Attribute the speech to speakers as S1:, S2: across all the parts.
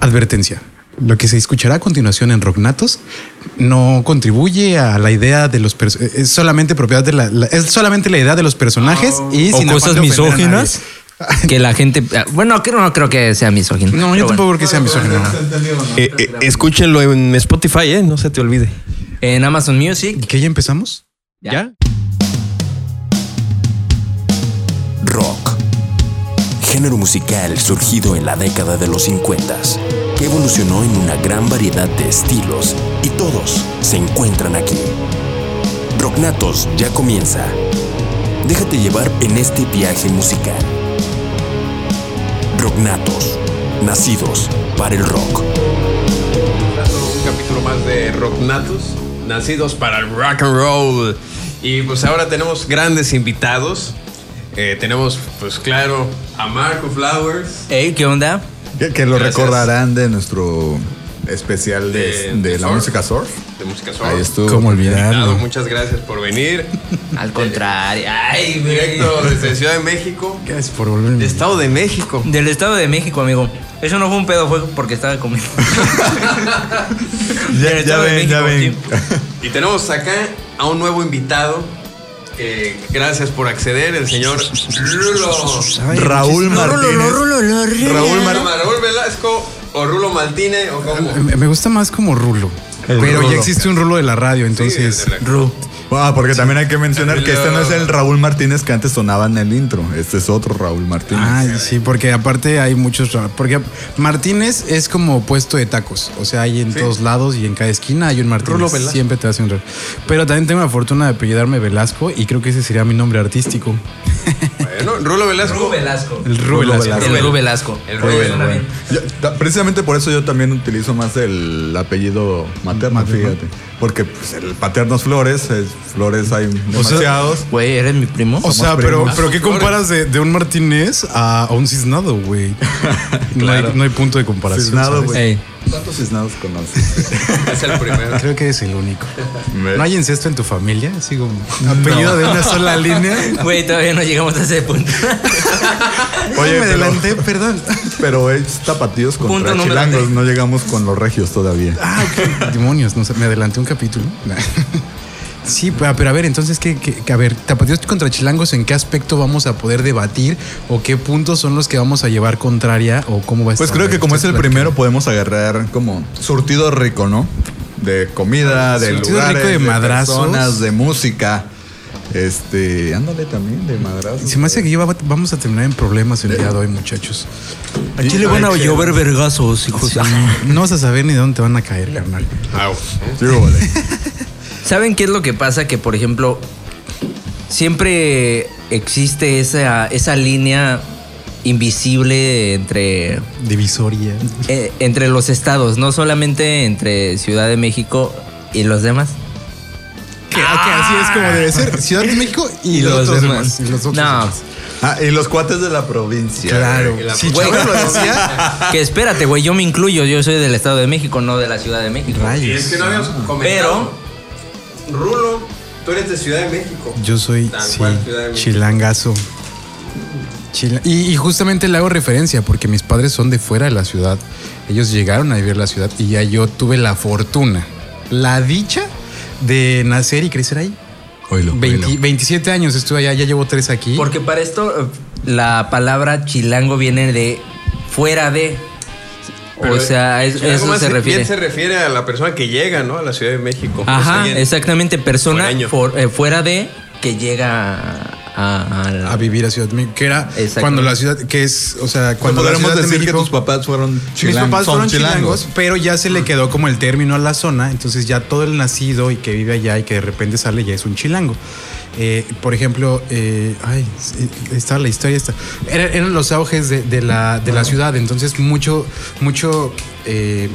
S1: Advertencia. Lo que se escuchará a continuación en Rognatos no contribuye a la idea de los perso- eh, es solamente propiedad de la, la- es solamente la idea de los personajes y
S2: O
S1: sin afán
S2: cosas
S1: de ofender a nadie.
S2: misóginas. Que la gente. ah, Bueno, que no creo que sea misógino.
S1: No,
S2: pero
S1: yo
S2: bueno.
S1: tampoco creo que sea misógino.
S3: Eh, eh, escúchenlo en Spotify, eh, no se te olvide.
S2: En Amazon Music.
S1: ¿Qué ya empezamos?
S2: Ya.
S4: Rock. Género musical surgido en la década de los 50, que evolucionó en una gran variedad de estilos y todos se encuentran aquí. Rocknatos ya comienza. Déjate llevar en este viaje musical. Rocknatos, nacidos para el rock.
S3: Un capítulo más de Rocknatos, nacidos para el rock and roll. Y pues ahora tenemos grandes invitados. Eh, tenemos, pues claro, a Marco Flowers.
S2: Ey, ¿qué onda?
S5: Que, que lo
S3: Gracias.
S5: recordarán de nuestro especial de,
S3: De-
S5: de
S3: de
S5: la
S3: surf.
S5: música surf.
S3: De música suave.
S5: Ahí estuvo.
S1: ¿Cómo
S3: Invitado,
S1: olvidarlo?
S3: Muchas gracias por venir.
S2: Al contrario. Ay, güey.
S3: Directo desde Ciudad de México.
S1: Gracias por volverme.
S3: Estado de México.
S2: Del Estado de México, amigo. Eso no fue un pedo, fue porque estaba comiendo. Del Estado de México,
S3: Y tenemos acá a un nuevo invitado. Eh, gracias por acceder, el señor Rulo.
S5: Raúl Martínez. Raúl Mar-
S3: Raúl Velasco o Rulo Martínez o cómo.
S1: Me me gusta más como rulo.
S5: El
S1: pero
S5: rulo.
S1: ya existe un rulo de la radio, entonces.
S3: Sí, de la-
S1: Ru.
S5: Ah, porque también hay que mencionar que este no es
S3: Hello.
S5: el Raúl Martínez que antes sonaba en el intro. Este es otro Raúl Martínez.
S1: Ah, sí, porque aparte hay muchos. ra- Porque Martínez es como puesto de tacos. O sea, hay en todos lados y en cada esquina hay un Martínez.
S3: Rulo Velasco.
S1: Siempre te hace un rol. Pero también tengo la fortuna de apellidarme Velasco y creo que ese sería mi nombre artístico.
S3: Bueno, Rulo Velasco.
S2: Ru Velasco.
S1: El Ru
S5: Rulo
S1: Velasco.
S5: Velasco.
S2: El Ru Velasco.
S3: El Ru Velasco.
S2: Suena bien.
S5: Yo- ta- precisamente por eso yo también utilizo más el apellido materno,
S1: Materno.
S5: fíjate. Porque pues, el paterno es Flores, es- Flores hay
S1: sea-
S5: demasiados.
S2: Güey, ¿eres mi primo?
S1: O sea, pero,
S5: primos.
S1: pero ¿qué comparas de, de un Martínez a, a un cisnado, güey? No, hay, no hay punto de comparación.
S5: Cisnado,
S1: ¿sabes?
S5: güey.
S2: Ey.
S5: ¿Cuántos cisnados conoces?
S3: Es el primero.
S1: Creo que es el único. ¿No hay incesto en tu familia? Así como apellido de una sola línea.
S2: Güey, todavía no llegamos a ese punto.
S5: Oye,
S1: me
S5: pero-
S1: adelanté, perdón.
S5: Pero es tapatíos
S2: Punto
S5: contra
S2: número
S5: chilangos,
S2: tres.
S5: no llegamos con los regios todavía.
S1: Ah, ok. demonios, no sé, me adelanté un capítulo. Sí, pa- pero a ver, entonces, ¿qué, qué- qué- a ver, tapatíos contra chilangos, ¿en qué aspecto vamos a poder debatir o qué puntos son los que vamos a llevar contraria o cómo va a
S5: Pues
S1: estar?
S5: creo que como es el
S1: Platica.
S5: primero podemos agarrar como surtido rico, ¿no? De comida, de
S1: Ah, Surtido
S5: lugares,
S1: rico de
S5: de,
S1: madrazos.
S5: personas, de música. Este, ándale también de madrazos.
S1: Se me hace que ya va- vamos a terminar en problemas el día de hoy, muchachos.
S2: Aquí le van a llover vergazos, hijos.
S1: No vas a saber ni de dónde te van a caer, carnal.
S5: Sí, vale.
S2: ¿Saben qué es lo que pasa? Que, por ejemplo, siempre existe esa, esa línea invisible entre,
S1: Divisoria.
S2: eh, entre los estados, no solamente entre Ciudad de México y los demás.
S1: Que, que así es como debe ser. Ciudad de México y, los, otros demás. Y los otros
S2: no,
S1: demás.
S5: Ah, y los cuates de la provincia.
S1: Claro.
S3: la-
S1: Si
S2: Güey.
S1: Chávez lo decía.
S2: que espérate, güey, yo me incluyo, yo soy del Estado de México, no de la Ciudad de México.
S3: Y
S1: Rayos.
S3: es que no habíamos comentado. Pero, Rulo, tú eres de Ciudad de México.
S1: Yo soy
S3: Tal
S1: sí,
S3: cual, Ciudad de México.
S1: chilangazo. Chila- y, y justamente le hago referencia porque mis padres son de fuera de la ciudad. Ellos llegaron a vivir en la ciudad y ya yo tuve la fortuna, la dicha de nacer y crecer ahí.
S5: Oílo, oílo.
S1: 20 27 años estuve allá, ya llevo tres aquí.
S2: Porque para esto eh, la palabra chilango viene de fuera de. o
S3: Pero,
S2: sea, es-
S3: Chilango
S2: eso
S3: más
S2: se
S3: bien
S2: refiere.
S3: se refiere a la persona que llega, ¿no? A la Ciudad de México.
S2: Ajá,
S3: Es alguien-
S2: exactamente. Persona
S3: Foraño.
S2: for- eh, fuera de que llega a, a la-
S1: a vivir a Ciudad de México, que era
S2: Exacto.
S1: cuando la ciudad, que es, o sea, cuando
S5: Cuando
S1: la
S5: podremos
S1: Ciudad de
S5: decir que
S1: México-
S5: tus papás fueron chilangos.
S1: Mis papás
S5: son
S1: fueron chilangos, pero ya se le quedó como el término a la zona, entonces ya todo el nacido y que vive allá y que de repente sale ya es un chilango. Eh, por ejemplo, eh, ay, sí, está la historia está. Era- eran los auges de, de la, de la ciudad, entonces mucho, mucho eh,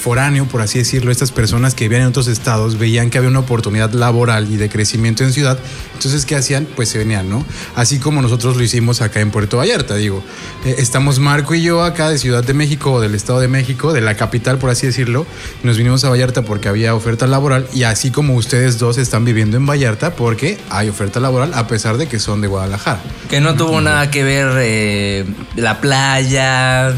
S1: foráneo, por así decirlo, estas personas que vivían en otros estados veían que había una oportunidad laboral y de crecimiento en ciudad. Entonces, ¿qué hacían? Pues se venían, ¿no? Así como nosotros lo hicimos acá en Puerto Vallarta, digo. Eh, estamos Marco y yo acá de Ciudad de México o del Estado de México, de la capital, por así decirlo. Nos vinimos a Vallarta porque había oferta laboral y así como ustedes dos están viviendo en Vallarta porque hay oferta laboral a pesar de que son de Guadalajara.
S2: Que no tuvo nada que ver eh, la playa,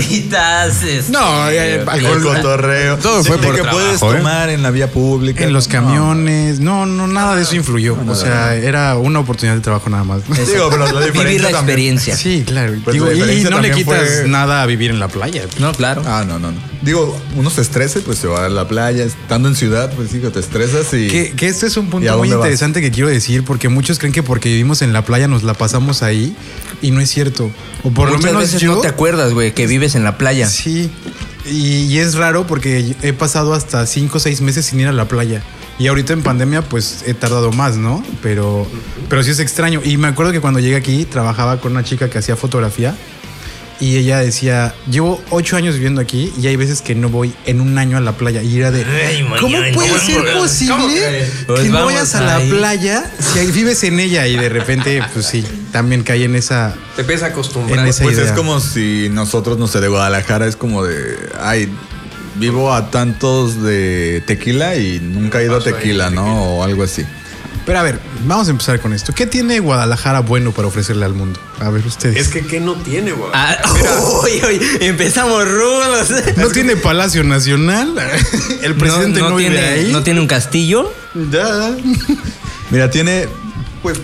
S2: señoritas. este,
S1: No, eh,
S5: El
S1: alcohol-
S5: cotorreo.
S1: Todo fue
S5: Gente
S1: por
S5: que
S1: trabajo,
S5: puedes
S1: ¿eh?
S5: tomar en la vía pública.
S1: En los
S5: No.
S1: camiones, no, no, nada de eso influyó.
S5: no,
S1: o sea, era una oportunidad de trabajo nada más.
S2: eso.
S5: Digo, pero la
S2: Vivir la
S5: diferencia también.
S2: experiencia.
S1: Sí, claro.
S5: Pues
S1: Digo,
S5: la
S1: y
S5: diferencia
S1: no le
S5: también
S1: quitas
S5: fue-
S1: nada a vivir en la playa.
S2: No, claro.
S5: Ah, no, no, no. Digo, uno se estresa y pues se va a la playa. Estando en ciudad, pues hijo, te estresas y.
S1: Que, que este es un
S5: ¿Y a
S1: punto muy
S5: dónde vas?
S1: interesante que quiero decir, porque muchos creen que porque vivimos en la playa nos la pasamos ahí y no es cierto. O por
S2: Muchas
S1: lo menos
S2: veces
S1: yo
S2: no te acuerdas, güey, que vives en la playa.
S1: Sí. Y, y es raro porque he pasado hasta 5 o 6 meses sin ir a la playa. Y ahorita en pandemia pues he tardado más, ¿no? Pero, pero sí es extraño. Y me acuerdo que cuando llegué aquí trabajaba con una chica que hacía fotografía y ella decía, llevo 8 años viviendo aquí y hay veces que no voy en un año a la playa. Y era de,
S2: Ay, mañana,
S1: ¿cómo puede
S2: ¿cómo?
S1: ser
S3: ¿Cómo
S1: posible
S3: que?
S2: Pues
S1: que no
S2: vamos
S1: vayas a la
S2: ahí.
S1: playa si ahí vives en ella? Y de repente pues sí, también caí en esa...
S3: Te empiezas a
S1: En
S3: acostumbrar.
S1: ese- esa
S5: pues
S1: idea.
S5: es como si nosotros, no sé, de Guadalajara es como de. Ay, vivo a tantos de tequila y nunca he ido a
S3: Paso ahí,
S5: tequila, ¿no?
S3: tequila.
S5: O algo así.
S1: Pero a ver, vamos a empezar con esto. ¿Qué tiene Guadalajara bueno para ofrecerle al mundo? A ver, ustedes.
S3: Es que ¿qué no tiene, güey?
S2: Ah, uy, uy, empezamos rudos.
S1: no tiene Palacio Nacional. El presidente no, vive
S2: tiene,
S1: ahí.
S2: no tiene un castillo.
S1: Ya.
S5: Mira, tiene. Pues.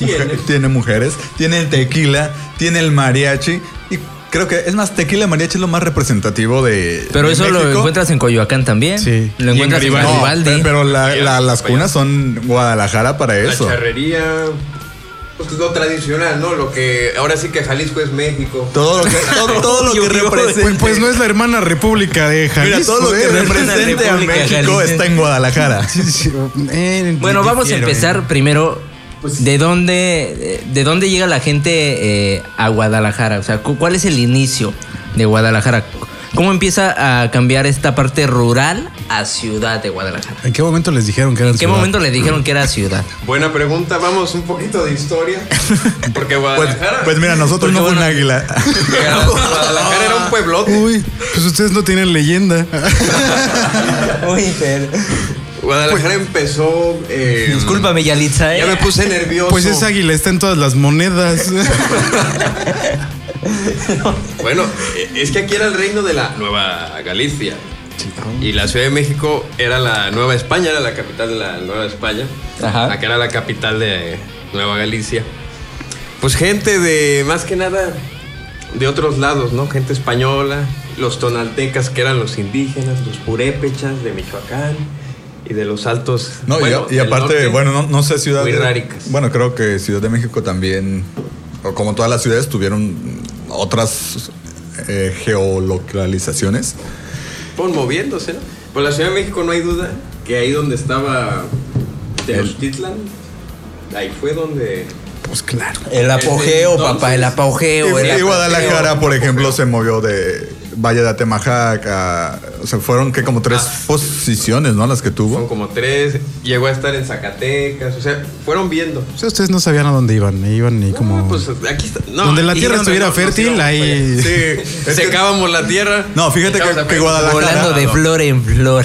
S5: mujer-
S3: Tiene.
S5: tiene mujeres, tiene el tequila, tiene el mariachi. Y creo que, es más, tequila y mariachi es lo más representativo de.
S2: Pero
S5: de
S2: eso lo
S5: México.
S2: encuentras en Coyoacán también.
S1: Sí.
S2: Lo
S1: Y en
S2: encuentras en
S5: No,
S2: Garibaldi.
S5: pe- pero la- la- las
S3: Vaya.
S5: cunas son Guadalajara para
S3: La
S5: eso.
S3: charrería. Pues lo tradicional, ¿no? Lo que ahora sí que Jalisco es México.
S5: Todo lo que, todo, todo lo que representa.
S1: Pues, pues no es la hermana república de Jalisco.
S5: Mira, todo lo que
S1: ¿eh?
S5: represente a
S2: República de
S5: México
S2: Jalisco.
S5: está en Guadalajara.
S1: Sí, sí, eh,
S2: Bueno,
S1: te
S2: vamos a
S1: quiero,
S2: empezar
S1: eh.
S2: primero.
S3: Pues
S2: ¿De dónde, de dónde llega la gente eh, a Guadalajara? O sea, cu- ¿cuál es el inicio de Guadalajara? ¿Cómo empieza a cambiar esta parte rural a ciudad de Guadalajara?
S1: ¿En qué momento les dijeron que eran
S2: ¿En qué momento le dijeron que era ciudad?
S3: Buena pregunta, vamos un poquito de historia. Porque
S5: Pues,
S3: Guadalajara.
S5: pues mira, nosotros
S2: Porque
S5: no fue un
S2: bueno-
S5: águila.
S3: Guadalajara era un pueblote.
S1: Uy, pues ustedes no tienen leyenda.
S2: Uy, pero...
S3: Guadalajara empezó. eh,
S2: Discúlpame, Yalitza. ¿eh?
S3: Ya me puse nervioso.
S1: Pues es águila, está en todas las monedas.
S3: Bueno, eh, es que aquí era el reino de la Nueva Galicia. Y la Ciudad de México era la Nueva España, era la capital de la Nueva España.
S2: Ajá.
S3: La que era la capital de Nueva Galicia. Pues gente de, más que nada, de otros lados, ¿no? Gente española, los tonaltecas que eran los indígenas, los purépechas de Michoacán y de los altos.
S5: No, y-
S3: bueno,
S5: y,
S3: del
S5: aparte,
S3: norte.
S5: bueno, no, no sé, Ciudad
S3: Muy
S5: de-
S3: raricas.
S5: Bueno, creo que Ciudad de México también, o como todas las ciudades, tuvieron otras eh, geolocalizaciones.
S3: Pues moviéndose, ¿no? Pues la Ciudad de México no hay duda que ahí donde estaba Tenochtitlan, ahí fue donde...
S1: pues claro.
S2: El apogeo,
S3: Entonces-
S2: papá, el
S5: Y,
S2: apogeo. el
S5: y
S2: apogeo.
S5: Guadalajara, por ejemplo, se movió de Valle de Atemajac a- O sea, fueron que como tres
S3: Ah.
S5: posiciones, ¿no? Las que
S3: Son
S5: tuvo.
S3: como tres, llegó a estar en Zacatecas, o sea, fueron viendo.
S1: O sea, Pues ustedes no sabían a dónde iban, eh, iban ni como...
S3: No, pues aquí está- no,
S1: donde la
S3: aquí
S1: tierra
S3: no, no,
S1: estuviera
S3: no, no,
S1: fértil,
S3: no,
S1: ahí...
S5: Sí,
S3: vaya.
S5: es que-
S3: Secábamos la tierra.
S5: No, fíjate
S3: Echábamos
S5: que,
S3: a
S5: que
S3: perder.
S5: Guadalajara.
S2: Volando de flor en flor.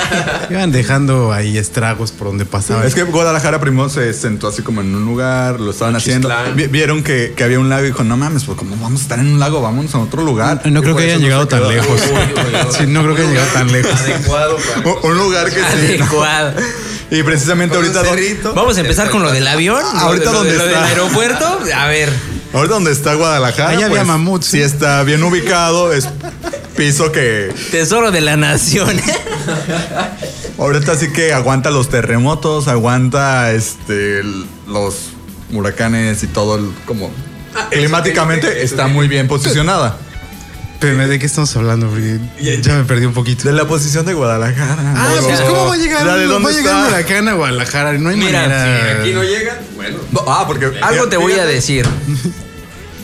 S1: Iban dejando ahí estragos por donde pasaban.
S5: Es que Guadalajara primero se sentó así como en un lugar, lo estaban haciendo.
S3: Chixtlán.
S5: Vi- Vieron que, que había un lago y dijo, no mames, pues como vamos a estar en un lago, vamos a otro lugar.
S1: No
S5: Y
S1: creo
S5: por eso
S1: que hayan
S5: no
S1: llegado
S5: se
S1: tan
S5: quedó.
S1: lejos. Sí, no creo que hayan llegado tan lejos.
S3: Adecuado para-
S5: Un- Un lugar que sí. ¿no?
S2: Adecuado.
S5: Y precisamente
S3: Con un
S5: ahorita, don-
S3: cerrito.
S2: Vamos a empezar con lo del avión.
S5: Ah, ahorita
S2: lo, de-
S5: ¿dónde
S2: lo del
S5: está?
S2: aeropuerto. A ver.
S5: ahorita donde está Guadalajara. pues,
S1: Ahí había mamuts,
S5: Sí
S1: ¿no?
S5: está bien ubicado, es piso que
S2: Tesoro de la nación. ¿eh?
S5: ahorita sí que aguanta los terremotos, aguanta este el- los huracanes y todo el- como
S3: Ah, eso tiene
S5: climáticamente
S3: que- eso
S5: está
S3: tiene
S5: muy bien posicionada.
S1: Pero ¿de qué estamos hablando? Porque ya me perdí un poquito.
S5: De la posición de Guadalajara.
S1: Ah,
S5: Luego-
S1: pues ¿cómo va a llegar?
S5: Ya, ¿de
S1: ¿Va
S5: dónde
S1: a llegar un
S5: está?
S1: huracán a Guadalajara? No hay
S2: Mira,
S1: manera.
S3: Si aquí no llegan, bueno. Eh,
S5: No, ah, porque
S2: Algo te voy a
S5: Fíjate,
S2: decir.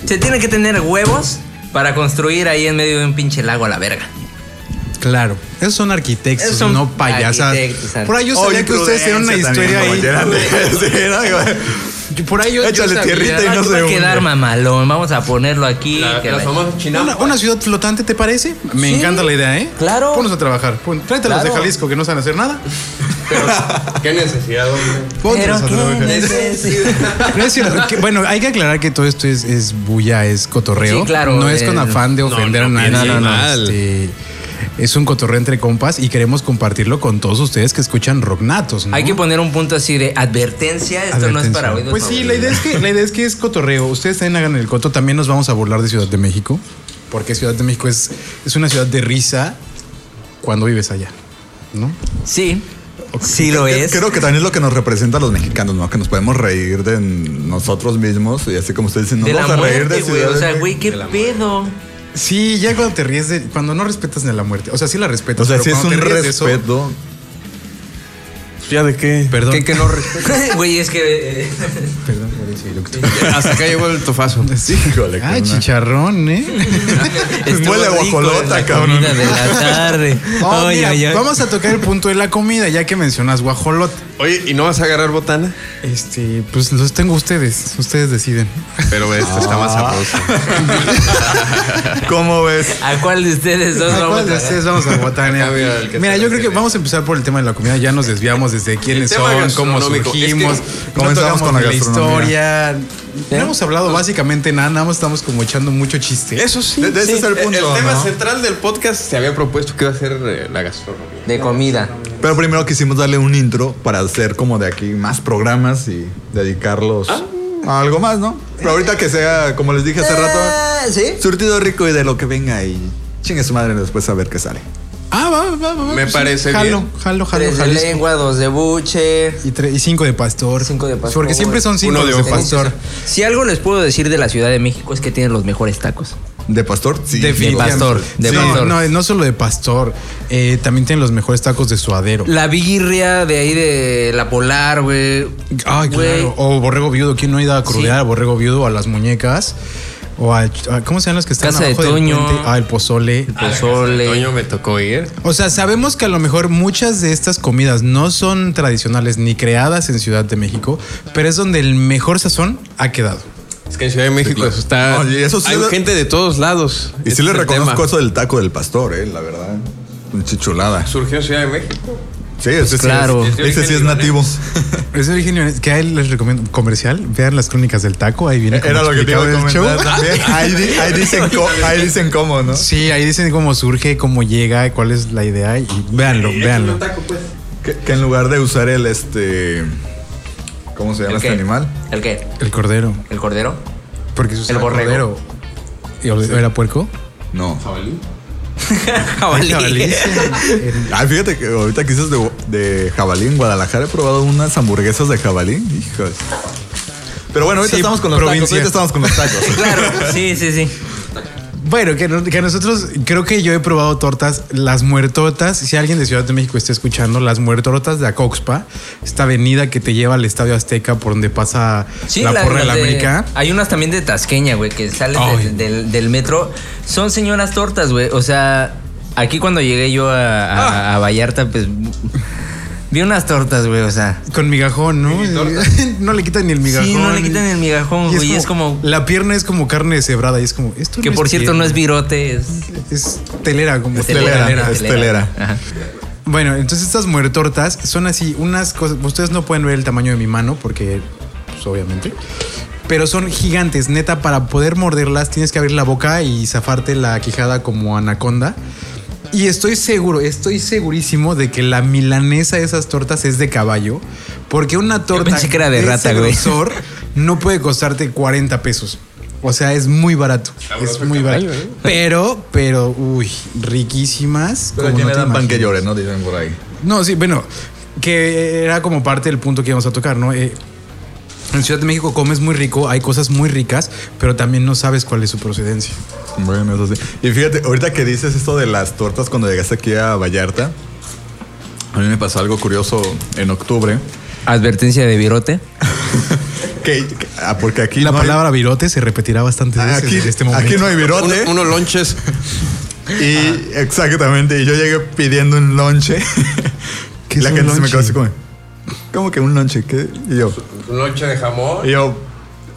S2: Se tiene que tener huevos para construir ahí en medio de un pinche lago a la verga.
S1: Claro, esos son arquitectos,
S2: Esos son
S1: no payasas.
S2: arquitectos,
S1: Por ahí yo
S5: Oh,
S1: sabía que ustedes tenían una historia
S5: imprudencia
S1: ahí.
S5: también, caballero. Sí, ¿no?
S1: Yo- Por ahí yo, yo
S5: Échale
S1: sabía-
S5: tierrita y
S2: Ah,
S5: no
S2: que
S5: se
S2: va a
S5: hunde.
S2: quedar mamalón. Vamos a ponerlo aquí.
S3: La,
S2: que
S3: la
S2: la-
S3: famosa chinampa.
S1: Una, una ciudad flotante, ¿te parece? Me
S2: Sí.
S1: encanta la idea, ¿eh?
S2: Claro.
S1: Ponlos a trabajar. Pon- tráetelos
S2: Claro.
S1: de Jalisco que no saben hacer nada.
S3: Pero, ¿Qué necesidad, hombre?
S2: Pero
S1: Póntelos a
S2: qué
S1: trabajar.
S2: necesidad.
S1: No es cierto. Que- bueno, hay que aclarar que todo esto es, es bulla, es cotorreo.
S2: Sí, claro,
S1: No es con
S2: el-
S1: afán de
S3: no,
S1: ofender
S3: no
S1: a nadie.
S3: piensen mal.
S1: este, es un cotorreo entre compas y queremos compartirlo con todos ustedes que escuchan rocknatos. ¿no?
S2: Hay que poner un punto así de advertencia. Esto no es
S1: Advertencia.
S2: para oídos.
S1: Pues sí, la
S2: favorecidos.
S1: idea, es que, la idea es que es cotorreo. Ustedes también hagan el coto. También nos vamos a burlar de Ciudad de México. Porque Ciudad de México es, es una ciudad de risa cuando vives allá. ¿No?
S2: Sí. Sí lo es.
S5: Creo que también es lo que nos representa a los mexicanos, ¿no? Que nos podemos reír de nosotros mismos y así como ustedes dicen, no
S2: de la
S5: vamos a reír
S2: muerte,
S5: de
S2: güey.
S5: Ciudad
S2: O
S5: de
S2: sea,
S5: México.
S2: güey, qué
S3: de la
S2: pedo.
S1: Sí, ya cuando te ríes de. Cuando no respetas ni a la muerte. O sea, sí la respetas.
S5: O sea,
S1: pero
S5: sí es
S1: cuando
S5: un
S1: te ríes de eso-
S5: respeto.
S6: ¿Ya de qué?
S1: Perdón.
S3: ¿Qué, qué no re-
S2: Güey, es que. eh,
S1: Perdón por decir lo que te-
S3: Hasta acá llegó el tofazo.
S1: Sí.
S5: Híjole,
S1: Ay,
S5: carnal.
S1: chicharrón, ¿eh?
S2: estuvo
S5: Huele a
S2: rico
S5: guajolota,
S2: en la
S5: cabrón.
S2: comida de la tarde.
S1: Oh,
S2: Ay,
S1: mira,
S2: ay, ay.
S1: Vamos a tocar el punto de la comida, ya que mencionas guajolot.
S3: Oye, ¿y no vas a agarrar botana?
S1: Este, pues los tengo ustedes. Ustedes deciden.
S3: Pero este está
S5: Ah.
S3: más sabroso.
S5: ¿Cómo ves?
S2: ¿A cuál de ustedes dos
S1: ¿A
S2: vamos
S1: cuál de
S2: a
S1: ustedes vamos a botanear?
S3: Ah, mira, el que
S1: Mira,
S3: está
S1: yo creo que
S3: recién
S1: vamos a empezar por el tema de la comida. Ya nos desviamos desde quiénes
S3: tema
S1: son, cómo
S3: gastronómico.
S1: surgimos,
S3: Es que
S1: cómo
S5: comenzamos
S1: empezamos
S5: con
S1: con
S5: la
S1: la, historia. No
S2: ¿Eh?
S1: hemos hablado básicamente nada, nada más estamos como echando mucho chiste.
S3: Eso sí.
S5: De- de ese
S3: sí.
S5: es el punto,
S3: tema
S5: ¿no?
S3: central del podcast se había propuesto que iba a ser eh, la gastronomía.
S2: De comida.
S5: Pero primero quisimos darle un intro para hacer como de aquí más programas y dedicarlos a algo más, ¿no? Pero ahorita que sea, como les dije hace rato,
S2: Eh, ¿Sí?
S5: surtido rico y de lo que venga y chingue su madre después a ver qué sale.
S1: Ah, va, va, va. va,
S3: Me
S1: sí.
S3: parece
S1: jalo,
S3: bien.
S1: Jalo, jalo,
S2: Tres de
S1: jalo.
S2: lengua, dos de buche.
S1: Y, tre- y cinco de pastor.
S2: Cinco de pastor.
S1: Porque siempre son cinco
S3: Uno de
S1: los
S3: ojo.
S1: pastor.
S2: Si algo les puedo decir de la Ciudad de México es que tienen los mejores tacos.
S5: ¿De pastor? Sí.
S1: Definitivamente.
S2: pastor, de
S1: Sí,
S2: pastor.
S1: No, no solo de pastor. eh, también tienen los mejores tacos de suadero.
S2: La birria de ahí de la Polar, güey.
S1: Ay,
S2: Güey,
S1: claro. O borrego viudo. ¿Quién no ha ido a crudear
S2: Sí.
S1: al borrego viudo o a las muñecas? O a, a- ¿Cómo se llaman los que están
S2: Casa de
S1: abajo del
S2: Toño.
S1: puente? Ah, el pozole.
S2: Pozole.
S3: Toño me tocó ir.
S1: O sea, sabemos que a lo mejor muchas de estas comidas no son tradicionales ni creadas en Ciudad de México, pero es donde el mejor sazón ha quedado.
S3: Es que en Ciudad de México
S5: claro.
S3: eso está.
S5: Oye, eso sí
S3: hay
S5: lo-
S3: gente de todos lados.
S5: Y
S3: Ese
S5: sí
S3: es
S5: le
S3: el
S5: reconozco
S3: tema.
S5: eso del taco del pastor, eh, la verdad. Una Chichulada.
S3: Surgió en Ciudad de México.
S5: Sí, ese sí
S2: Claro.
S5: es- Ese sí es nativo.
S1: Es de origen libanés, que a él les recomiendo comercial. Vean las crónicas del taco. Ahí viene. como
S5: Eh, Era lo que te iba a
S1: explicado el show.
S5: comentar también. Ahí, di- ahí dicen co- ahí dicen cómo, ¿no?
S1: Sí, ahí dicen cómo surge, cómo llega, cuál es la idea. Y véanlo, véanlo.
S5: Que, que en lugar de usar el este. ¿Cómo se llama este
S2: qué?
S5: animal?
S2: ¿El qué?
S1: El cordero.
S2: ¿El cordero?
S1: Porque se usa
S2: El borrego.
S1: cordero. ¿Y orde- ¿Era puerco?
S5: No.
S2: Jabalí.
S1: Jabalí.
S5: Ah, fíjate que ahorita que dices de, de jabalí en Guadalajara, he probado unas hamburguesas de jabalí. Hijos. Pero bueno, ahorita
S1: Sí,
S5: estamos con los tacos.
S1: provincia.
S5: Ahorita estamos con los tacos.
S2: Claro, sí, sí, sí.
S1: Bueno, que, no- que nosotros creo que yo he probado tortas, las muertotas. Si alguien de Ciudad de México está escuchando, las muertotas de Acoxpa, esta avenida que te lleva al Estadio Azteca por donde pasa
S2: Sí,
S1: la,
S2: la-
S1: porra de la
S2: las de-
S1: América.
S2: Hay unas también de Tasqueña, güey, que salen de-
S1: Ay.
S2: del, del metro. Son señoras tortas, güey. O sea, aquí cuando llegué yo a,
S1: Ah.
S2: a- a Vallarta, pues vi unas tortas, güey. O sea,
S1: Con migajón, Oh, ¿no? no le quitan ni el migajón.
S2: sí, no le quitan el migajón,
S1: Y
S2: güey. y es como
S1: La pierna es como carne cebrada y es como... Esto
S2: que
S1: no
S2: por
S1: es
S2: cierto
S1: pierna,
S2: no es virote, es
S1: Es telera, como...
S5: telera,
S2: telera,
S5: es telera.
S2: Ajá.
S1: Bueno, entonces estas muertortas son así, unas cosas. Ustedes no pueden ver el tamaño de mi mano porque, pues obviamente. Pero son gigantes, neta. Para poder morderlas tienes que abrir la boca y zafarte la quijada como anaconda. Y estoy seguro, estoy segurísimo de que la milanesa de esas tortas es de caballo. Porque una torta
S2: pensé que era de rata,
S1: ese
S2: güey.
S1: grosor no puede costarte 40 pesos. O sea, es muy barato. es muy barato.
S5: ¿eh?
S1: Pero, pero, uy, riquísimas.
S5: Pero
S1: como
S5: aquí
S1: no
S5: me
S1: te
S5: dan pan que
S1: imaginas.
S5: llore, ¿no? Dicen por ahí.
S1: No, sí, bueno, que era como parte del punto que íbamos a tocar, ¿no? Eh, en Ciudad de México comes muy rico, hay cosas muy ricas, pero también no sabes cuál es su procedencia.
S5: Bueno, eso sí. Y fíjate, ahorita que dices esto de las tortas cuando llegaste aquí a Vallarta, a mí me pasó algo curioso en octubre.
S2: Advertencia de virote.
S5: Que, que- ah, porque aquí
S1: La
S5: no hay-
S1: palabra virote se repetirá bastantes veces
S5: Ah, aquí,
S1: en este
S5: aquí
S1: momento.
S5: no hay virote.
S3: Uno- unos lonches
S5: Y
S6: Ah.
S5: exactamente, y yo llegué pidiendo un lonche.
S6: ¿Qué
S5: y
S6: es
S5: la
S6: un
S5: gente se me quedó así
S6: lonche?
S5: como, ¿cómo que un lonche? ¿Qué? Y yo,
S3: Lonche de jamón.
S5: y yo,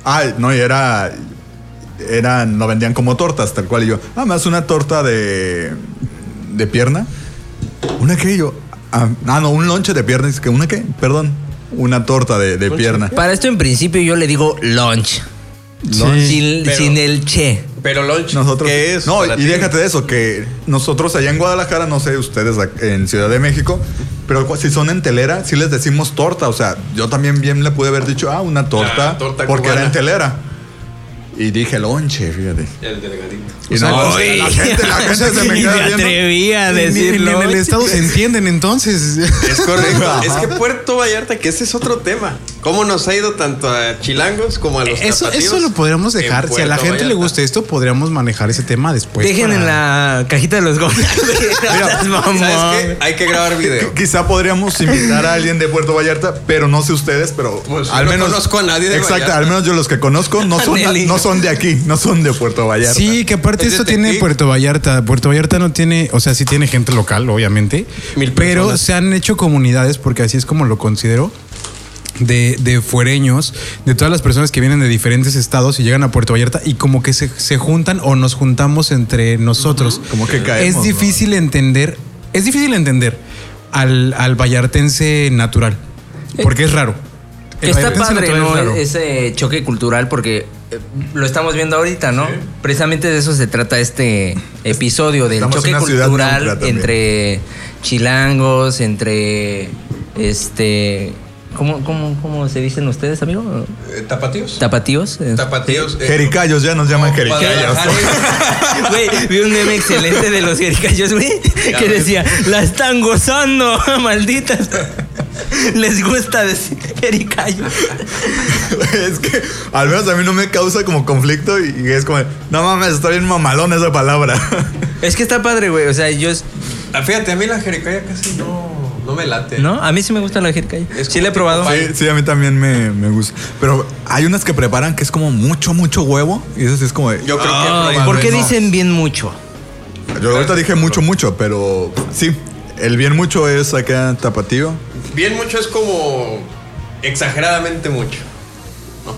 S5: ay, no, y era, era, no vendían como tortas, tal cual. Y yo, ah, me das una torta de, de pierna. ¿Una qué? Y yo, ah, ah, no, un lonche de pierna. Y dice que, ¿una qué? Perdón, una torta de, de pierna.
S2: Para esto, en principio, yo le digo lunch.
S1: Lunch.
S2: sin,
S3: Pero-
S2: sin el che.
S3: Pero lunch,
S5: Nosotros,
S3: ¿qué es?
S5: No,
S3: para
S5: y
S3: ti?
S5: déjate de eso, que nosotros allá en Guadalajara, no sé ustedes ac- en Ciudad de México, pero cu- si son en telera, sí les decimos torta. O sea, yo también bien le pude haber dicho, ah, una torta,
S3: La torta
S5: porque
S3: cubana.
S5: era en telera. Y dije lonche, fíjate.
S3: El delgadito.
S5: Y no, o sea, la gente, la gente se me queda viendo.
S2: a
S1: En el estado se entienden entonces.
S3: Es correcto.
S5: Ajá.
S3: es que Puerto Vallarta, que ese es otro tema. ¿Cómo nos ha ido tanto a chilangos como a los
S1: Eso,
S3: tapatíos
S1: eso lo podríamos
S3: en
S1: dejar. Si a la
S3: Puerto
S1: gente le
S3: Vallarta?
S1: gusta esto, podríamos manejar ese tema después.
S2: Dejen
S1: para-
S2: en la cajita de los comentarios.
S3: ¿Sabes qué? Hay que grabar video.
S5: Qu- Quizá podríamos invitar a alguien de Puerto Vallarta, pero no sé ustedes, pero
S3: Pues,
S5: al
S3: no
S5: menos
S3: conozco a nadie de
S5: Exacto,
S3: Vallarta.
S5: al menos yo los que conozco no son,
S2: Nelly.
S5: no son de aquí, no son de Puerto Vallarta.
S1: Sí, que aparte
S3: Es
S1: esto
S3: detective.
S1: tiene Puerto Vallarta. Puerto Vallarta no tiene, o sea, sí tiene gente local, obviamente.
S3: Mil
S1: pero
S3: personas.
S1: se han hecho comunidades, porque así es como lo considero, de, de fuereños, de todas las personas que vienen de diferentes estados y llegan a Puerto Vallarta y como que se, se juntan o nos juntamos entre nosotros.
S5: Como que caemos,
S1: pues, Es
S5: ¿no?
S1: difícil entender, es difícil entender al, al vallartense natural, porque es raro. El
S2: Está
S1: vallartense
S2: padre,
S1: natural es
S2: ¿no?
S1: raro.
S2: Ese choque cultural, porque eh, lo estamos viendo ahorita, ¿no? Precisamente de eso se trata este episodio, del
S5: Estamos en
S2: choque
S5: una ciudad
S2: cultural
S5: neutra también.
S2: entre chilangos, entre. Este. ¿Cómo, cómo, cómo se dicen ustedes, amigo?
S3: Eh, ¿Tapatíos?
S2: ¿Tapatíos?
S3: Tapatíos. eh,
S5: Jericayos, Pues ya nos llaman jericayos.
S2: Guadalajara. Güey, vi un meme excelente de los jericayos, güey, que decía, la están gozando, malditas. Les gusta decir jericayo.
S5: es que al menos a mí no me causa como conflicto y, y es como, no mames, está bien mamalón esa palabra.
S2: Es que está padre, güey. O sea, yo. es-
S3: Ah, Fíjate, a mí la jericaya casi no, no me late.
S2: ¿No? A mí sí me gusta la jericaya.
S3: Es
S2: Sí, la he
S3: como
S2: probado.
S3: tipo
S5: sí, sí, a mí también me, me gusta. Pero hay unas que preparan que es como mucho, mucho huevo y eso sí es como... de-
S3: Yo creo
S2: Ah,
S3: que.
S2: ¿Por qué
S5: no.
S2: dicen bien mucho?
S5: Yo ahorita dije mucho, mucho, pero sí, el bien mucho es acá tapatío.
S3: Bien mucho es como. Exageradamente mucho. No,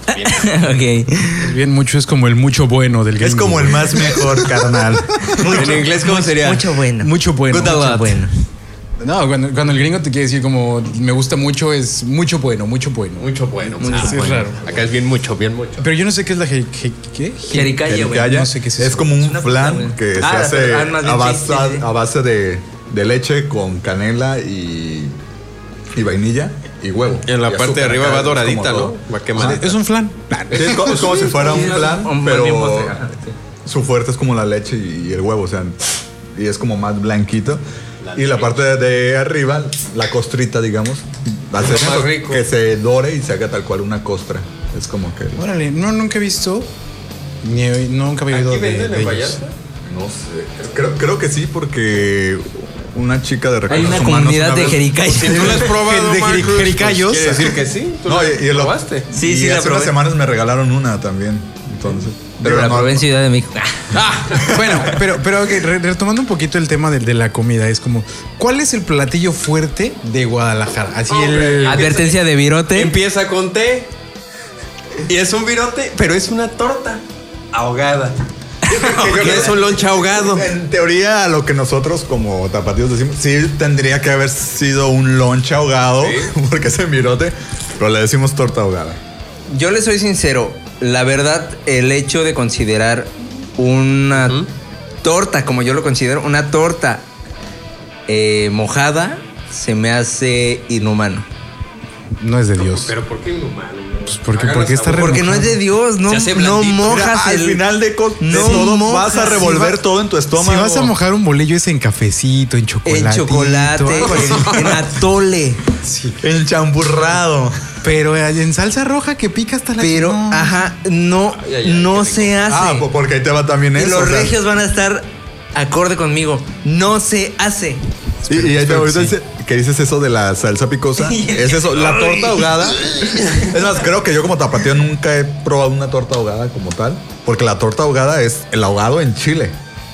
S3: bien.
S2: ok.
S1: Bien, mucho es como el mucho bueno del
S5: Es
S1: gringo,
S5: como el
S1: güey.
S5: más mejor, carnal.
S3: en inglés, ¿cómo sería?
S2: Mucho bueno.
S1: Mucho bueno.
S3: Good a
S2: Mucho
S3: lot.
S2: bueno.
S1: No, cuando, cuando el gringo te quiere decir como me gusta mucho, es mucho bueno, mucho bueno.
S3: Mucho bueno.
S1: Mucho
S3: ah,
S1: sí,
S3: bueno.
S1: raro.
S3: Acá es bien mucho, bien mucho.
S1: Pero yo no sé qué es la je- je- ¿qué?
S2: Jericaya, güey.
S5: Jericaya
S1: No sé qué es
S5: es,
S1: eso.
S5: como
S2: Es
S5: un
S2: una fruta,
S5: flan
S2: güey.
S5: que se
S2: Ah,
S5: hace
S2: pero- ah, más bien
S5: a base,
S2: sí, sí, sí.
S5: a base de, de leche con canela y, y vainilla y huevo.
S3: Y en la
S5: Y
S3: parte de
S5: azúcar,
S3: arriba
S5: acá
S3: va
S5: es
S3: doradita,
S5: como
S3: ¿no?
S5: todo.
S3: Va quemadita.
S1: Es un flan.
S5: Sí, es como, es como si fuera un flan,
S2: Un buen bien
S5: pero
S2: postre, ajá, sí.
S5: su fuerte es como la leche y, y el huevo, o sea, y es como más blanquito. Y la parte de, de arriba, la costrita, digamos, va a ser
S3: Más
S5: eso,
S3: rico.
S5: que se dore y se haga tal cual una costra. Es como que...
S1: Órale, no, nunca he visto, ni he- nunca había
S3: ¿Aquí
S1: oído de,
S3: venden
S1: de
S3: en
S1: ellos.
S3: Vallarta?
S5: No sé. Creo, creo que sí, porque una chica de
S2: Hay
S5: recursos
S2: una
S5: humanos
S2: comunidad
S5: una
S2: de
S5: vez-
S2: jericayos.
S3: Si tú lo has probado,
S1: De
S3: Marcus, pues,
S1: jericayos.
S3: quiere decir que sí. Tú
S5: No,
S3: la-
S5: y, y lo-
S3: probaste.
S2: Sí,
S5: y
S2: sí, la
S5: hace unas
S2: probé.
S5: semanas me regalaron una también. Entonces.
S2: Pero la
S5: no-
S2: probé en Ciudad de México.
S1: Ah. Bueno, pero, pero ok, re- retomando un poquito el tema de, de la comida, es como, ¿cuál es el platillo fuerte de Guadalajara? Así
S3: Oh,
S1: el...
S2: Advertencia de virote.
S3: Empieza con té. Y es un virote, pero es una torta ahogada. Que es un lonche ahogado.
S5: En teoría, lo que nosotros como tapatíos decimos, sí tendría que haber sido un lonche ahogado, porque ese mirote, pero le decimos torta ahogada.
S2: Yo le soy sincero, la verdad, el hecho de considerar una torta, como yo lo considero, una torta eh, mojada, se me hace inhumano.
S1: No es de Dios.
S3: Pero ¿por qué inhumano?
S1: Pues porque- porque está
S2: Porque no es de Dios, no,
S3: Se hace
S2: no
S3: blandito.
S5: Mira,
S2: mojas
S5: al
S2: el-
S5: final de, co- de
S2: no
S5: todo
S2: mojas,
S5: vas a
S2: sí
S5: revolver
S2: va-
S5: todo en tu estómago.
S1: Si vas a mojar un bolillo es en cafecito, en chocolate. pues,
S2: en chocolate, en, en atole.
S5: Enchampurrado.
S1: Pero en salsa roja que pica hasta la
S2: Pero,
S1: No.
S2: ajá, no,
S3: Ay, ay, ay,
S2: no
S3: qué
S2: se hace.
S5: Ah, po- porque ahí te va también
S2: y
S5: eso. o
S2: los
S5: sea,
S2: regios van a estar acorde conmigo. No se hace.
S5: Y, y ahí te-
S1: Espero que
S5: ahorita
S1: sí.
S5: dice- que dices eso de la salsa picosa. es eso, la torta ahogada. Es más, creo que yo como tapatío nunca he probado una torta ahogada como tal. Porque la torta ahogada es el ahogado en chile.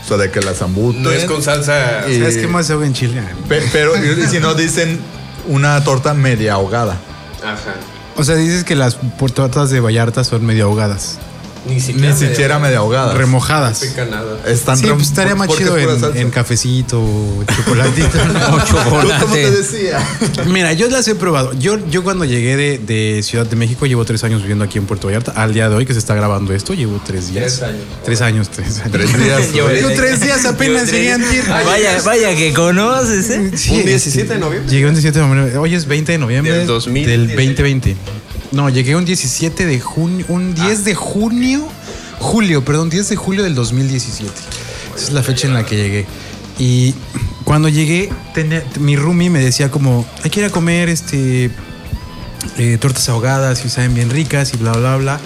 S5: sea, de que la zambuten.
S3: No es con salsa.
S5: Y-
S1: ¿Sabes qué más se hago en Chile?
S5: Pe- Pero y si no dicen una torta media ahogada.
S3: Ajá.
S1: O sea, dices que las tortas de Vallarta son medio ahogadas,
S3: Ni siquiera.
S5: Ni siquiera media ahogada.
S1: remojadas.
S3: pica nada.
S5: Están
S1: sí,
S5: rem-
S1: pues estaría más
S5: porque es
S1: chido
S5: pura
S1: en,
S5: salsa.
S1: en cafecito, o chocolatito.
S2: O
S5: ¿Tú ¿Cómo te
S2: chocolate.
S5: decía?
S1: Mira, yo las he probado. Yo, yo cuando llegué de, de Ciudad de México, llevo tres años viviendo aquí en Puerto Vallarta. Al día de hoy que se está grabando esto, llevo tres días.
S3: Tres años.
S1: Tres años, tres años.
S5: Tres días.
S2: Yo-
S1: Yo tres días apenas
S2: Yo
S1: llegué a
S2: tres-
S1: Antier.
S2: Vaya, vaya que conoces, ¿eh?
S1: Sí,
S3: Ah, Un
S1: este,
S3: 17 de noviembre.
S1: Llegué un 17 de noviembre. Hoy es 20 de noviembre
S3: Del
S1: del,
S3: 2018.
S1: 2020. No, llegué un 17 de junio, un
S5: Ah.
S1: 10 de junio, julio, perdón, 10 de julio del 2017. Esa es la fecha en la que llegué. Y cuando llegué, tenía- mi roomie me decía como, hay que ir a comer este eh, tortas ahogadas y saben bien ricas y bla, bla, bla.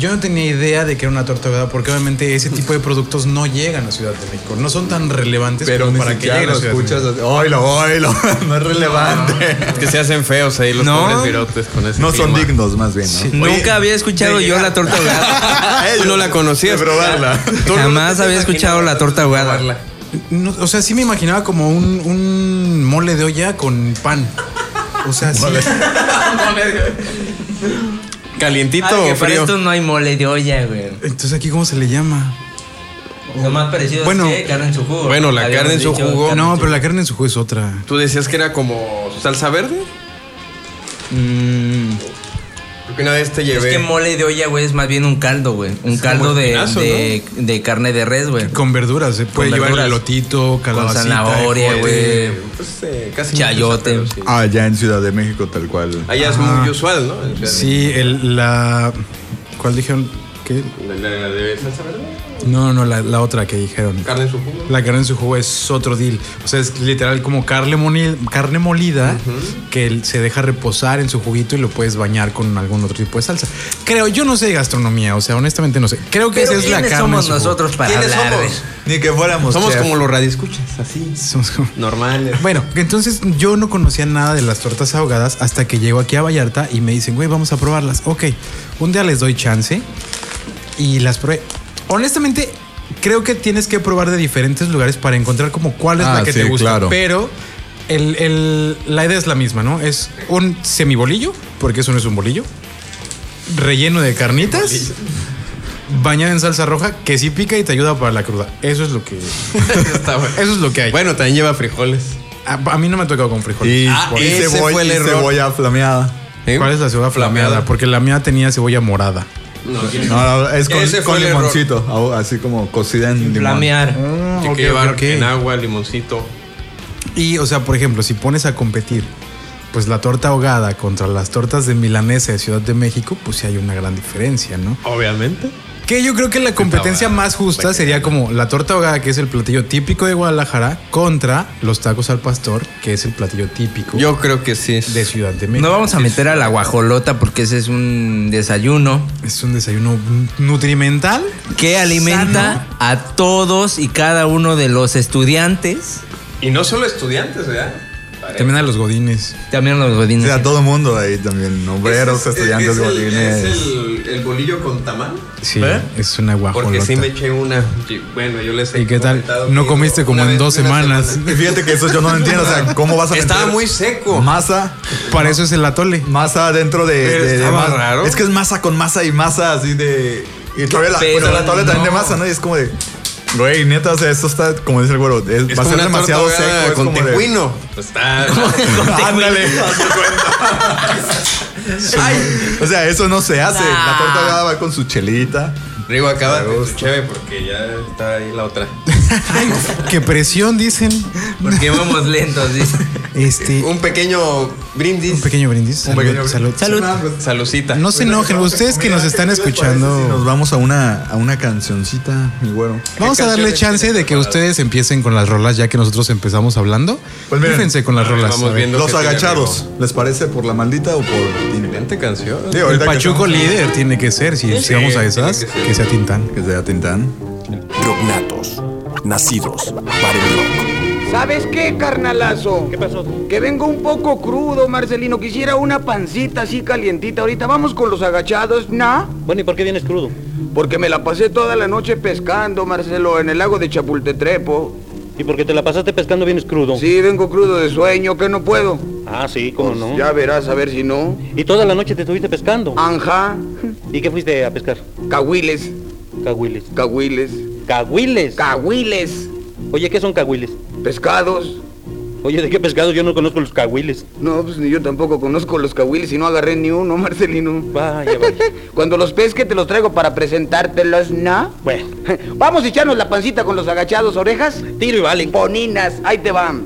S1: Yo no tenía idea de que era una torta ahogada porque obviamente ese tipo de productos no llegan a Ciudad de México, no son tan relevantes
S5: Pero ni
S1: como para que
S5: siquiera
S1: lleguen a
S5: lo
S1: Ciudad de
S5: escuchas
S1: México.
S5: así. Oilo, oilo. No es relevante.
S3: Es que se hacen feos ahí los
S2: No.
S3: pobres virotes con ese
S5: No son
S3: clima.
S5: dignos, más bien. ¿no?
S2: Nunca había escuchado yo la torta ahogada.
S3: Tú no la conocías.
S5: De probarla.
S3: Tú no-
S2: Jamás
S3: no te
S2: había escuchado
S3: imaginabas
S2: la torta ahogada.
S3: probarla.
S1: Ah, No, o sea, sí me imaginaba como un, un mole de olla con pan. O sea, sí.
S3: Calientito
S2: Ah, que
S3: o
S2: para
S3: frío.
S2: esto no hay mole de olla, güey.
S1: Entonces aquí cómo se le llama.
S2: Lo más parecido
S1: Bueno.
S2: es que carne en su jugo.
S3: Bueno, la
S2: Habíamos
S3: carne en su
S2: dicho
S3: jugo.
S2: carne en
S1: No,
S2: su
S1: pero la carne en su jugo es otra.
S3: Tú decías que era como salsa verde.
S2: Mm,
S3: Porque una vez te
S2: es
S3: llevé.
S2: que mole de olla, güey, es más bien un caldo, güey. Un caldo de,
S3: espinazo,
S2: de, de carne de res, güey.
S1: Con verduras, se puede llevar
S2: verduras.
S1: elotito, calabacita,
S2: zanahoria,
S1: ejote.
S2: güey.
S3: pues, eh, casi no
S2: Chayote.
S3: se usa, pero sí.
S5: Ah, ya en Ciudad de México, tal cual.
S3: Allá es muy usual, ¿no? En Ciudad de-
S1: Sí, el, la ¿cuál dijeron? ¿Qué?
S3: La, la- la de salsa verde.
S1: No, no, la, la otra que dijeron.
S3: Carne en su jugo.
S1: La carne en su jugo es otro deal. O sea, es literal como carne, moni- carne molida que se deja reposar en su juguito y lo puedes bañar con algún otro tipo de salsa. Creo, yo no sé de gastronomía, o sea, honestamente no sé. Creo que
S2: Pero
S1: esa es la
S2: ¿quiénes
S1: carne. en
S2: somos
S1: su jugo.
S2: nosotros para
S3: ¿Quiénes
S2: hablar,
S3: somos?
S2: güey?
S5: Ni que fuéramos.
S3: Somos
S5: chef.
S3: como los radioescuchas, así.
S1: Somos como-
S3: Normales.
S1: Bueno, entonces yo no conocía nada de las tortas ahogadas hasta que llego aquí a Vallarta y me dicen, güey, vamos a probarlas. Ok, un día les doy chance y las probé. Honestamente, creo que tienes que probar de diferentes lugares para encontrar como cuál es
S5: Ah,
S1: la que
S5: sí,
S1: te gusta.
S5: claro.
S1: Pero el- el- la idea es la misma, ¿no? Es un semibolillo, porque eso no es un bolillo, relleno de carnitas. Bañada en salsa roja que sí pica y te ayuda para la cruda. Eso es lo que
S3: Está bueno.
S1: eso es lo que hay.
S3: Bueno, también lleva frijoles.
S1: A, a mí no me ha tocado con frijoles.
S5: Y,
S3: Ah,
S5: y
S3: ese
S5: cebolla,
S3: fue el
S5: y
S3: error.
S5: cebolla flameada.
S3: ¿Eh?
S1: ¿Cuál es la cebolla flameada?
S3: Flameada.
S1: Porque la mía tenía cebolla morada.
S3: No, tiene-
S5: No, no, es con,
S3: Ese fue
S5: con
S3: el error.
S5: limoncito, au- así como cocida en limón. Ah,
S2: Flamear.
S3: Tiene
S1: ok,
S3: que llevar
S1: ok.
S3: en agua, limoncito.
S1: Y, o sea, por ejemplo, si pones a competir, pues la torta ahogada contra las tortas de milanesa de Ciudad de México, pues sí hay una gran diferencia, ¿no?
S3: Obviamente.
S1: Que yo creo que la competencia
S3: ahogada.
S1: más justa sería como la torta ahogada, que es el platillo típico de Guadalajara, contra los tacos al pastor, que es el platillo típico
S3: Yo creo que sí.
S1: de Ciudad de México.
S2: No vamos a meter a la guajolota porque ese es un desayuno
S1: Es un desayuno nutrimental.
S2: que alimenta a todos y cada uno de los estudiantes.
S3: Y no solo estudiantes, ¿verdad? Pare-
S1: También a los godines.
S2: También los
S5: O
S2: godines.
S5: sea, todo el mundo ahí también, obreros,
S3: Ese es-
S5: estudiantes,
S3: es el-
S5: godines.
S3: Es el, el bolillo con tamal.
S1: Sí,
S3: ¿Eh?
S1: es una guajolota.
S3: Porque sí me eché una. Y Bueno, yo les he
S1: ¿Y qué tal?
S3: comentado
S1: No
S3: que
S1: comiste como
S3: una
S1: en
S3: vez-
S1: dos
S3: una
S1: semanas.
S3: semana-
S5: Y Fíjate que eso yo no lo entiendo, o sea, ¿cómo vas a
S3: Estaba
S5: meter
S3: muy seco.
S5: Masa,
S1: Para eso es el atole.
S5: masa dentro de...
S3: Pero
S5: de- de
S3: estaba
S5: masa.
S3: raro.
S5: Es que es masa con masa y masa así de... Y todavía la,
S2: Pero
S5: pero la tabla también de
S2: no.
S5: masa, ¿no? Y es como de... Güey, neta, o sea, esto está, como dice el güero, es-
S3: Es
S5: va a
S3: como
S5: ser
S3: una
S5: demasiado
S3: torta
S5: seco.
S3: ahogada
S5: es
S3: Ah, Con
S5: como de-
S3: tejuino. Está.
S5: Ándale. Ay, o sea, eso no se hace. La torta ahogada va con su chelita.
S3: Rigo, acaba
S5: Me
S3: tu
S5: gusta.
S3: cheve porque ya está ahí la otra.
S1: ¡Qué presión! Dicen.
S2: Porque vamos lentos, dice.
S1: Este.
S3: Un pequeño brindis.
S1: Un pequeño brindis. Salud,
S5: pequeño
S1: salud.
S3: Salucita.
S1: No se enojen. Ustedes que nos están
S5: Si nos
S1: escuchando,
S5: vamos a una, a una cancioncita, mi güero.
S1: vamos a darle
S3: canciones
S1: chance
S3: tienen
S1: de que
S3: preparadas?
S1: ustedes empiecen con las rolas, ya que nosotros empezamos hablando.
S5: Pues miren.
S1: Fíjense con las
S3: A ver,
S1: rolas.
S3: vamos
S1: a ver.
S3: viendo.
S5: Los
S3: que tiene
S5: agachados, ¿les parece por la maldita o por Tintán?
S3: Excelente canción.
S5: Sí,
S1: El
S5: ahorita que
S1: Pachuco
S5: estamos-
S1: líder tiene que ser. Si, si
S3: Sí,
S1: vamos a
S3: tiene
S1: esas,
S3: que ser.
S1: que sea Tintán.
S5: Que sea Tintán.
S4: Prognatos, nacidos para el rock.
S7: ¿Sabes qué, carnalazo? ¿Qué pasó? Que vengo un poco crudo, Marcelino. Quisiera una pancita así calientita ahorita. Vamos con los agachados, ¿na?
S8: Bueno, ¿y por qué vienes crudo?
S7: Porque me la pasé toda la noche pescando, Marcelo, en el lago de Chapultetrepo.
S8: ¿Y por qué te la pasaste pescando vienes crudo?
S7: Sí, vengo crudo de sueño, que no puedo.
S8: Ah, sí, cómo
S7: Pues,
S8: no.
S7: Ya verás, a ver si no.
S8: ¿Y toda la noche te estuviste pescando?
S7: Anja,
S8: ¿Y qué fuiste a pescar?
S7: cahuiles,
S8: Cahuiles.
S7: cahuiles,
S8: ¿Cahuiles?
S7: cahuiles,
S8: Oye, ¿qué son cahuiles?
S7: pescados.
S8: Oye, ¿de qué pescado? Yo no conozco los cahuiles.
S7: No, pues ni yo tampoco conozco los cahuiles y no agarré ni uno, Marcelino.
S8: Vaya, vaya.
S7: Cuando los pesque te los traigo para presentártelos, ¿no?
S8: bueno,
S7: Vamos a echarnos la pancita con los agachados orejas.
S8: tiro y vale.
S7: Boninas, ahí te van.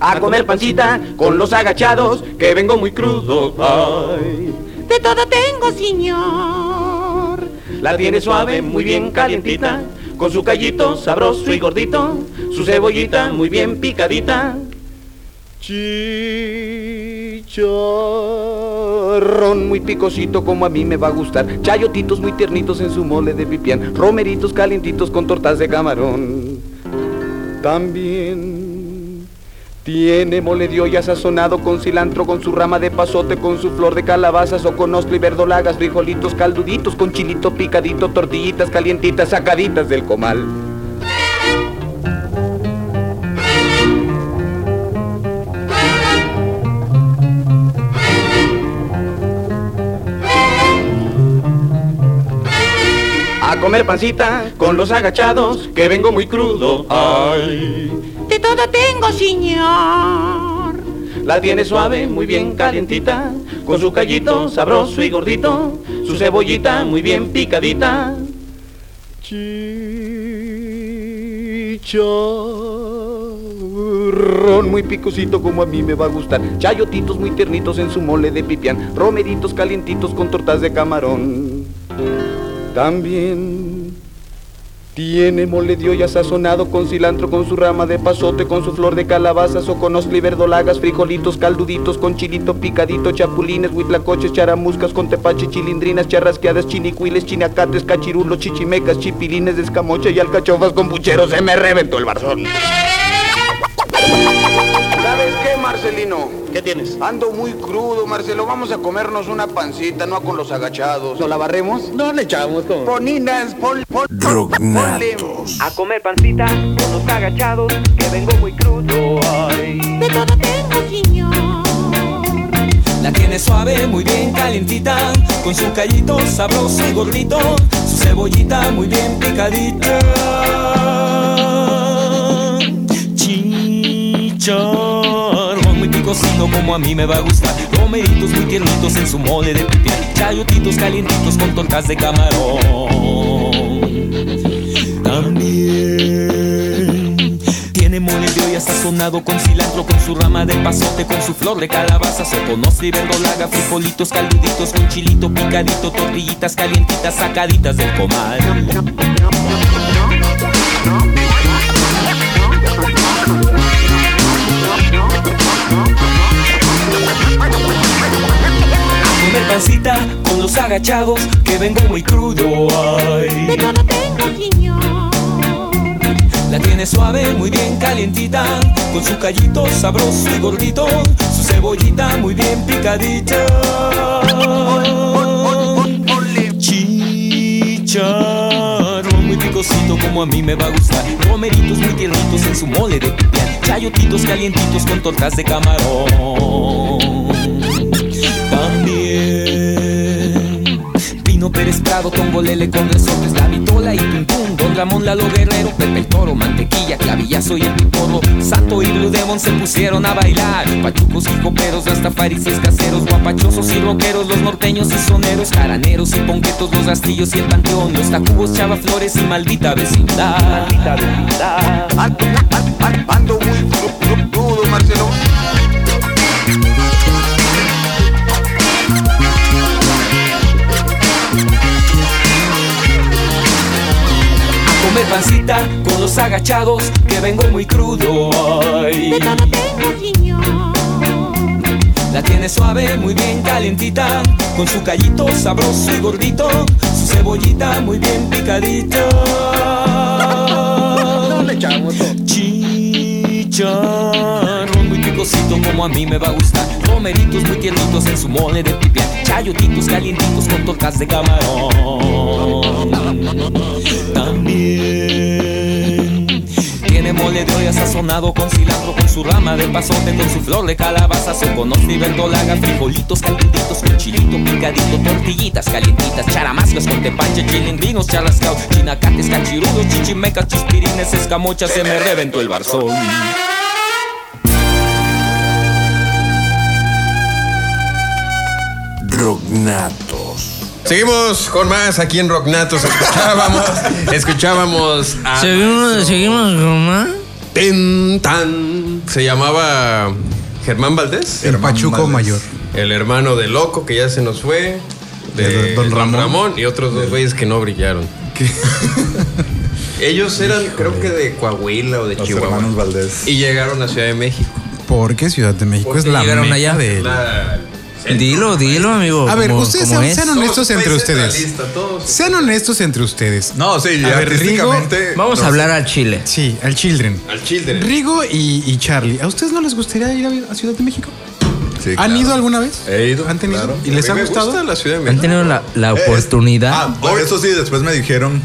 S7: A comer pancita con los agachados, que vengo muy crudo. ay.
S9: De todo tengo, señor.
S7: La tiene suave, muy bien calientita, con su callito sabroso y gordito, su cebollita muy bien picadita. Chicharrón muy picosito como a mí me va a gustar, chayotitos muy tiernitos en su mole de pipián, romeritos calientitos con tortas de camarón. También tiene mole de olla sazonado con cilantro, con su rama de pasote, con su flor de calabazas o con ostra y verdolagas, frijolitos calduditos, con chilito picadito, tortillitas calientitas sacaditas del comal. A comer pancita con los agachados, que vengo muy crudo. Ay,
S9: De todo tengo, señor.
S7: la tiene suave, muy bien calientita, con su callito sabroso y gordito, su cebollita muy bien picadita. Chicharrón muy picosito como a mí me va a gustar, chayotitos muy tiernitos en su mole de pipián, romeritos calientitos con tortas de camarón. También tiene mole de olla sazonado con cilantro, con su rama de pasote, con su flor de calabazas o con osli verdolagas, frijolitos calduditos, con chilito picadito, chapulines, huitlacoches, charamuscas, con tepache, chilindrinas, charrasqueadas, chinicuiles, chinacates, cachirulos, chichimecas, chipilines, escamocha y alcachofas con pucheros. Se me reventó el barzón. ¿Sabes qué, Marcelino?
S8: ¿Qué tienes?
S7: Ando muy crudo, Marcelo. Vamos a comernos una pancita, no con los agachados. ¿No la barremos?
S8: No le echamos con...
S7: Poninas, pol, pol,
S4: Rognatos.
S7: A comer pancita con los agachados, que vengo muy crudo.
S9: De todo tengo, señor.
S10: La tiene suave, muy bien calientita, con su callito sabroso y gordito, su cebollita muy bien picadita. Chicharrón muy picosito como a mí me va a gustar, romeritos muy tiernitos en su mole de pipián, chayotitos calientitos con tortas de camarón. También tiene mole de olla sazonado con cilantro, con su rama de pasote, con su flor de calabaza, se conoce y verdolaga, frijolitos calduditos, con chilito picadito, tortillitas calientitas sacaditas del comal. A comer pancita con los agachados, que vengo muy crudo. ay.
S9: De todo tengo, señor.
S10: La tiene suave, muy bien calientita, con su callito sabroso y gordito, su cebollita muy bien picadita. Chicharrón muy picosito como a mí me va a gustar, romeritos muy tiernitos en su mole de pipián, chayotitos calientitos con tortas de camarón. También Pino Pérez Prado, Tongolele con resortes, la vitola y Pum Pum, Don Ramón Lalo Guerrero, Pepe el Toro, Mantequilla, Clavillazo y el Piporro, Santo y Blue Demon se pusieron a bailar, pachucos y coperos, rastafaris y caseros, guapachosos y roqueros, los norteños y soneros, caraneros y ponquetos, los rastillos y el panteón, los tacubos, chava flores y maldita vecindad. Maldita vecindad.
S7: Ando, ando, ando muy cru- cru- crudo, Marcelo.
S10: A comer pancita con los agachados, que vengo muy crudo. ay.
S9: De todo tengo, señor.
S10: La tiene suave, muy bien calientita, con su callito sabroso y gordito, su cebollita muy bien picadita.
S8: No le echamos con...
S10: Chicharrón chicharrón muy picosito como a mí me va a gustar. Romeritos muy tiernitos en su mole de pipián. Chayotitos calientitos con tortas de camarón. También tiene mole de olla sazonado con cilantro, con su rama de pasote, con su flor de calabaza, soconos y verdolaga, frijolitos calentitos, con chilito picadito, tortillitas calientitas, charamascas con tepache, chilindrinos, charascaos, chinacates, cachirudos, chichimecas, chispirines, escamochas, se me reventó el barzón.
S4: Rognatos.
S3: Seguimos con más aquí en Rocknatos. Escuchábamos, escuchábamos a
S2: Seguimos, seguimos con más.
S3: Tin Tan. Se llamaba Germán Valdés,
S1: El Pachuco Mayor.
S3: el hermano de Loco que ya se nos fue, de,
S1: De
S3: Don,
S1: Don
S3: Ramón.
S1: Ramón.
S3: y otros dos güeyes que no brillaron. Ellos eran, creo que de Coahuila o de
S5: Los
S3: Chihuahua.
S5: hermanos Valdés.
S3: Y llegaron a Ciudad de México.
S1: ¿Por qué Ciudad de México es
S2: Porque
S1: la
S2: llegaron
S1: meca
S2: allá.
S1: del-
S3: La-
S2: Dilo, dilo, amigo.
S1: A ver,
S2: como-
S1: ustedes
S2: como
S1: sean,
S2: es.
S1: sean honestos
S3: Somos
S1: entre
S3: país
S1: ustedes.
S3: centralista, todos.
S1: Sean honestos entre ustedes.
S5: No, sí,
S1: A ver,
S5: artísticamente.
S2: Vamos a
S5: no,
S2: hablar al chile.
S1: Sí, al Children.
S3: Al Children.
S1: Rigo y, y Charlie, ¿a ustedes no les gustaría ir a, a Ciudad de México?
S5: sí,
S1: ¿Han
S5: claro.
S1: ido alguna vez?
S5: He ido,
S1: ¿Han tenido?
S5: claro.
S1: ¿Y les
S3: A
S1: ha
S3: mí me
S1: gustado?
S3: gusta la Ciudad de
S2: ¿Han
S3: México.
S2: tenido la, la
S5: Eh,
S2: oportunidad?
S5: Ah, bueno, eso sí, después me dijeron.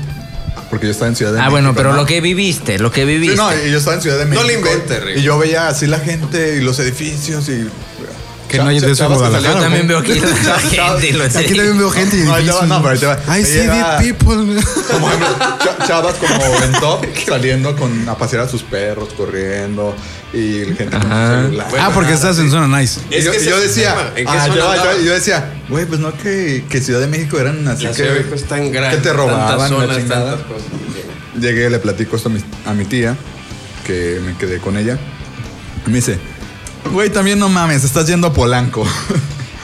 S5: Porque yo estaba en Ciudad de
S2: Ah,
S5: México.
S2: bueno, pero
S5: ¿no?
S2: lo que viviste, lo que
S5: Sí,
S2: viviste.
S5: no, y yo estaba en Ciudad de México.
S3: le inventes, Rigo.
S5: Y yo veía así la gente y los edificios y.
S1: Que no hay de eso en
S5: Chavas que
S1: Guadalajara,
S5: salieron
S2: Yo también
S5: con-
S2: veo aquí la gente, lo sé.
S1: Aquí también veo gente y
S5: No, ahí te va, no, pero ahí te va.
S1: I
S5: Ahí
S1: see
S5: llega-
S1: dead people.
S5: Como ejemplo, cha- chavas como en top saliendo con, a pasear a sus perros corriendo y gente con su celular.
S1: ah, porque estás en zona nice.
S5: Y yo,
S3: Es que
S5: y yo
S3: ese es el
S5: decía,
S3: tema. ¿En qué
S5: ah,
S3: zona
S5: yo, yo-
S3: andabas?
S5: yo decía, güey, pues no que, que Ciudad de México eran así
S3: La
S5: que,
S3: Ciudad de México es tan grande.
S5: que te
S3: tantas
S5: robaban la
S3: zonas,
S5: chingada.
S3: tantas cosas.
S5: Llegué, le platico esto a mi, a mi tía, que me quedé con ella. Y me dice, güey, también no mames, estás yendo a Polanco.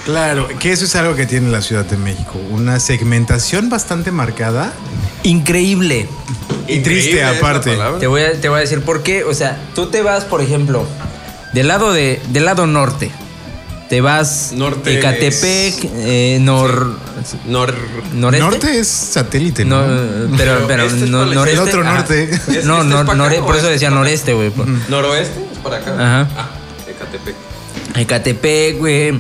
S1: Claro, que eso es algo que tiene la Ciudad de México. Una segmentación bastante marcada
S2: Increíble.
S1: y triste
S3: Increíble es la
S1: aparte.
S3: palabra.
S2: Te voy, a, te voy a decir por qué. O sea, tú te vas, por ejemplo, del lado de, del lado norte. Te vas
S3: Norte
S2: Ecatepec, eh, nor,
S3: Nor-
S2: noreste.
S1: Norte es satélite,
S2: No,
S1: ¿no?
S2: pero, pero
S3: Este es
S2: no-
S3: para el-
S2: noreste.
S1: el otro
S2: ajá.
S1: norte.
S3: ¿Este
S2: No,
S3: es
S2: nor-
S3: para acá
S2: nore-
S3: o
S2: por eso
S3: este es
S2: decía
S3: para acá?
S2: noreste, güey. por-
S3: noroeste, es para acá.
S2: Ajá.
S3: Ah, Ecatepec.
S2: Ecatepec, güey.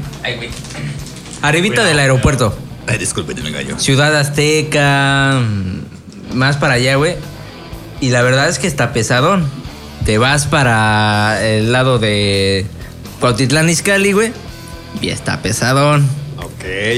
S2: Arribita del aeropuerto.
S5: Ay, disculpen, me gallo.
S2: Ciudad Azteca, mm, más para allá, güey. Y la verdad es que está pesadón. Te vas para el lado de Cuautitlán Izcalli, güey. Y está pesadón.
S3: Ok,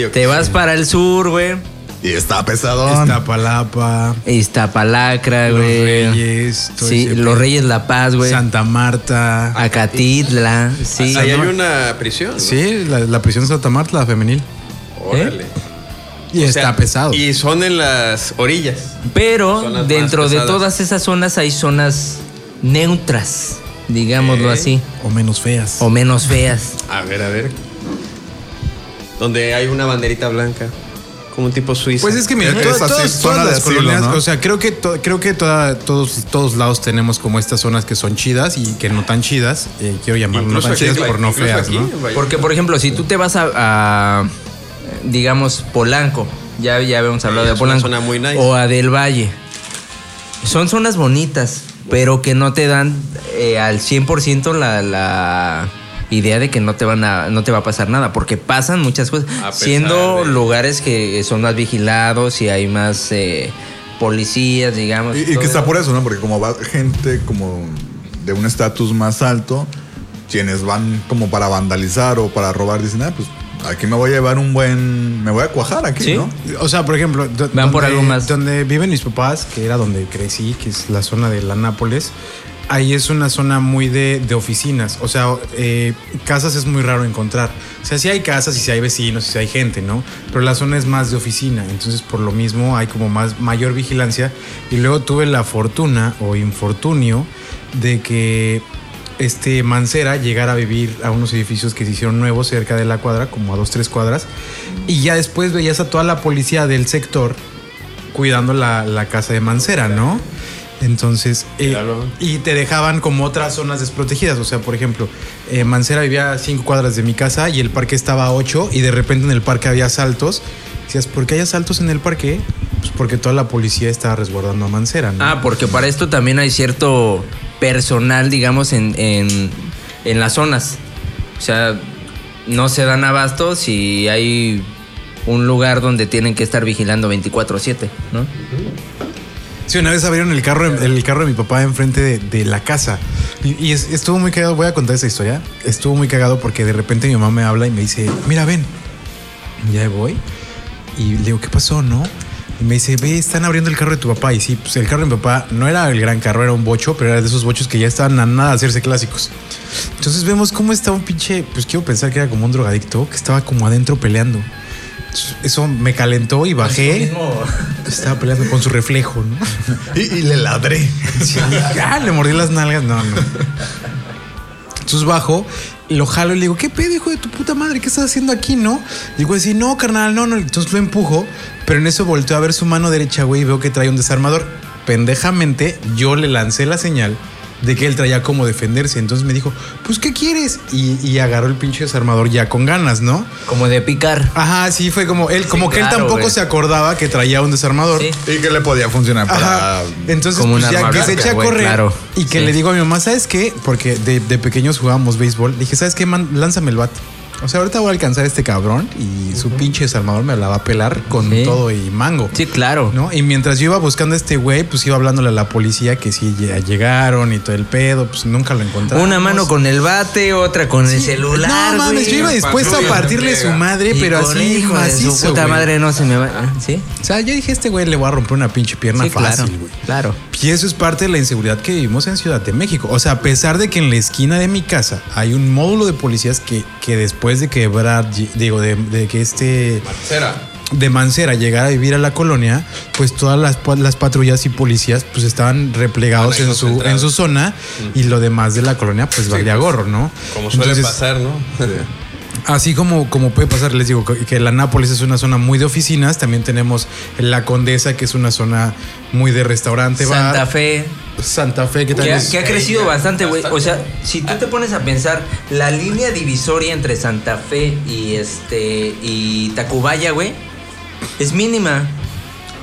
S3: ok.
S2: Te vas para el sur, güey.
S5: Y está pesadón.
S1: Iztapalapa,
S2: Iztapalacra,
S1: Los
S2: güey.
S1: Reyes, todo
S2: Sí,
S1: ese
S2: Los
S1: pe-
S2: Reyes La Paz, güey.
S1: Santa Marta.
S2: Acatitla, sí.
S3: Ahí hay
S1: ¿no?
S3: una prisión. ¿no?
S1: Sí, la, la prisión Santa Marta, la femenil.
S3: Órale.
S1: Y
S3: O
S1: está
S3: sea,
S1: pesado.
S3: Y son en las orillas. Son las
S2: Pero
S3: más
S2: dentro de
S3: pesadas.
S2: todas esas zonas hay zonas neutras, digámoslo
S3: Ok.
S2: así,
S1: O menos feas.
S2: o menos feas.
S3: A ver, a ver. Donde hay una banderita blanca. Como un tipo suizo.
S1: Pues es que mira,
S5: Es
S1: todas,
S5: así,
S1: todas-
S5: zona
S1: todas
S5: de
S1: las
S5: asilo,
S1: colonias,
S5: ¿no?
S1: o sea, creo que to- creo que toda- todos todos lados tenemos como estas zonas que son chidas y que no tan chidas. eh, quiero llamar no
S3: Incluso
S1: tan
S3: aquí,
S1: chidas
S3: like,
S1: por no
S3: incluso
S1: feas,
S3: aquí,
S1: ¿no?
S3: vaya.
S2: Porque, por ejemplo, si tú te vas a, a, digamos, Polanco, ya, ya habíamos hablado
S3: es
S2: de
S3: una
S2: Polanco,
S3: zona muy nice.
S2: o a Del Valle, son zonas bonitas, pero que no te dan eh, al 100% la, la idea de que no te, van a, no te va a pasar nada, porque pasan muchas cosas,
S3: A pesar
S2: siendo
S3: de-
S2: lugares que son más vigilados y hay más eh, policías, digamos.
S5: Y, y
S2: todo
S5: que está
S2: eso.
S5: por eso, ¿no? Porque como va gente como de un estatus más alto, quienes van como para vandalizar o para robar, dicen, ah, pues aquí me voy a llevar un buen. Me voy a cuajar aquí,
S2: Sí.
S5: ¿no?
S1: O sea, por ejemplo, do-
S2: Van por
S1: donde-
S2: algo más.
S1: Donde viven mis papás, que era donde crecí, que es la zona de la Nápoles, ahí es una zona muy de, de oficinas. O sea, eh, casas es muy raro encontrar. O sea, sí hay casas y sí hay vecinos y sí hay gente, ¿no? Pero la zona es más de oficina. Entonces, por lo mismo, hay como más mayor vigilancia. Y luego tuve la fortuna o infortunio de que este Mancera llegara a vivir a unos edificios que se hicieron nuevos cerca de la cuadra, como a dos, tres cuadras, y ya después veías a toda la policía del sector cuidando la, la casa de Mancera, ¿no? Entonces, eh, y te dejaban como otras zonas desprotegidas. O sea, por ejemplo, eh, Mancera vivía a cinco cuadras de mi casa y el parque estaba a ocho, y de repente en el parque había asaltos. Decías, ¿por qué hay asaltos en el parque? Pues porque toda la policía está resguardando a Mancera, ¿no?
S2: Ah, porque para esto también hay cierto personal, digamos, en, en, en las zonas. O sea, no se dan abasto si hay un lugar donde tienen que estar vigilando 24/7, ¿no?
S1: Sí, una vez abrieron el carro, el carro de mi papá enfrente de, de la casa. Y, y es- estuvo muy cagado, voy a contar esa historia. Estuvo muy cagado porque de repente mi mamá me habla y me dice, mira, ven. Y Ya voy. Y le digo, ¿qué pasó, no? Y me dice, ve, están abriendo el carro de tu papá. Y sí, pues el carro de mi papá no era el gran carro, era un bocho, pero era de esos bochos que ya estaban a nada de hacerse clásicos. Entonces vemos cómo está un pinche, pues quiero pensar que era como un drogadicto, que estaba como adentro peleando. Entonces, Eso me calentó y bajé. Estaba peleando con su reflejo,
S5: Y,
S1: ¿no?
S5: y le ladré.
S1: Sí, ya, le mordí las nalgas. No, no. Entonces bajo, lo jalo y le digo, ¿qué pedo, hijo de tu puta madre? ¿Qué estás haciendo aquí, no? Y el güey así, no, carnal, no, no. Entonces lo empujo, pero en eso volteo a ver su mano derecha, güey, y veo que trae un desarmador. Pendejamente, yo le lancé la señal de que él traía como defenderse. Entonces me dijo, pues, ¿qué quieres? Y, y agarró el pinche desarmador ya con ganas, ¿no?
S2: Como de picar.
S1: Ajá, sí, fue como él, como que él
S2: claro,
S1: tampoco
S2: güey.
S1: se acordaba que traía un desarmador.
S2: Sí.
S5: Y que le podía funcionar para.
S1: Ajá. Entonces,
S2: Como
S1: pues,
S2: un
S1: ya
S2: arma
S1: que se
S2: blanca,
S1: echa a
S2: güey,
S1: correr
S2: claro.
S1: y que
S2: Sí.
S1: le digo a mi mamá, ¿sabes qué? Porque de, de pequeños jugábamos béisbol. Dije, ¿sabes qué? man? lánzame el bat. O sea, ahorita voy a alcanzar a este cabrón y su pinche desarmador me la va a pelar con
S2: Sí.
S1: todo y mango.
S2: Sí, claro.
S1: ¿No? Y mientras yo iba buscando a este güey, pues iba hablándole a la policía que sí ya llegaron y todo el pedo, pues nunca lo encontraron.
S2: Una mano con el bate, otra con el celular.
S1: pues- No mames,
S2: güey.
S1: yo iba dispuesto a
S3: Patrulla,
S1: partirle su
S3: entrega.
S1: madre,
S2: Y
S1: pero
S2: con
S1: así,
S2: hijo de su
S1: macizo,
S2: puta
S1: güey.
S2: madre no se me va. Ah, ¿Sí?
S1: O sea, yo dije, este güey le voy a romper una pinche pierna
S2: Sí,
S1: fácil,
S2: claro.
S1: güey.
S2: Claro.
S1: Y eso es parte de la inseguridad que vivimos en Ciudad de México. O sea, a pesar de que en la esquina de mi casa hay un módulo de policías que, que después de que Brad, lle- digo, de, de que este
S3: Mancera.
S1: de Mancera llegara a vivir a la colonia, pues todas las, pa- las patrullas y policías pues estaban replegados
S3: Bueno, ahí
S1: en su, en
S3: concentrados.
S1: su zona y lo demás de la colonia pues valía
S3: pues,
S1: gorro, ¿no?
S3: Como suele
S1: Entonces,
S3: pasar, ¿no?
S1: Así como, como puede pasar, les digo que que la Nápoles es una zona muy de oficinas, también tenemos la Condesa, que es una zona muy de restaurante,
S2: Santa
S1: bar.
S2: Fe.
S1: Santa Fe, que
S2: Que
S1: también
S2: ha,
S1: es-
S2: que ha crecido bastante, güey. O sea, si tú te pones a pensar, la línea divisoria entre Santa Fe y este y Tacubaya, güey, es mínima.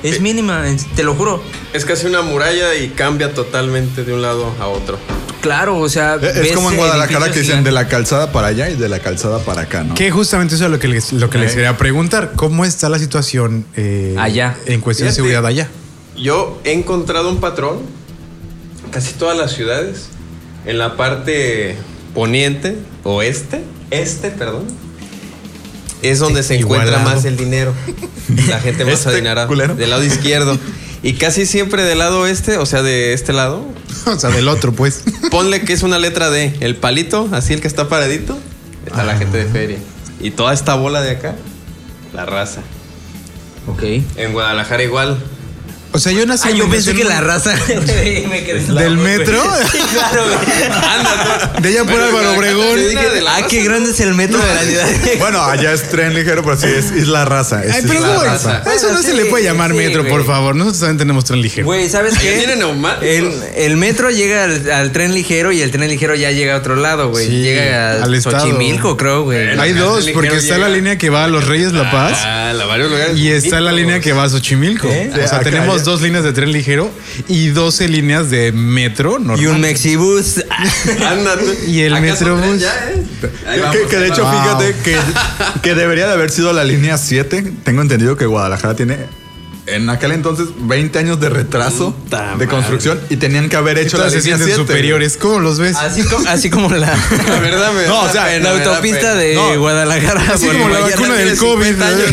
S1: Eh,
S2: Es mínima, es- te lo juro.
S3: Es casi una muralla y cambia totalmente de un lado a otro.
S2: Claro, o sea,
S5: Es, es
S2: ves
S5: como en Guadalajara
S2: edificios
S5: que dicen de
S2: gigantes.
S5: la calzada para allá y de la calzada para acá, ¿no?
S1: Que justamente eso es lo que les, lo que les quería preguntar. ¿Cómo está la situación eh,
S2: Eh. Allá.
S1: en cuestión de
S3: Fíjate.
S1: seguridad allá?
S3: Yo he encontrado un patrón en casi todas las ciudades en la parte poniente, oeste, este, perdón. Es donde se encuentra
S1: Igualado.
S3: más el dinero. La gente más
S5: Este
S3: adinerada.
S5: culero.
S3: Del lado izquierdo. Y casi siempre del lado este, o sea, de este lado,
S1: O sea, del otro, pues.
S3: Ponle que es una letra D. El palito, así el que está paradito, está
S1: Ah.
S3: la gente de feria. Y toda esta bola de acá, la raza.
S2: Ok.
S3: En Guadalajara igual.
S1: O sea, yo nací
S2: Ah,
S1: en
S2: yo
S1: Mendoza,
S2: pensé que
S1: en-
S2: la raza güey, me quedé
S1: ¿Del
S2: güey.
S1: metro?
S2: Sí, claro, güey.
S3: Anda,
S1: De allá por Álvaro Obregón.
S3: Yo dije de la
S2: Ah,
S3: raza,
S2: qué
S3: ¿no?
S2: grande es el metro de la ciudad.
S5: Bueno, allá es tren ligero, pero sí es Isla Raza. es
S1: Ay, pero
S5: Isla
S1: ¿cómo es?
S5: Raza.
S1: A eso
S2: Bueno,
S1: no se
S2: sí,
S1: le puede llamar
S2: sí,
S1: metro,
S2: güey.
S1: por favor. Nosotros también tenemos tren ligero.
S2: Güey, ¿sabes qué?
S3: Tiene neumáticos.
S2: El, el metro llega al, al tren ligero y el tren ligero ya llega a otro lado, güey.
S1: Sí,
S2: llega a
S1: al estado.
S2: Xochimilco, creo, güey.
S1: Hay
S3: El
S1: dos,
S3: ligero
S1: porque está
S3: llega-
S1: la línea que va a Los Reyes La Paz.
S3: Ah, la varios lugares.
S1: Y está la línea que va a Xochimilco.
S2: ¿Eh? Ah,
S1: O sea,
S5: Acá
S1: tenemos
S5: ya.
S1: dos líneas de tren ligero y 12 líneas de metro normal.
S2: Y un mexibus.
S3: Anda tú.
S1: Y el
S3: Acá son
S1: metrobús.
S3: tres ya, ¿eh? Ahí
S5: Que-
S3: vamos,
S5: que, que de
S3: ahí
S5: hecho,
S3: vamos.
S1: Ah.
S5: fíjate que, que debería de haber sido la línea 7. Tengo entendido que Guadalajara tiene en aquel entonces 20 años de retraso
S3: Puta
S5: de construcción y tenían que haber hecho la
S1: Todas se
S5: línea
S1: sienten
S5: 7.
S1: superiores. ¿Cómo los ves?
S2: así, co- así como la,
S3: La verdad me
S5: No,
S3: da
S5: o sea,
S3: pena,
S2: la
S3: me da
S2: autopista
S3: pena.
S2: de
S5: No.
S2: Guadalajara.
S1: Así
S2: por
S1: como la
S2: Guayana
S1: vacuna
S2: tiene
S1: del COVID,
S2: 50 años,
S1: ¿verdad?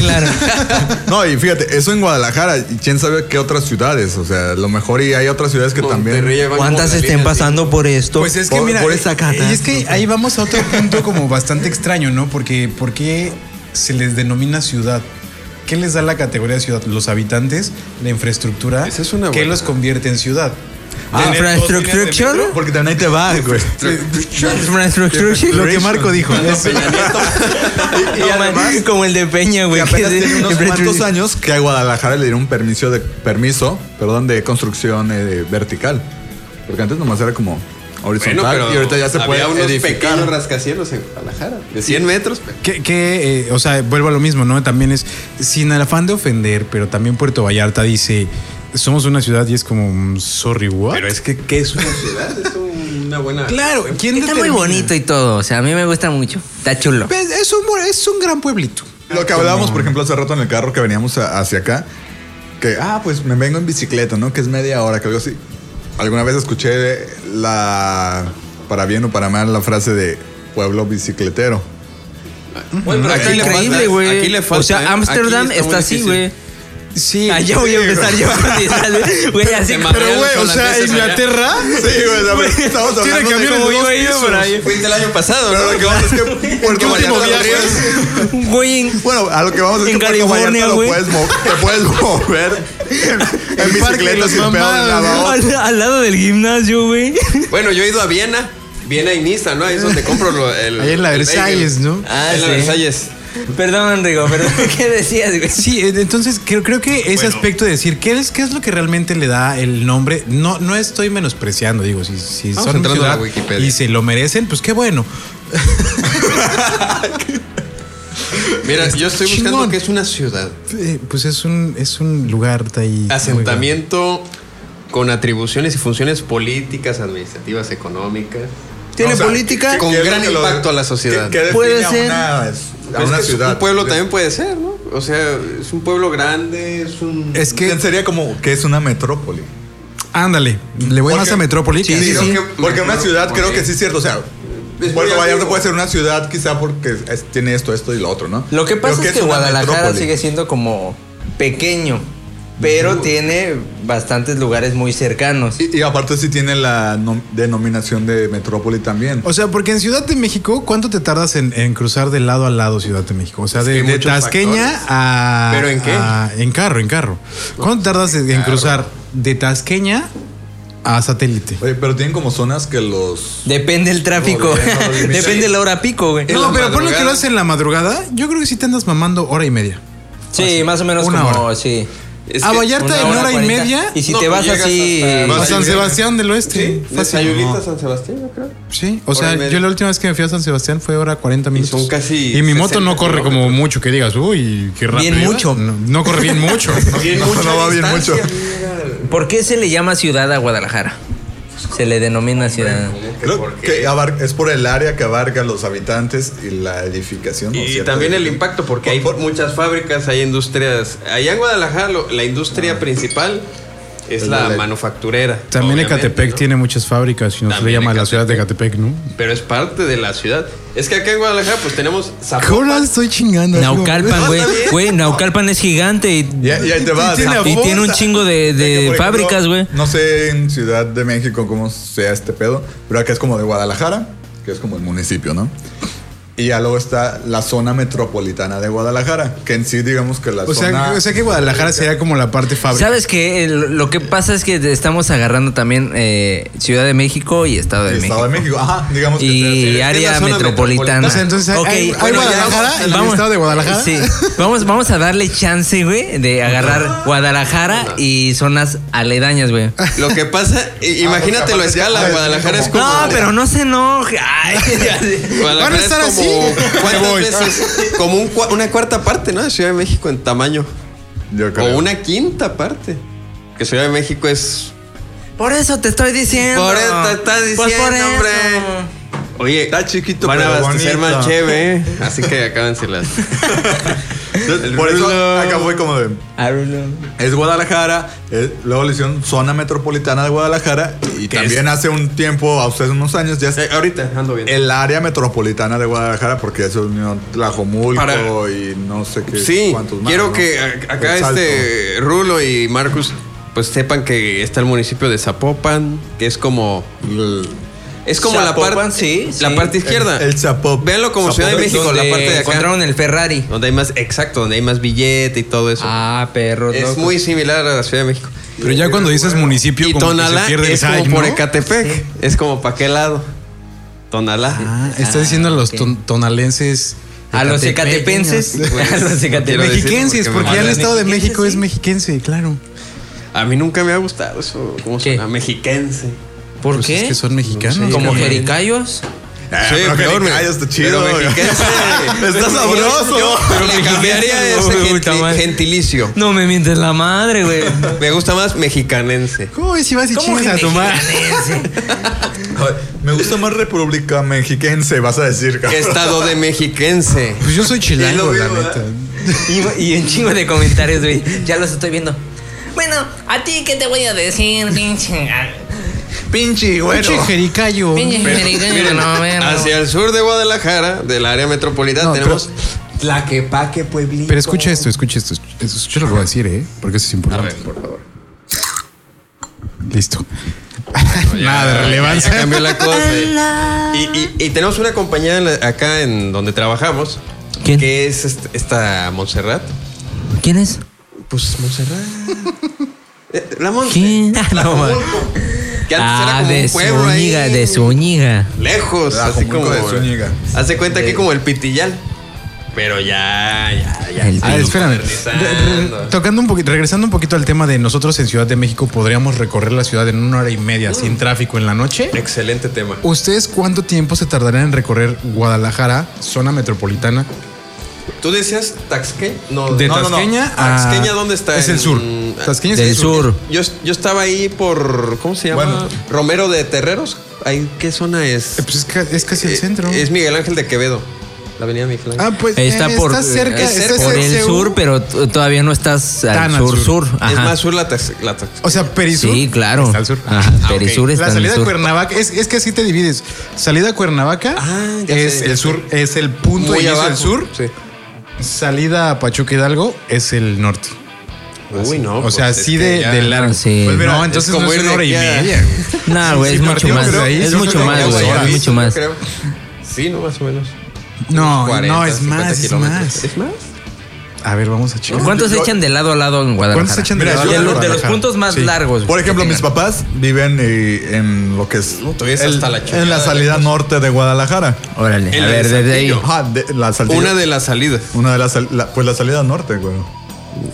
S2: claro.
S5: No, y fíjate, eso en Guadalajara y quién sabe qué otras ciudades. O sea, a lo mejor y hay otras ciudades que
S3: Monterrey,
S5: también.
S3: ahí van
S2: ¿Cuántas
S3: como la
S2: estén
S3: línea,
S2: pasando por esto?
S1: Pues es que
S2: por,
S1: mira,
S2: por esta
S1: eh,
S2: cata.
S1: y es que ahí vamos a otro punto como bastante extraño, ¿no? Porque ¿por qué se les denomina ciudad? ¿Qué les da la categoría de ciudad? Los habitantes, la infraestructura,
S3: Esa es una
S1: ¿qué
S3: buena.
S1: los convierte en ciudad?
S2: Ah,
S1: Tener dos líneas de
S2: infraestructura.
S1: metro.
S5: Porque también ahí te va, güey.
S1: Lo que Marco dijo.
S5: Y, y además,
S2: como el de Peña, güey.
S5: que
S2: que
S5: apenas
S2: es-
S5: tiene unos cuantos
S2: infraestructura.
S5: años que a Guadalajara le dieron permiso de, permiso, perdón, de construcción eh, vertical. Porque antes nomás era como horizontal
S3: Bueno, pero
S5: y ahorita ya se puede
S3: había unos
S5: edificar.
S3: pequeños rascacielos en Guadalajara. De 100 metros. pero-
S1: Que, que, eh, o sea, vuelvo a lo mismo, ¿no? También es sin el afán de ofender, pero también Puerto Vallarta dice, somos una ciudad y es como, mm, sorry, what?
S3: Pero es que, ¿qué es una ciudad? Es una buena...
S1: claro, ¿quién
S2: Está muy
S1: determina?
S2: bonito y todo. O sea, a mí me gusta mucho. Está chulo.
S1: Pues, Es un, buen- es un gran pueblito.
S5: Lo que hablábamos, por ejemplo, hace rato en el carro que veníamos a- hacia acá, que, ah, pues me vengo en bicicleta, ¿no? Que es media hora, que algo así. Alguna vez escuché la, para bien o para mal, la frase de pueblo bicicletero.
S2: está
S3: aquí le
S2: increíble,
S3: falta-
S2: güey.
S3: aquí le falta,
S2: O
S3: ¿eh?
S2: sea, Amsterdam está,
S3: Aquí está muy
S2: así,
S3: difícil.
S2: güey.
S1: Sí.
S2: Allá voy a empezar yo. Güey, así
S3: Te
S2: como-
S3: madrean los holandeses allá.
S5: Sí, güey, o sea, pues, estamos hablando de
S1: camiones
S5: como
S1: de
S5: dos
S1: dos pisos.
S5: pisos.
S3: Fuiste el año pasado,
S5: Pero lo que vamos es que Puerto
S3: último
S5: Vallarta lo
S3: viaje.
S5: puedes-
S2: Güey, en-
S5: Bueno, a lo que vamos es
S2: En
S5: que Puerto
S2: California,
S5: Vallarta lo
S2: güey.
S5: puedes mo- te puedes mover en, en
S1: de
S5: bicicleta
S1: las
S5: sin pedo en la
S1: mamadas,
S5: bajo.
S2: al, al lado del gimnasio, güey.
S3: Bueno, yo he ido a Viena. Viena y Niza, ¿no? Ahí es donde compro lo- el...
S1: Ahí en la
S3: el
S1: Versalles,
S3: bagel.
S1: ¿no?
S3: Ah,
S2: Ah,
S3: en la
S2: sí.
S3: Versalles.
S2: Perdón, Rigo, perdón. ¿Qué decías, güey?
S1: Sí, eh, entonces creo, creo que ese aspecto de decir ¿qué es, qué es lo que realmente le da el nombre, no, no estoy menospreciando, digo, si, si
S3: Vamos
S1: son
S3: entrando a
S1: ciudad
S3: la Wikipedia.
S1: y se lo merecen, pues qué bueno.
S3: Mira, yo estoy buscando
S1: Chingón.
S3: que es una ciudad.
S1: Eh, Pues es un, es un lugar de ahí.
S3: Asentamiento con atribuciones y funciones políticas, administrativas, económicas.
S2: ¿Tiene
S5: O sea,
S2: política?
S5: ¿qué-
S3: Con
S5: qué es
S3: gran
S5: lo que lo-
S3: impacto a la sociedad.
S5: ¿Qué- qué
S2: Puede
S5: define a
S2: ser.
S5: una- A
S3: Pues es
S5: una
S3: que es
S5: ciudad.
S3: Un pueblo también puede ser, ¿no? O sea, es un pueblo grande, es un.
S1: Es que,
S5: sería como que es una metrópoli.
S1: ándale, le voy más a Metrópolis.
S3: Sí,
S1: Sí,
S3: creo
S1: sí.
S3: que-
S5: Porque una ciudad creo
S3: Ok.
S5: que sí es cierto. O sea,
S3: Es muy
S5: Puerto Vallarta
S3: antiguo.
S5: puede ser una ciudad quizá porque es- tiene esto, esto y lo otro, ¿no?
S2: Lo que
S5: Pero
S2: pasa es, que
S5: una
S2: Guadalajara
S5: metrópoli.
S2: sigue siendo como pequeño, pero tiene bastantes lugares muy cercanos.
S5: Y, y aparte sí tiene la nom- denominación de metrópoli también.
S1: O sea, porque en Ciudad de México, ¿cuánto te tardas en, en cruzar de lado a lado Ciudad de México? O sea, de,
S3: que hay
S1: de
S3: muchos
S1: Tasqueña
S3: factores.
S1: a.
S3: ¿Pero en qué?
S1: a- en carro, en carro. ¿Cuánto tardas en, en cruzar de Tasqueña a satélite?
S5: Oye, pero tienen como zonas que los...
S2: Depende el tráfico.
S5: Joder, no, dime.
S2: Depende la hora pico, güey.
S3: En
S1: No,
S3: la
S1: pero ponle que lo
S3: madrugada.
S1: haces en la madrugada, yo creo que sí te andas mamando hora y media.
S2: Sí, más o menos
S1: Una
S2: como
S1: hora.
S2: sí.
S3: Es
S1: a
S3: que-
S1: Vallarta
S2: una
S1: en hora, y
S2: 40.
S1: media.
S2: Y si
S3: No,
S2: te
S3: pues
S2: vas
S3: llegas
S2: así.
S3: hasta-
S1: a
S3: Vas
S1: San
S3: y llegas.
S1: Sebastián del
S3: Sí,
S1: Oeste. Fácil.
S3: desayunito
S1: No.
S3: a San Sebastián, yo creo.
S1: Sí, o
S3: Hora
S1: sea,
S3: y media.
S1: yo la última vez que me fui a San Sebastián fue hora 40 minutos.
S3: son casi
S1: Y mi moto no
S3: 60
S1: corre como
S3: kilómetros.
S1: mucho que digas, uy, qué rápido.
S2: Bien
S1: iba".
S2: mucho.
S1: No, no corre bien mucho.
S5: no, no va bien mucho.
S2: ¿Por qué se le llama ciudad a Guadalajara? Se le denomina ciudad.
S5: Creo que abar- es por el área que abarca los habitantes y la edificación. ¿no?
S3: Y
S5: Cierto,
S3: también
S5: de-
S3: el impacto, porque hay
S5: Por- por-
S3: muchas fábricas, hay industrias. Allá en Guadalajara, lo- la industria principal es
S5: Ah. Es
S3: la,
S5: la de-
S3: manufacturera.
S1: También
S3: obviamente,
S1: Ecatepec
S3: ¿no?
S1: tiene muchas fábricas y no se le
S3: También
S1: llama la
S3: Ecatepec.
S1: ciudad de Ecatepec, ¿no?
S3: Pero es parte de la ciudad. Es que acá en Guadalajara, pues tenemos
S1: ¿Cómo la
S3: Zapopan.
S1: estoy chingando?
S2: Naucalpan, güey.
S3: está bien.
S2: Güey, Naucalpan es gigante y,
S5: Y, y ahí te vas.
S1: tiene
S5: ¿no?
S2: y tiene un chingo
S5: Que,
S2: de, de
S5: por ejemplo,
S2: fábricas, güey.
S5: No sé en Ciudad de México cómo sea este pedo, pero acá es como de Guadalajara, que es como el municipio, ¿no? Y ya luego está la zona metropolitana de Guadalajara, que en sí digamos que la
S1: O sea,
S5: zona...
S1: o sea que Guadalajara sería como la parte fábrica.
S2: ¿Sabes qué? El- Lo que pasa es que estamos agarrando también eh, Ciudad de México y Estado de
S5: el
S2: México.
S5: Estado de México, ajá, digamos que sea así.
S2: y
S3: la
S2: área
S3: zona
S2: metropolitana.
S3: metropolitana.
S1: O sea, entonces, ¿hay-
S2: Ok,
S1: hay- hay
S2: ya
S1: Guadalajara
S2: vamos-
S1: en el
S2: vamos-
S1: estado de Guadalajara?
S2: Sí. Vamos, vamos a darle chance, güey, de agarrar Guadalajara y zonas aledañas, güey.
S3: Lo que pasa, i- imagínatelo a
S5: Ah, aparte
S3: escala.
S5: ya-
S3: Guadalajara es como.
S2: No, pero no se enoje. Ay,
S3: Guadalajara
S1: ¿Van a
S3: es
S1: estar
S3: como-
S1: así?
S3: ¿cuántas
S1: Me voy.
S3: veces? Como un cua- una cuarta parte, ¿no? De Ciudad de México en tamaño.
S5: Yo
S3: O
S5: creo.
S3: una quinta parte. Que Ciudad de México es.
S2: Por eso te estoy diciendo.
S3: Por eso te estás
S2: Pues
S3: diciendo,
S2: por eso.
S3: hombre. Oye,
S5: Está chiquito,
S3: van a
S5: pero
S3: abastecer
S5: bonito.
S3: más cheve, ¿eh? Así que acábenselas.
S5: Entonces, Por eso acá fue como de...
S2: I don't know.
S5: Es Guadalajara, eh, luego le hicieron zona metropolitana de Guadalajara y también Oh, hace un tiempo, a ustedes unos años, ya es
S3: Eh, ahorita ando bien.
S5: el área metropolitana de Guadalajara porque eso unió Tlajomulco
S3: Para-
S5: y no sé qué.
S3: Sí,
S5: cuántos más,
S3: quiero
S5: ¿no?
S3: que a- acá
S5: El Salto.
S3: este Rulo y Marcus pues sepan que está el municipio de Zapopan, que es como
S5: El,
S3: es como la
S2: Zapopan,
S3: parte
S2: sí, sí.
S3: la parte izquierda.
S5: el Zapop.
S3: Véanlo como Ciudad de
S5: Zapopan.
S3: México, la
S2: Donde
S3: parte de acá.
S2: Encontraron el Ferrari.
S3: Donde hay más exacto, donde hay más billete y todo eso.
S2: Ah, perro.
S3: es
S2: locos.
S3: muy similar a la Ciudad de México.
S1: Pero ya cuando dices municipio,
S3: Y
S1: como que
S3: Tonalá
S1: se pierde
S3: es
S1: el
S3: como
S1: hype,
S3: por
S1: ¿no?
S3: Ecatepec, es como para qué lado. Tonalá.
S1: Ah, está diciendo a los
S2: ok.
S1: ton- tonalenses.
S2: A los
S1: ecatepeños.
S2: ecatepenses. A los
S3: Pues, quiero decir-
S2: ecatepenses.
S1: Mexiquenses,
S3: porque me
S1: porque ya el
S3: mandan
S1: Estado de
S2: mexiquenses,
S1: México es
S2: sí.
S1: mexiquense, claro.
S3: A mí nunca me ha gustado eso, como
S2: ¿Qué?
S3: suena mexiquense.
S2: ¿Por
S1: Pues
S2: qué?
S1: es que son mexicanos.
S2: ¿Como
S1: güey.
S2: jericayos?
S3: Sí,
S5: pero
S3: peor,
S5: jericaya
S3: me-
S5: está chido,
S3: pero
S5: güey.
S3: mexiquense.
S5: Está sabroso.
S3: Yo- Pero me cambiaría ese
S2: No,
S3: genti-
S2: puta madre.
S3: gentilicio.
S2: No me mientes la madre, güey.
S3: Me gusta más mexicanense.
S1: ¿Cómo ves si vas y chingas a tu madre?
S5: Me gusta más República Mexiquense, vas a decir, cabrón.
S3: Estado de mexiquense.
S1: Pues yo soy chilango,
S3: lo
S1: la
S3: veo,
S1: neta.
S2: Y, y un chingo de comentarios, güey. Ya los estoy viendo. Bueno, ¿a ti qué te voy a decir, pinche?
S3: Pinche, güey.
S1: Pinche jericayo.
S2: Pinche jericayo, no, bueno.
S3: Hacia el sur de Guadalajara, del área metropolitana,
S1: No,
S3: tenemos
S8: Tlaquepaque, pueblito.
S1: Pero escucha esto, escucha esto. Yo lo voy a decir, ¿eh? Porque eso es importante. por favor. Listo. Nada de
S3: Ya
S1: relevancia.
S3: cambió la cosa. eh. Y, y- y tenemos una compañía en la- acá en donde trabajamos.
S2: ¿Quién?
S3: Que es est- esta Montserrat.
S2: ¿Quién es?
S3: Pues Montserrat. Eh, La Montserrat.
S2: ¿Quién? Ah, no, ma- Ah,
S3: Que antes era como un
S2: de
S3: pueblo ahí.
S2: Zúñiga, de Zúñiga.
S3: Lejos,
S5: La
S3: así
S5: Jomulco
S3: como.
S5: de Zúñiga.
S3: Hace cuenta que como el Pitillal. Pero ya, ya, ya.
S2: El
S3: se
S1: A ver,
S3: fue
S1: Ah, espérame. Re-
S3: modernizando.
S1: re- tocando un poquito, regresando un poquito al tema de nosotros en Ciudad de México, podríamos recorrer la ciudad en una hora y media sin tráfico en la noche.
S3: Excelente tema.
S1: ¿Ustedes cuánto tiempo se tardarán en recorrer Guadalajara, zona metropolitana?
S3: ¿Tú decías Taxque? No,
S1: De
S3: no, no, no.
S1: Tasqueña a-
S3: ¿Tasqueña dónde está?
S1: Es el sur.
S3: En-
S1: Tasqueña es
S2: Del sur.
S3: Yo, yo estaba ahí por. ¿Cómo se llama?
S5: Bueno.
S3: Romero de Terreros. Ahí, ¿Qué zona es?
S1: Eh, pues es, ca- es casi el
S3: Eh,
S1: centro.
S3: Es Miguel Ángel de Quevedo. La avenida Miguel Ángel.
S1: Ah, pues
S2: Está
S1: eh,
S2: por,
S1: está cerca,
S2: es
S1: está
S2: por el
S1: cerca-
S2: sur, pero t- todavía no estás al
S1: Tan al
S2: sur, sur.
S1: sur.
S3: es
S2: Ajá.
S3: más sur la Tax- la Tax-
S1: O sea, Perisur.
S2: Sí, claro.
S1: Está al sur.
S2: Ajá,
S1: Ah, ok.
S2: Perisur está
S1: La
S2: en el
S1: salida a
S2: sur.
S1: Cuernavaca, es, es que así te divides. Salida a Cuernavaca
S3: Ah, ya
S1: es
S3: sé, ya sé.
S1: el sur, es el punto
S3: Muy
S1: de inicio
S3: abajo.
S1: del sur.
S3: Sí.
S1: Salida a Pachuca Hidalgo es el norte.
S3: Uy, no.
S1: o sea,
S3: pues,
S1: así
S3: este,
S1: de,
S3: ya.
S1: de largo.
S2: Sí.
S1: Pues mira,
S3: No,
S1: no,
S3: es
S1: entonces
S3: como
S1: no es
S3: ir
S1: una
S3: de
S1: hora y
S3: aquí a-
S1: media.
S2: No, güey,
S1: Sí,
S2: es mucho
S1: partimos,
S2: más.
S1: creo-
S2: Es
S1: yo
S2: mucho
S1: creo que
S2: más,
S1: dos
S2: güey.
S1: horas,
S2: Es mucho
S3: yo
S2: más.
S3: creo. Sí, no, más o menos.
S1: No,
S3: 40,
S1: no, es
S3: 50
S1: más, es
S3: kilómetros.
S1: más.
S3: ¿Es más?
S1: A ver, vamos a checar.
S2: ¿Cuántos echan de lado a lado en Guadalajara?
S1: ¿Cuántos echan de
S5: Mira, yo-
S1: lado? a
S2: De,
S1: lado
S2: los- de los
S1: Guadalajara?
S2: puntos más
S1: Sí.
S2: largos.
S5: Por
S2: que
S5: ejemplo, mis
S2: tengan.
S5: papás viven eh, en lo que es,
S3: tú ves
S5: el-
S3: hasta la chingada
S5: en la
S3: de
S5: salida
S3: lejos.
S5: norte de Guadalajara.
S2: Órale,
S3: El
S2: a ver,
S3: de
S2: desde ahí.
S3: Saltillo.
S5: Ajá, de- la salida.
S3: Una de las salidas.
S5: Una de las sal- la- pues la salida norte, güey.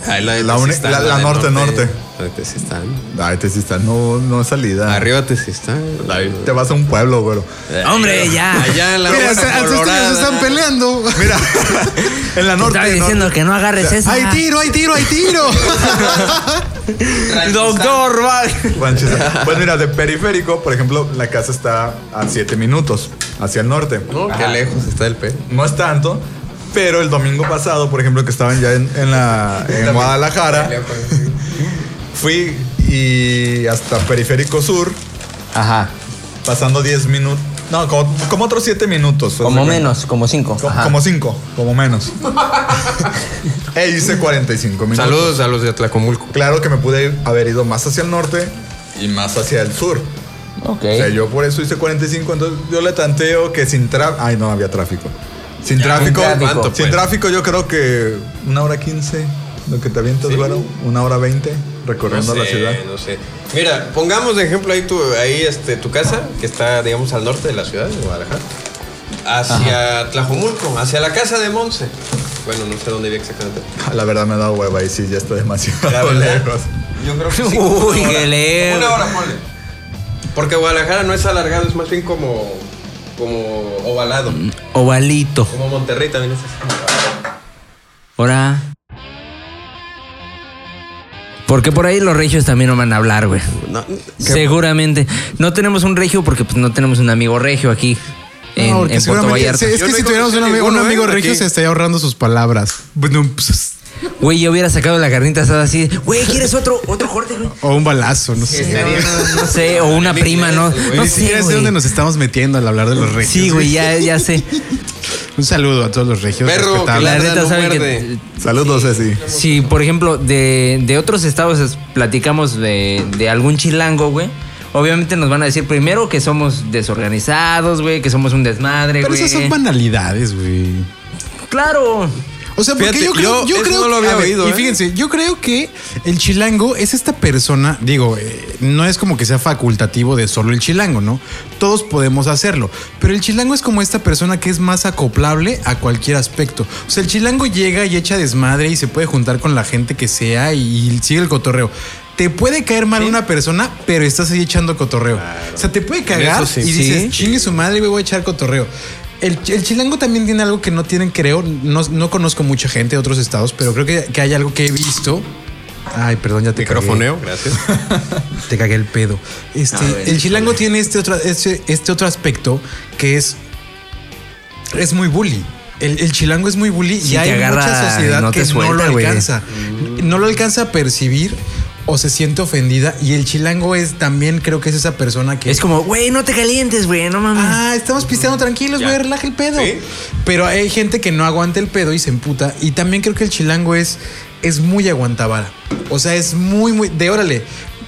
S3: Ah, de
S5: La uni-
S3: Tezistán,
S5: la- la
S3: del
S5: norte-norte.
S3: La de Tezistán.
S5: Ay, te sí está, no, no es salida.
S3: Arriba Tezistán.
S5: Te vas a un pueblo, güey.
S2: Hombre, ya.
S3: Allá en la
S1: Mira,
S3: Huerta
S1: se- al susto ya
S3: Colorada.
S1: se están peleando.
S5: Mira, en la
S2: Te
S5: norte.
S2: estaba diciendo que no agarres esa.
S1: ¡Hay tiro, hay tiro, hay tiro!
S2: Doctor, va.
S5: ¿no? Ranches. Pues mira, de periférico, por ejemplo, la casa está a 7 minutos hacia el norte.
S3: No, qué lejos está el pe.
S5: No es tanto, pero el domingo pasado, por ejemplo, que estaban ya en, en la, en Guadalajara, fui y hasta Periférico Sur,
S2: Ajá.
S5: pasando 10 minutos. No, como, como otros 7 minutos.
S2: Como
S5: O sea,
S2: menos, como cinco.
S5: co-
S2: Ajá.
S5: Como 5, como menos. e hice 45 minutos.
S3: Saludos a los de Atlacomulco.
S5: Claro que me pude haber ido más hacia el norte y más hacia el sur.
S2: Ok.
S5: O sea, yo por eso hice 45, entonces yo le tanteo que sin tráfico... Ay, no había tráfico. Sin tráfico,
S3: tráfico.
S5: ¿cuánto,
S3: pues?
S5: sin tráfico yo creo que una hora 15, lo que te avientas, güero, una hora 20 recorriendo la ciudad.
S3: No sé. Mira, pongamos de ejemplo ahí tu, ahí este, tu casa, que está, digamos, al norte de la ciudad, de Guadalajara. Hacia Tlajomulco, hacia la casa de Monse. Bueno, no sé dónde vive exactamente.
S5: Ah, La verdad me da hueva y sí, ya está
S3: La
S5: demasiado
S3: verdad,
S5: lejos.
S3: Yo creo que sí.
S2: Uy,
S3: una
S2: qué
S3: hora.
S2: lejos.
S3: Una hora, ponle. Porque Guadalajara no es alargado, es más bien como, como ovalado.
S1: Mm,
S2: Ovalito.
S3: Como Monterrey también es así.
S2: Ahora. Porque por ahí los regios también no van a hablar, güey.
S3: No,
S2: Seguramente. No tenemos un regio porque pues, no tenemos un amigo regio aquí. En,
S1: No, porque
S2: en Puerto
S1: seguramente-
S2: Vallarta.
S1: sí, es
S3: Yo
S1: que
S3: no
S1: si
S3: he
S1: tuviéramos un
S3: conocido
S1: amigo, un
S3: ninguno,
S1: amigo
S3: ¿eh?
S1: regio
S3: Aquí.
S1: se estaría ahorrando sus palabras. Bueno, pues,
S2: Güey, yo hubiera sacado la carnita asada así. Güey, ¿quieres otro, otro corte, güey?
S1: O un balazo, no sé.
S2: No, no sé, o una prima, ¿no?
S1: Ni
S2: No sé,
S1: siquiera sé dónde
S2: güey.
S1: nos estamos metiendo al hablar de los regios.
S2: Sí, güey, ya, ya sé.
S1: Un saludo a todos los regios.
S3: Perro,
S1: respetables.
S2: La
S3: Ladra
S2: neta
S3: no
S2: saben
S3: muerde.
S2: que
S5: Saludos, Ceci.
S2: Si, por ejemplo, de, de otros estados es- platicamos de, de algún chilango, güey. Obviamente nos van a decir primero que somos desorganizados, güey, que somos un desmadre,
S1: Pero
S2: güey.
S1: esas son banalidades, güey.
S2: Claro.
S1: O sea, porque
S3: Fíjate,
S1: yo creo,
S3: yo
S1: yo
S3: eso
S1: creo
S3: no lo había
S1: a ver,
S3: oído,
S1: Y
S3: ¿eh?
S1: fíjense, yo creo que el chilango es esta persona, digo, eh, no es como que sea facultativo de solo el chilango, ¿no? Todos podemos hacerlo, pero el chilango es como esta persona que es más acoplable a cualquier aspecto. O sea, el chilango llega y echa desmadre y se puede juntar con la gente que sea y, y sigue el cotorreo. Te puede caer mal una persona, pero estás ahí echando cotorreo. O sea, te puede cagar
S6: eso sí.
S1: y dices,
S6: Sí.
S1: chingue su madre, güey, voy a echar cotorreo. El, el chilango también tiene algo que no tienen, creo. No, no conozco mucha gente de otros estados, pero creo que, que hay algo que he visto. Ay, perdón, ya te cagué.
S3: Microfoneo, gracias.
S1: Te cagué el pedo. Este,
S2: A ver,
S1: el chilango tiene este otro, este, este otro aspecto que es. Es muy bully. El, el chilango es muy bully
S2: Sí,
S1: y
S2: te
S1: hay
S2: agarra
S1: mucha
S2: y
S1: sociedad
S2: no
S1: que
S2: te
S1: no lo
S2: suelta, güey.
S1: alcanza. No lo alcanza a percibir o se siente ofendida. Y el chilango es también, creo que es esa persona que.
S2: Es como, güey, no te calientes, güey, no mames.
S1: Ah, estamos pisteando tranquilos,
S3: Ya.
S1: güey, relaja el pedo.
S3: Sí.
S1: Pero hay gente que no aguanta el pedo y se emputa. Y también creo que el chilango es, es muy aguantabara. O sea, es muy, muy. De órale,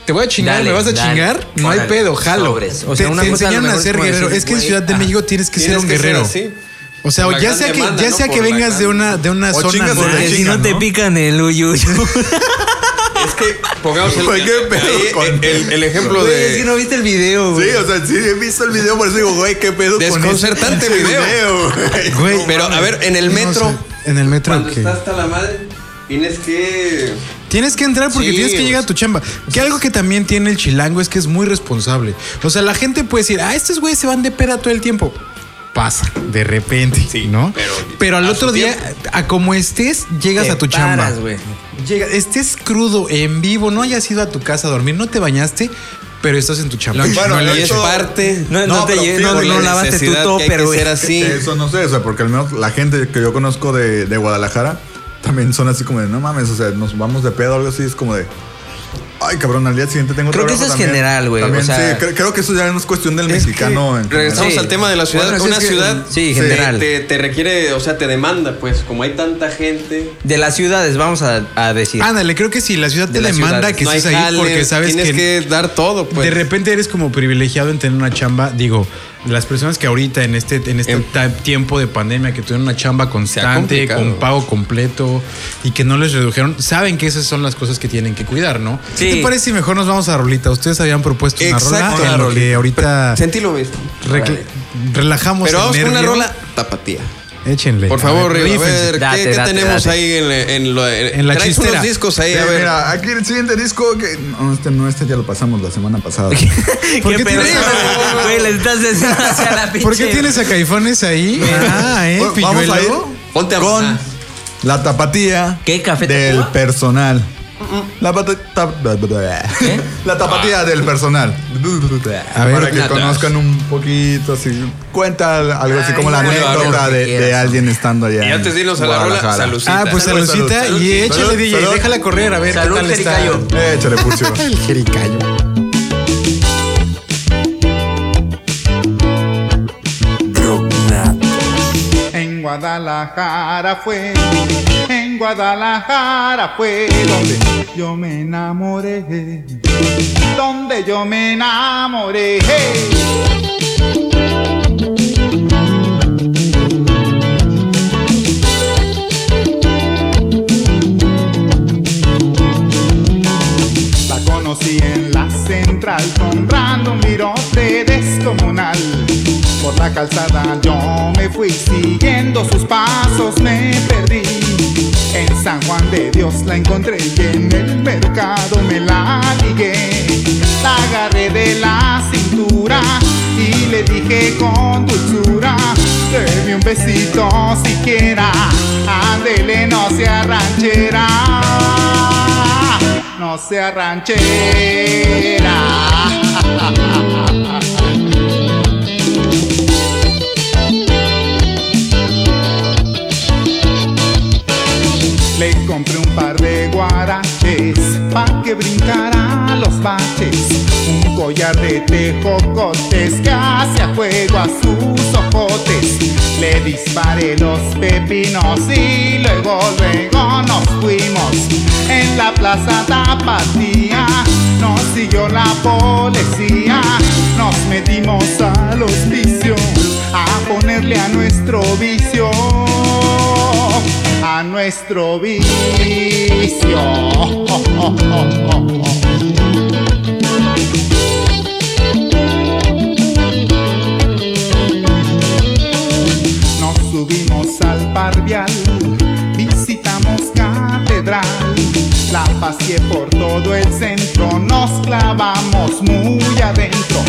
S1: te voy a chingar,
S2: Dale,
S1: me vas a
S2: dale,
S1: chingar, no hay
S2: órale,
S1: pedo, jalo.
S2: sobres. O
S1: Te-
S2: sea, una
S1: te
S2: cosa a lo
S1: enseñaron a
S2: mejor
S1: ser
S2: es como
S1: guerrero.
S2: decir,
S1: es que en
S2: güey,
S1: Ciudad de
S2: ah,
S1: México tienes que ser
S3: tienes
S1: un
S3: que ser
S1: guerrero.
S3: así.
S1: O sea,
S3: Por la
S1: ya
S3: gran
S1: sea que,
S3: demanda,
S1: ya
S3: ¿no?
S1: sea que
S3: Por la
S1: vengas de
S3: gran-
S1: una, de una
S5: O
S1: zona.
S5: chingas o
S1: porque
S5: te
S2: Porque si
S5: chingan,
S2: no te
S5: ¿no?
S2: pican el uyuyo.
S3: Es que pongamos el,
S5: Güey, qué pedo
S3: ahí,
S5: con-
S3: el- el ejemplo
S2: Güey, es que
S3: de
S2: no viste el video, güey.
S5: Sí, o sea, sí, he visto el video, por eso digo, güey, qué pedo con
S3: Desconcertante
S5: este
S3: video.
S5: güey.
S1: Güey,
S3: Pero a ver, en el
S1: no sé,
S3: metro,
S1: en el metro,
S3: cuando
S1: que
S3: está hasta la madre, tienes que
S1: Tienes que entrar porque
S3: Sí,
S1: tienes que
S3: o
S1: llegar a
S3: sea,
S1: tu chamba. Que algo que también tiene el chilango es que es muy responsable. O sea, la gente puede decir, ah, estos güeyes se van de peda todo el tiempo. Pasa, de repente,
S3: Sí,
S1: ¿no? Pero,
S3: pero-
S1: al
S3: a su
S1: otro día,
S3: tiempo.
S1: a como estés, llegas
S2: Te
S1: a tu
S2: paras,
S1: chamba.
S2: güey.
S1: Llega, estés crudo, en vivo, no hayas ido a tu casa a dormir, no te bañaste, pero estás en tu chamba.
S5: Bueno,
S3: no
S5: lo
S3: es
S5: hecho-
S3: parte.
S2: No, no
S5: No,
S2: te
S5: pero
S2: lle-
S5: sí,
S2: no,
S5: por
S2: no
S5: la
S2: lavaste tu
S3: necesidad que hay
S2: topper,
S3: que
S2: güey.
S3: ser así.
S5: Eso no sé, o sea, porque al menos la gente que yo conozco de, de Guadalajara también son así como de, no mames, o sea, nos vamos de pedo o algo así, es como de, ay cabrón, al día siguiente tengo
S2: Creo que
S5: trabajo
S2: eso es
S5: también".
S2: general, güey,
S5: También,
S2: o sea-
S5: sí, creo, creo que eso ya no es cuestión del mexicano. en general.
S3: Regresamos
S2: Sí.
S3: al tema de la ciudad.
S2: Bueno, sí,
S3: Una
S2: es que-
S3: ciudad
S2: sí,
S3: te-
S2: general.
S3: Te, te requiere, o sea, te demanda, pues, como hay tanta gente.
S2: De las ciudades, vamos a, a decir.
S1: Ándale, creo que si la ciudad te
S2: las
S1: demanda
S2: ciudades.
S1: que
S3: no
S1: estés
S3: hay
S1: ahí
S3: jale,
S1: porque sabes
S3: tienes que, dar todo, pues.
S1: De repente eres como privilegiado en tener una chamba. Digo, las personas que ahorita en este, en este
S3: Em-
S1: ta- tiempo de pandemia que tuvieron una chamba constante,
S3: complicado.
S1: con pago completo y que no les redujeron, saben que esas son las cosas que tienen que cuidar, ¿no?
S2: Sí.
S1: ¿Qué te parece si mejor nos vamos a Rolita? Ustedes habían propuesto una
S3: Exacto,
S1: rola en
S3: la
S1: lo
S3: rola.
S1: que ahorita
S3: Sentí lo mismo.
S1: recla- relajamos
S3: Pero
S1: el
S3: vamos con una
S1: nervio.
S3: rola tapatía.
S1: Échenle.
S3: Por favor,
S1: A ver,
S3: Riva, a
S1: rífense.
S3: ver, ¿qué,
S2: Date,
S3: qué
S2: date,
S3: tenemos
S2: date.
S3: ahí en, en lo-
S1: En la
S3: traes
S1: chistera.
S3: unos discos ahí,
S5: Sí,
S3: a ver.
S5: mira, aquí el siguiente disco que. No, este no, este ya lo pasamos la semana pasada.
S2: ¿Qué
S1: ¿Por qué
S2: pedo?
S1: tienes-
S2: Güey, le estás diciendo hacia la pinche.
S1: ¿Por qué tienes a Caifanes ahí? Ah, ¿eh?
S5: Bueno, Vamos a ir
S1: pilluelo?
S3: Ponte a
S5: con
S3: mamar.
S5: la tapatía
S2: ¿Qué, café
S5: del
S2: Tacuba?
S5: personal. La, pata- ta-
S2: mm. ¿Qué? Ah.
S5: la tapatía del personal.
S1: A ver,
S5: para que
S1: natas.
S5: conozcan un poquito, así. Cuenta algo así
S2: Ay,
S5: como la
S2: bueno,
S5: anécdota
S2: lo que
S5: de,
S2: quieras,
S5: de alguien estando allá.
S3: Y antes de irnos a la rola,
S5: Guadalajara.
S3: salucita.
S1: Ah, pues
S5: Salud,
S1: saludcita
S5: salud,
S1: y
S5: salud.
S1: échale,
S5: Salud,
S1: DJ.
S5: salud.
S1: Déjala correr, a ver
S2: Salud,
S1: qué tal está.
S2: Pericayo.
S5: Échale, Pucho.
S1: El jericayo.
S4: Rocknato.
S11: En Guadalajara fue, en Guadalajara fue donde yo me enamoré, donde yo me enamoré. La conocí en la central comprando un virote descomunal. Por la calzada yo me fui siguiendo sus pasos, me perdí. En San Juan de Dios la encontré y en el mercado me la ligué. La agarré de la cintura y le dije con dulzura, deme un besito siquiera, ándele no se arranchera no sea ranchera. Le compré un par de guaraches pa' que brincara los baches. Un collar de tejocotes que hace a fuego a sus ojotes. Le disparé los pepinos y luego, luego nos fuimos. En la plaza Tapatía nos siguió la policía. Nos metimos al hospicio a ponerle a nuestro vicio a nuestro vicio. Nos subimos al parvial, visitamos catedral, la paseé por todo el centro, nos clavamos muy adentro.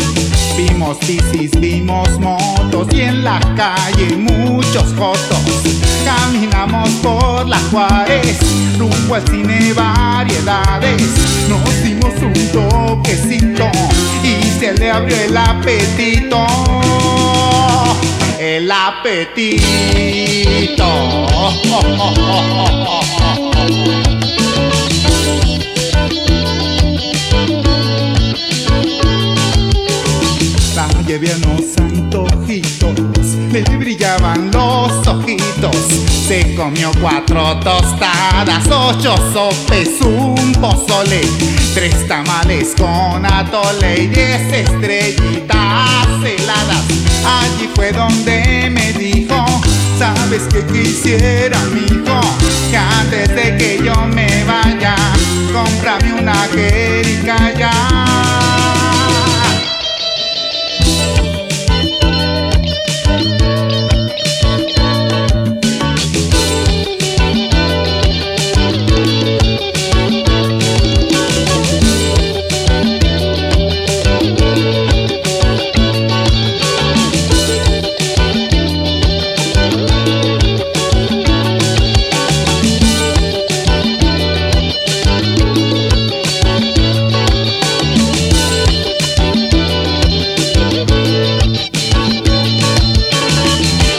S11: Vimos bicis, vimos motos y en la calle muchos fotos. Caminamos por las Juárez, rumbo al cine variedades. Nos dimos un toquecito y se le abrió el apetito. El apetito. La llevé a unos antojitos, le brillaban los ojitos. Se comió cuatro tostadas, ocho sopes, un pozole, tres tamales con atole y diez estrellitas heladas. Allí fue donde me dijo, ¿sabes qué quisiera, mijo? Que antes de que yo me vaya, cómprame una jericaya.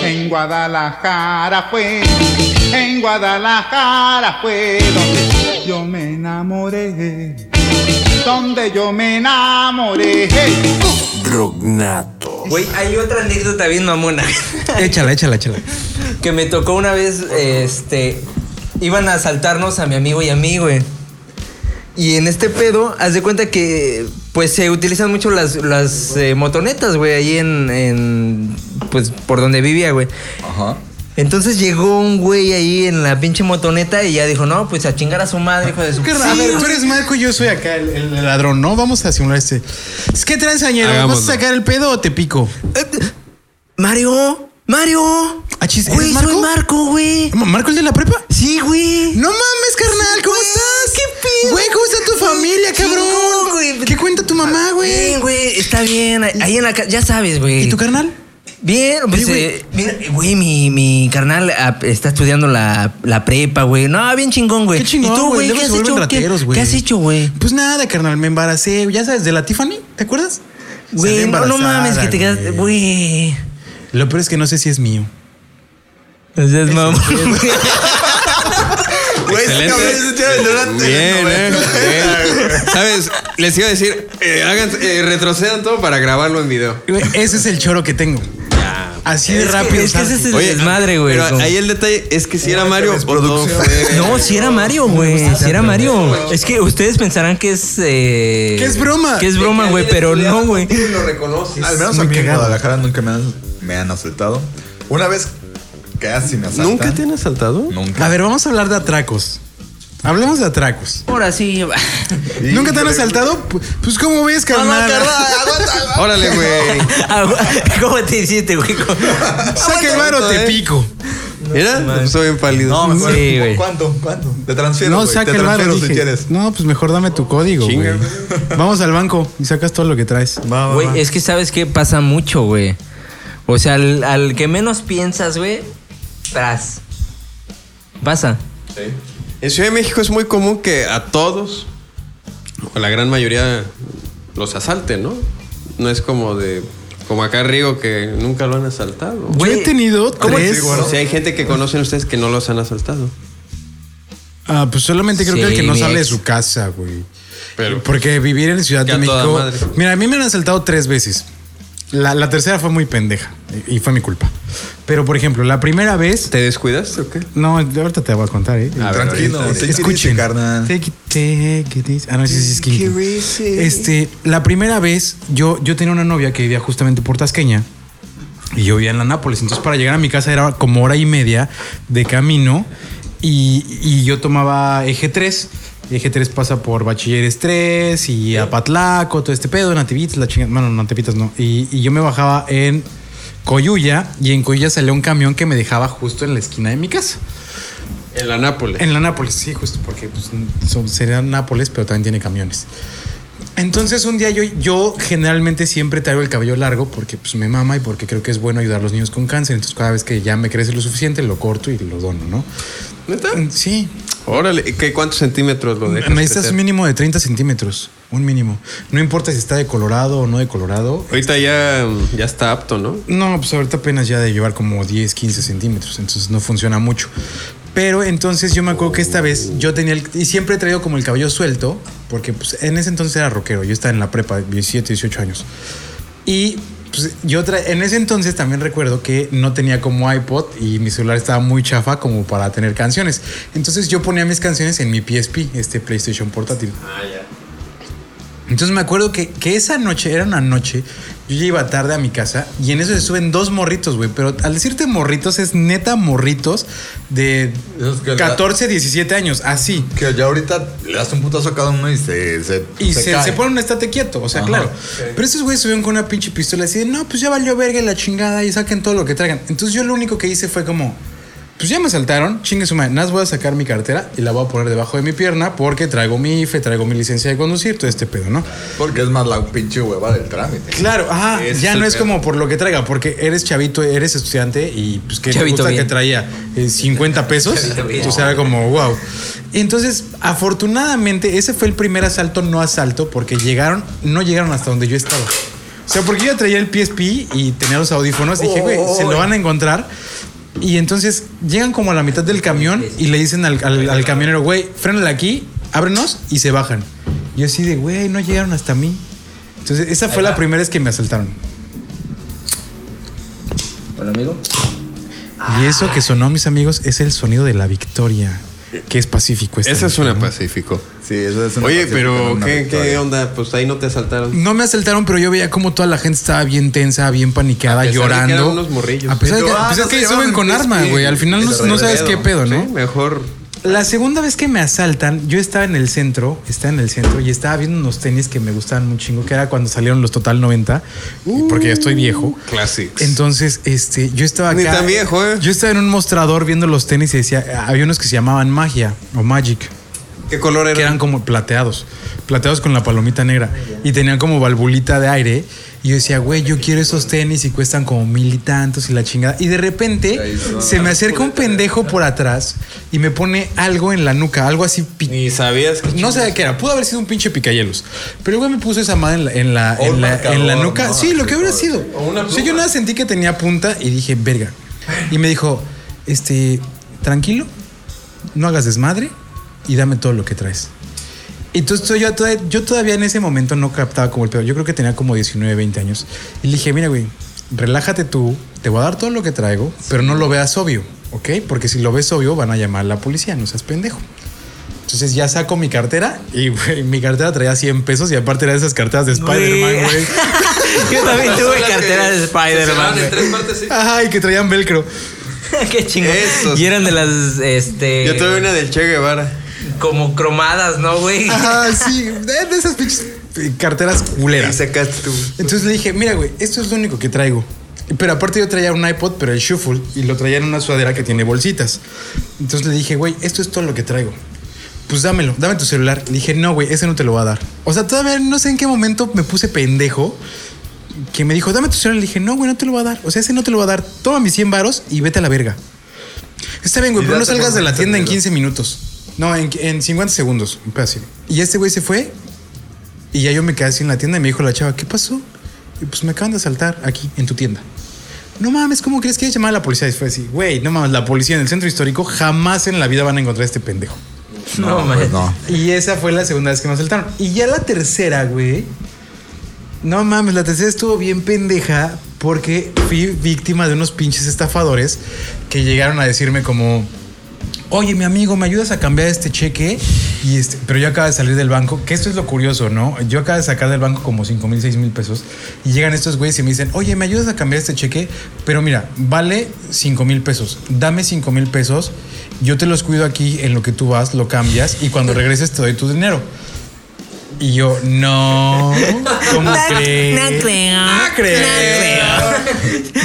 S11: En Guadalajara fue, en Guadalajara fue donde yo me enamoré, donde yo me enamoré.
S4: Rocknato.
S2: Güey, hay otra anécdota bien mamona.
S1: Échala, échala, échala.
S2: que me tocó una vez, este, iban a asaltarnos a mi amigo y a mí, güey. Y en este pedo, haz de cuenta que, pues, se utilizan mucho las, las eh, motonetas, güey, ahí en, en, pues, por donde vivía, güey.
S5: Ajá.
S2: Entonces llegó un güey ahí en la pinche motoneta y ya dijo, no, pues a chingar a su madre, hijo de su...
S1: a ver, tú eres Marco y yo soy acá el, el ladrón, ¿no? Vamos a simular este. Es que transañero, ¿vas
S3: Hagámoslo.
S1: a sacar el pedo o te pico?
S2: Eh, Mario, Mario.
S1: Ah, chis, ¿eres
S2: Güey, soy
S1: Marco?
S2: Marco, güey.
S1: Ma- ¿Marco el de la prepa?
S2: Sí, güey.
S1: No mames, carnal, ¿cómo estás? ¿Qué pedo? Güey, ¿cómo está tu familia,
S2: Chingón,
S1: cabrón?
S2: güey.
S1: ¿Qué cuenta tu mamá, güey?
S2: Bien, güey, está bien. Ahí en la casa, ya sabes, güey.
S1: ¿Y tu carnal?
S2: Bien, pues,
S1: güey.
S2: eh, mira, güey, mi, mi carnal ah, está estudiando la, la prepa, güey. No, bien chingón, güey.
S1: Qué chingón,
S2: ¿Y tú, güey,
S1: luego
S2: qué has
S1: se vuelven
S2: hecho?
S1: rateros,
S2: ¿Qué,
S1: güey.
S2: ¿Qué has hecho, güey?
S1: Pues nada, carnal, me embaracé. Ya sabes, de la Tiffany, ¿te acuerdas?
S2: Güey,
S1: Salí
S2: no, no
S1: embarazada,
S2: mames, que te quedaste, güey.
S1: Lo peor es que no sé si es mío.
S2: Pues Es mamón.
S5: Güey, ese
S3: Excelente.
S5: cabrón se tiene el de una
S3: Bien,
S5: telenovela.
S3: eh. bien. ¿Sabes? Les iba a decir, eh, hagan, eh, retrocedan todo para grabarlo en video.
S1: Güey, Ese es el choro que tengo. Así de
S2: Es que-
S1: rápido.
S2: es que
S1: ¿sabes?
S2: ese es el- desmadre, güey,
S3: Pero
S2: como-
S3: ahí el detalle es que si era Mario o no
S5: postproducción.
S3: fue.
S2: No, si era Mario, güey. Si era Mario. Es que ustedes pensarán que es. Eh,
S1: Que es broma.
S2: Que es broma, güey, pero no, güey.
S3: Y Lo reconoces.
S5: Al menos
S1: muy
S5: a mí en
S1: cagado.
S5: Guadalajara nunca me han, me han asaltado. Una vez casi me asaltan.
S6: ¿Nunca te han asaltado?
S5: Nunca.
S1: A ver, vamos a hablar de atracos. Hablemos de atracos.
S2: Ahora sí.
S5: Sí,
S1: ¿Nunca te han
S5: güey.
S1: asaltado? Pu- Pues, ¿cómo ves, carnal?
S3: Órale, güey.
S2: ¿Cómo te hiciste, güey?
S1: Saca el varo, te
S3: eh.
S1: pico. pues,
S3: Mira, soy bien pálido.
S5: No, mejor.
S2: Sí, güey.
S5: ¿Cuánto? ¿Cuánto? Te transfiero.
S1: No,
S5: güey,
S1: saca
S5: te
S1: el varo,
S5: transfiero
S1: dije.
S5: si quieres.
S1: No, pues mejor dame tu código, güey.
S3: Chinga,
S1: Vamos al banco y sacas todo lo que traes.
S5: Va, va, va.
S2: Güey, es que sabes que pasa mucho, güey. O sea, al, al que menos piensas, güey, tras. Pasa.
S3: En Ciudad de México es muy común que a todos, o la gran mayoría, los asalten, ¿no? No es como de. Como acá en Rigo que nunca lo han asaltado.
S1: Yo he
S2: Güey,
S1: tenido
S3: ¿Cómo
S1: tres.
S3: es? O sea, hay gente que conocen ustedes que no los han asaltado.
S1: Ah, pues solamente creo
S2: Sí,
S1: que el que no
S2: mi
S1: sale de
S2: ex.
S1: su casa, güey.
S3: Pero-
S1: Porque vivir en Ciudad
S3: Que
S1: de
S3: a toda
S1: México.
S3: madre.
S1: Mira, a mí me han asaltado tres veces. La, la tercera fue muy pendeja y y fue mi culpa. Pero, por ejemplo, la primera vez.
S3: ¿Te descuidaste o qué?
S1: No, ahorita te voy a contar, ¿eh?
S3: A ver,
S5: Tranquilo,
S3: ahorita,
S5: take it easy,
S1: Escuchen.
S5: carnal.
S1: Take it, take it easy. Ah, no, sí, sí, es Kinky.
S8: Take it easy.
S1: Este, la primera vez, yo, yo tenía una novia que vivía justamente por Tasqueña. Y yo vivía en la Nápoles. Entonces, para llegar a mi casa era como hora y media de camino. Y, y yo tomaba eje 3. Eje 3 pasa por Bachilleres 3 y Apatlaco, todo este pedo, Nativitas, la chingada. Bueno, Nativitas no. Y, y yo me bajaba en Coyuya. Y en Coyuya salía un camión que me dejaba justo en la esquina de mi casa.
S3: En la Nápoles.
S1: En la Nápoles, sí, justo, porque pues, son- será Nápoles, pero también tiene camiones. Entonces un día yo, yo generalmente siempre traigo el cabello largo porque pues me mama y porque creo que es bueno ayudar a los niños con cáncer. Entonces cada vez que ya me crece lo suficiente lo corto y lo dono, ¿no? Mm, Sí.
S3: Órale, ¿y ¿qué, ¿cuántos centímetros lo dejas?
S1: Necesitas
S3: crecer?
S1: un mínimo de 30 centímetros, un mínimo. No importa si está de colorado o no de colorado.
S3: Ahorita ya, ya está apto, ¿no?
S1: No, pues ahorita apenas ya de llevar como 10, 15 centímetros, entonces no funciona mucho. Pero entonces yo me acuerdo que esta vez yo tenía el, y siempre he traído como el cabello suelto, porque pues, en ese entonces era rockero, yo estaba en la prepa, 17, 18 años. Y pues, yo tra- en ese entonces también recuerdo que no tenía como iPod y mi celular estaba muy chafa como para tener canciones. Entonces yo ponía mis canciones en mi PSP, este PlayStation portátil.
S3: Ah,
S1: Entonces me acuerdo que, que esa noche, era una noche, yo ya iba tarde a mi casa y en eso se suben dos morritos, güey. Pero al decirte morritos, es neta morritos de
S5: Esos que la-
S1: 14, 17 años, así.
S5: Que ya ahorita le das un putazo a cada uno y se. se
S1: Y se,
S5: cae.
S1: se ponen un estate quieto, o sea,
S5: Ajá.
S1: claro.
S5: Sí.
S1: Pero esos güeyes subieron con una pinche pistola así de, no, pues ya valió verga y la chingada y saquen todo lo que traigan. Entonces yo lo único que hice fue como, pues ya me saltaron, chingue su madre, nada más voy a sacar mi cartera y la voy a poner debajo de mi pierna porque traigo mi IFE, traigo mi licencia de conducir, todo este pedo, ¿no?
S5: Porque es más la pinche hueva del trámite.
S1: Claro, ajá,
S5: Ese
S1: ya
S5: el
S1: no es
S5: pedo.
S1: como por lo que traiga, porque eres chavito, eres estudiante y pues que te
S5: Chavito
S1: gusta
S5: bien.
S1: que traía eh, 50 pesos,
S5: Chavito bien.
S1: o sea, era como wow. Entonces, afortunadamente, ese fue el primer asalto, no asalto, porque llegaron, no llegaron hasta donde yo estaba. O sea, porque yo ya traía el PSP y tenía los audífonos, dije, güey,
S5: Oh,
S1: se lo van a encontrar. Y entonces llegan como a la mitad del camión y le dicen al, al- al camionero, güey, frénale aquí, ábrenos y se bajan. Yo así de, güey, no llegaron hasta mí. Entonces, esa fue la primera vez que me asaltaron.
S2: Bueno, amigo.
S1: Y eso que sonó, mis amigos, es el sonido de la victoria, que es pacífico. este
S3: Esa es una pacífico.
S5: Sí, eso es
S3: Oye,
S1: pacífica,
S3: pero
S1: una
S3: ¿qué,
S1: victoria.
S3: ¿qué onda? Pues ahí no te asaltaron.
S1: No me asaltaron, pero yo veía como toda la gente estaba bien tensa, bien paniqueada,
S3: A pesar de que eran
S1: llorando.
S3: unos morrillos.
S1: A pesar de que,
S3: Ah,
S1: pues
S3: no
S1: es que
S3: se
S1: suben
S3: llaman
S1: con
S3: PSP.
S1: arma, güey. Al final no,
S3: Es
S1: no sabes
S3: reveredo.
S1: qué pedo, ¿no?
S3: Sí, mejor.
S1: La segunda vez que me asaltan, yo estaba en el centro, estaba en el centro y estaba viendo unos tenis que me gustaban un chingo, que era cuando salieron los Total 90, porque ya estoy viejo.
S3: Classics.
S1: Entonces, este, yo estaba acá.
S3: Ni tan viejo, ¿eh?
S1: Yo estaba en un mostrador viendo los tenis y decía, había unos que se llamaban Magia o Magic.
S3: ¿Qué color
S1: eran? Que eran como plateados, plateados con la palomita negra y tenían como valvulita de aire. Y yo decía, güey, yo quiero esos tenis y cuestan como mil y tantos y la chingada. Y de repente se me acerca un pendejo por atrás y me pone algo en la nuca, algo así. Ni
S3: sabías que
S1: No sabía qué era, pudo haber sido un pinche picayelos. Pero güey me puso esa madre en la, en la,
S5: O un
S1: en la-
S5: marcador,
S1: en la nuca.
S5: ¿no?
S1: Sí, lo que hubiera sido.
S5: O una
S1: O sea, yo nada sentí que tenía punta y dije, verga. Y me dijo, este, tranquilo, no hagas desmadre y dame todo lo que traes. Y Entonces yo toda- yo todavía, en ese momento no captaba como el pedo. Yo creo que tenía como 19, 20 años. Y le dije, mira, güey, relájate tú, te voy a dar todo lo que traigo, pero no lo veas obvio, ¿ok? Porque si lo ves obvio van a llamar a la policía, no seas pendejo. Entonces ya saco mi cartera y güey, mi cartera traía 100 pesos y aparte era de esas carteras de Spider-Man, güey.
S2: Yo también tuve cartera de Spider-Man. güey.
S1: Ay, que traían velcro.
S2: Qué chingón. Y eran de las, este...
S1: Yo tuve
S3: una del Che Guevara.
S2: Como cromadas, ¿no, güey?
S1: Ah, sí, de, de esas pinches eh, carteras culeras. Entonces le dije, mira, güey, esto es lo único que traigo. Pero aparte yo traía un iPod, pero el shuffle, y lo traía en una sudadera que tiene bolsitas. Entonces le dije, güey, esto es todo lo que traigo. Pues dámelo, dame tu celular. Le dije, no, güey, ese no te lo voy a dar. O sea, todavía no sé en qué momento me puse pendejo. Que me dijo, dame tu celular. Le dije, no, güey, no te lo voy a dar. O sea, ese no te lo voy a dar. Toma mis 100 varos y vete a la verga. Está bien, güey,
S5: Y
S1: pero no
S5: date
S1: salgas
S5: por
S1: de la
S5: muerto,
S1: tienda en
S5: pero-
S1: 15 minutos. No, en, en 50 segundos. Un pedazo. Y este güey se fue. Y ya yo me quedé así en la tienda y me dijo la chava, ¿qué pasó? Y pues me acaban de asaltar aquí, en tu tienda. No mames, ¿cómo crees que llamar a la policía? Y fue así, güey, no mames, la policía en el centro histórico jamás en la vida van a encontrar a este pendejo.
S2: No, No,
S1: mames.
S2: pues no.
S1: Y esa fue la segunda vez que me asaltaron. Y ya la tercera, güey. No mames, la tercera estuvo bien pendeja porque fui víctima de unos pinches estafadores que llegaron a decirme como, oye, mi amigo, ¿me ayudas a cambiar este cheque? Y este, pero yo acabo de salir del banco, que esto es lo curioso, ¿no? Yo acabo de sacar del banco como 5 mil, 6 mil pesos y llegan estos güeyes y me dicen, oye, ¿me ayudas a cambiar este cheque? Pero mira, vale 5 mil pesos, dame 5 mil pesos, yo te los cuido aquí en lo que tú vas, lo cambias y cuando regreses te doy tu dinero. Y yo, no, ¿cómo
S9: No,
S1: crees?
S9: no creo,
S1: No creo.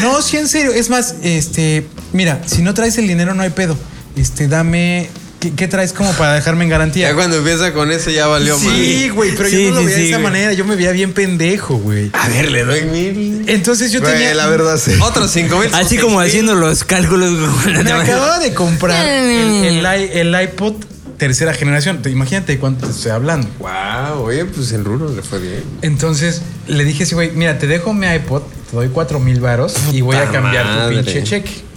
S1: No, sí, en serio. Es más, este, mira, si no traes el dinero no hay pedo. Este, dame. ¿Qué, qué traes como para dejarme en garantía?
S3: Ya cuando empieza con ese ya valió más.
S1: Sí, güey, pero yo no lo veía de esa manera. Yo me veía bien pendejo, güey.
S3: A ver, le doy mil.
S1: Entonces yo
S3: Güey,
S1: tenía.
S3: la verdad, sí. Otros cinco mil.
S2: Así como haciendo los cálculos. güey.
S1: Me acababa de comprar el, el i- el iPod tercera generación. Te- Imagínate de cuánto te estoy hablando.
S3: Wow, oye, pues en Rulo le fue bien.
S1: Entonces le dije así, güey, mira, te dejo mi iPod, te doy cuatro mil varos y voy a
S3: Puta
S1: cambiar tu
S3: madre.
S1: pinche cheque.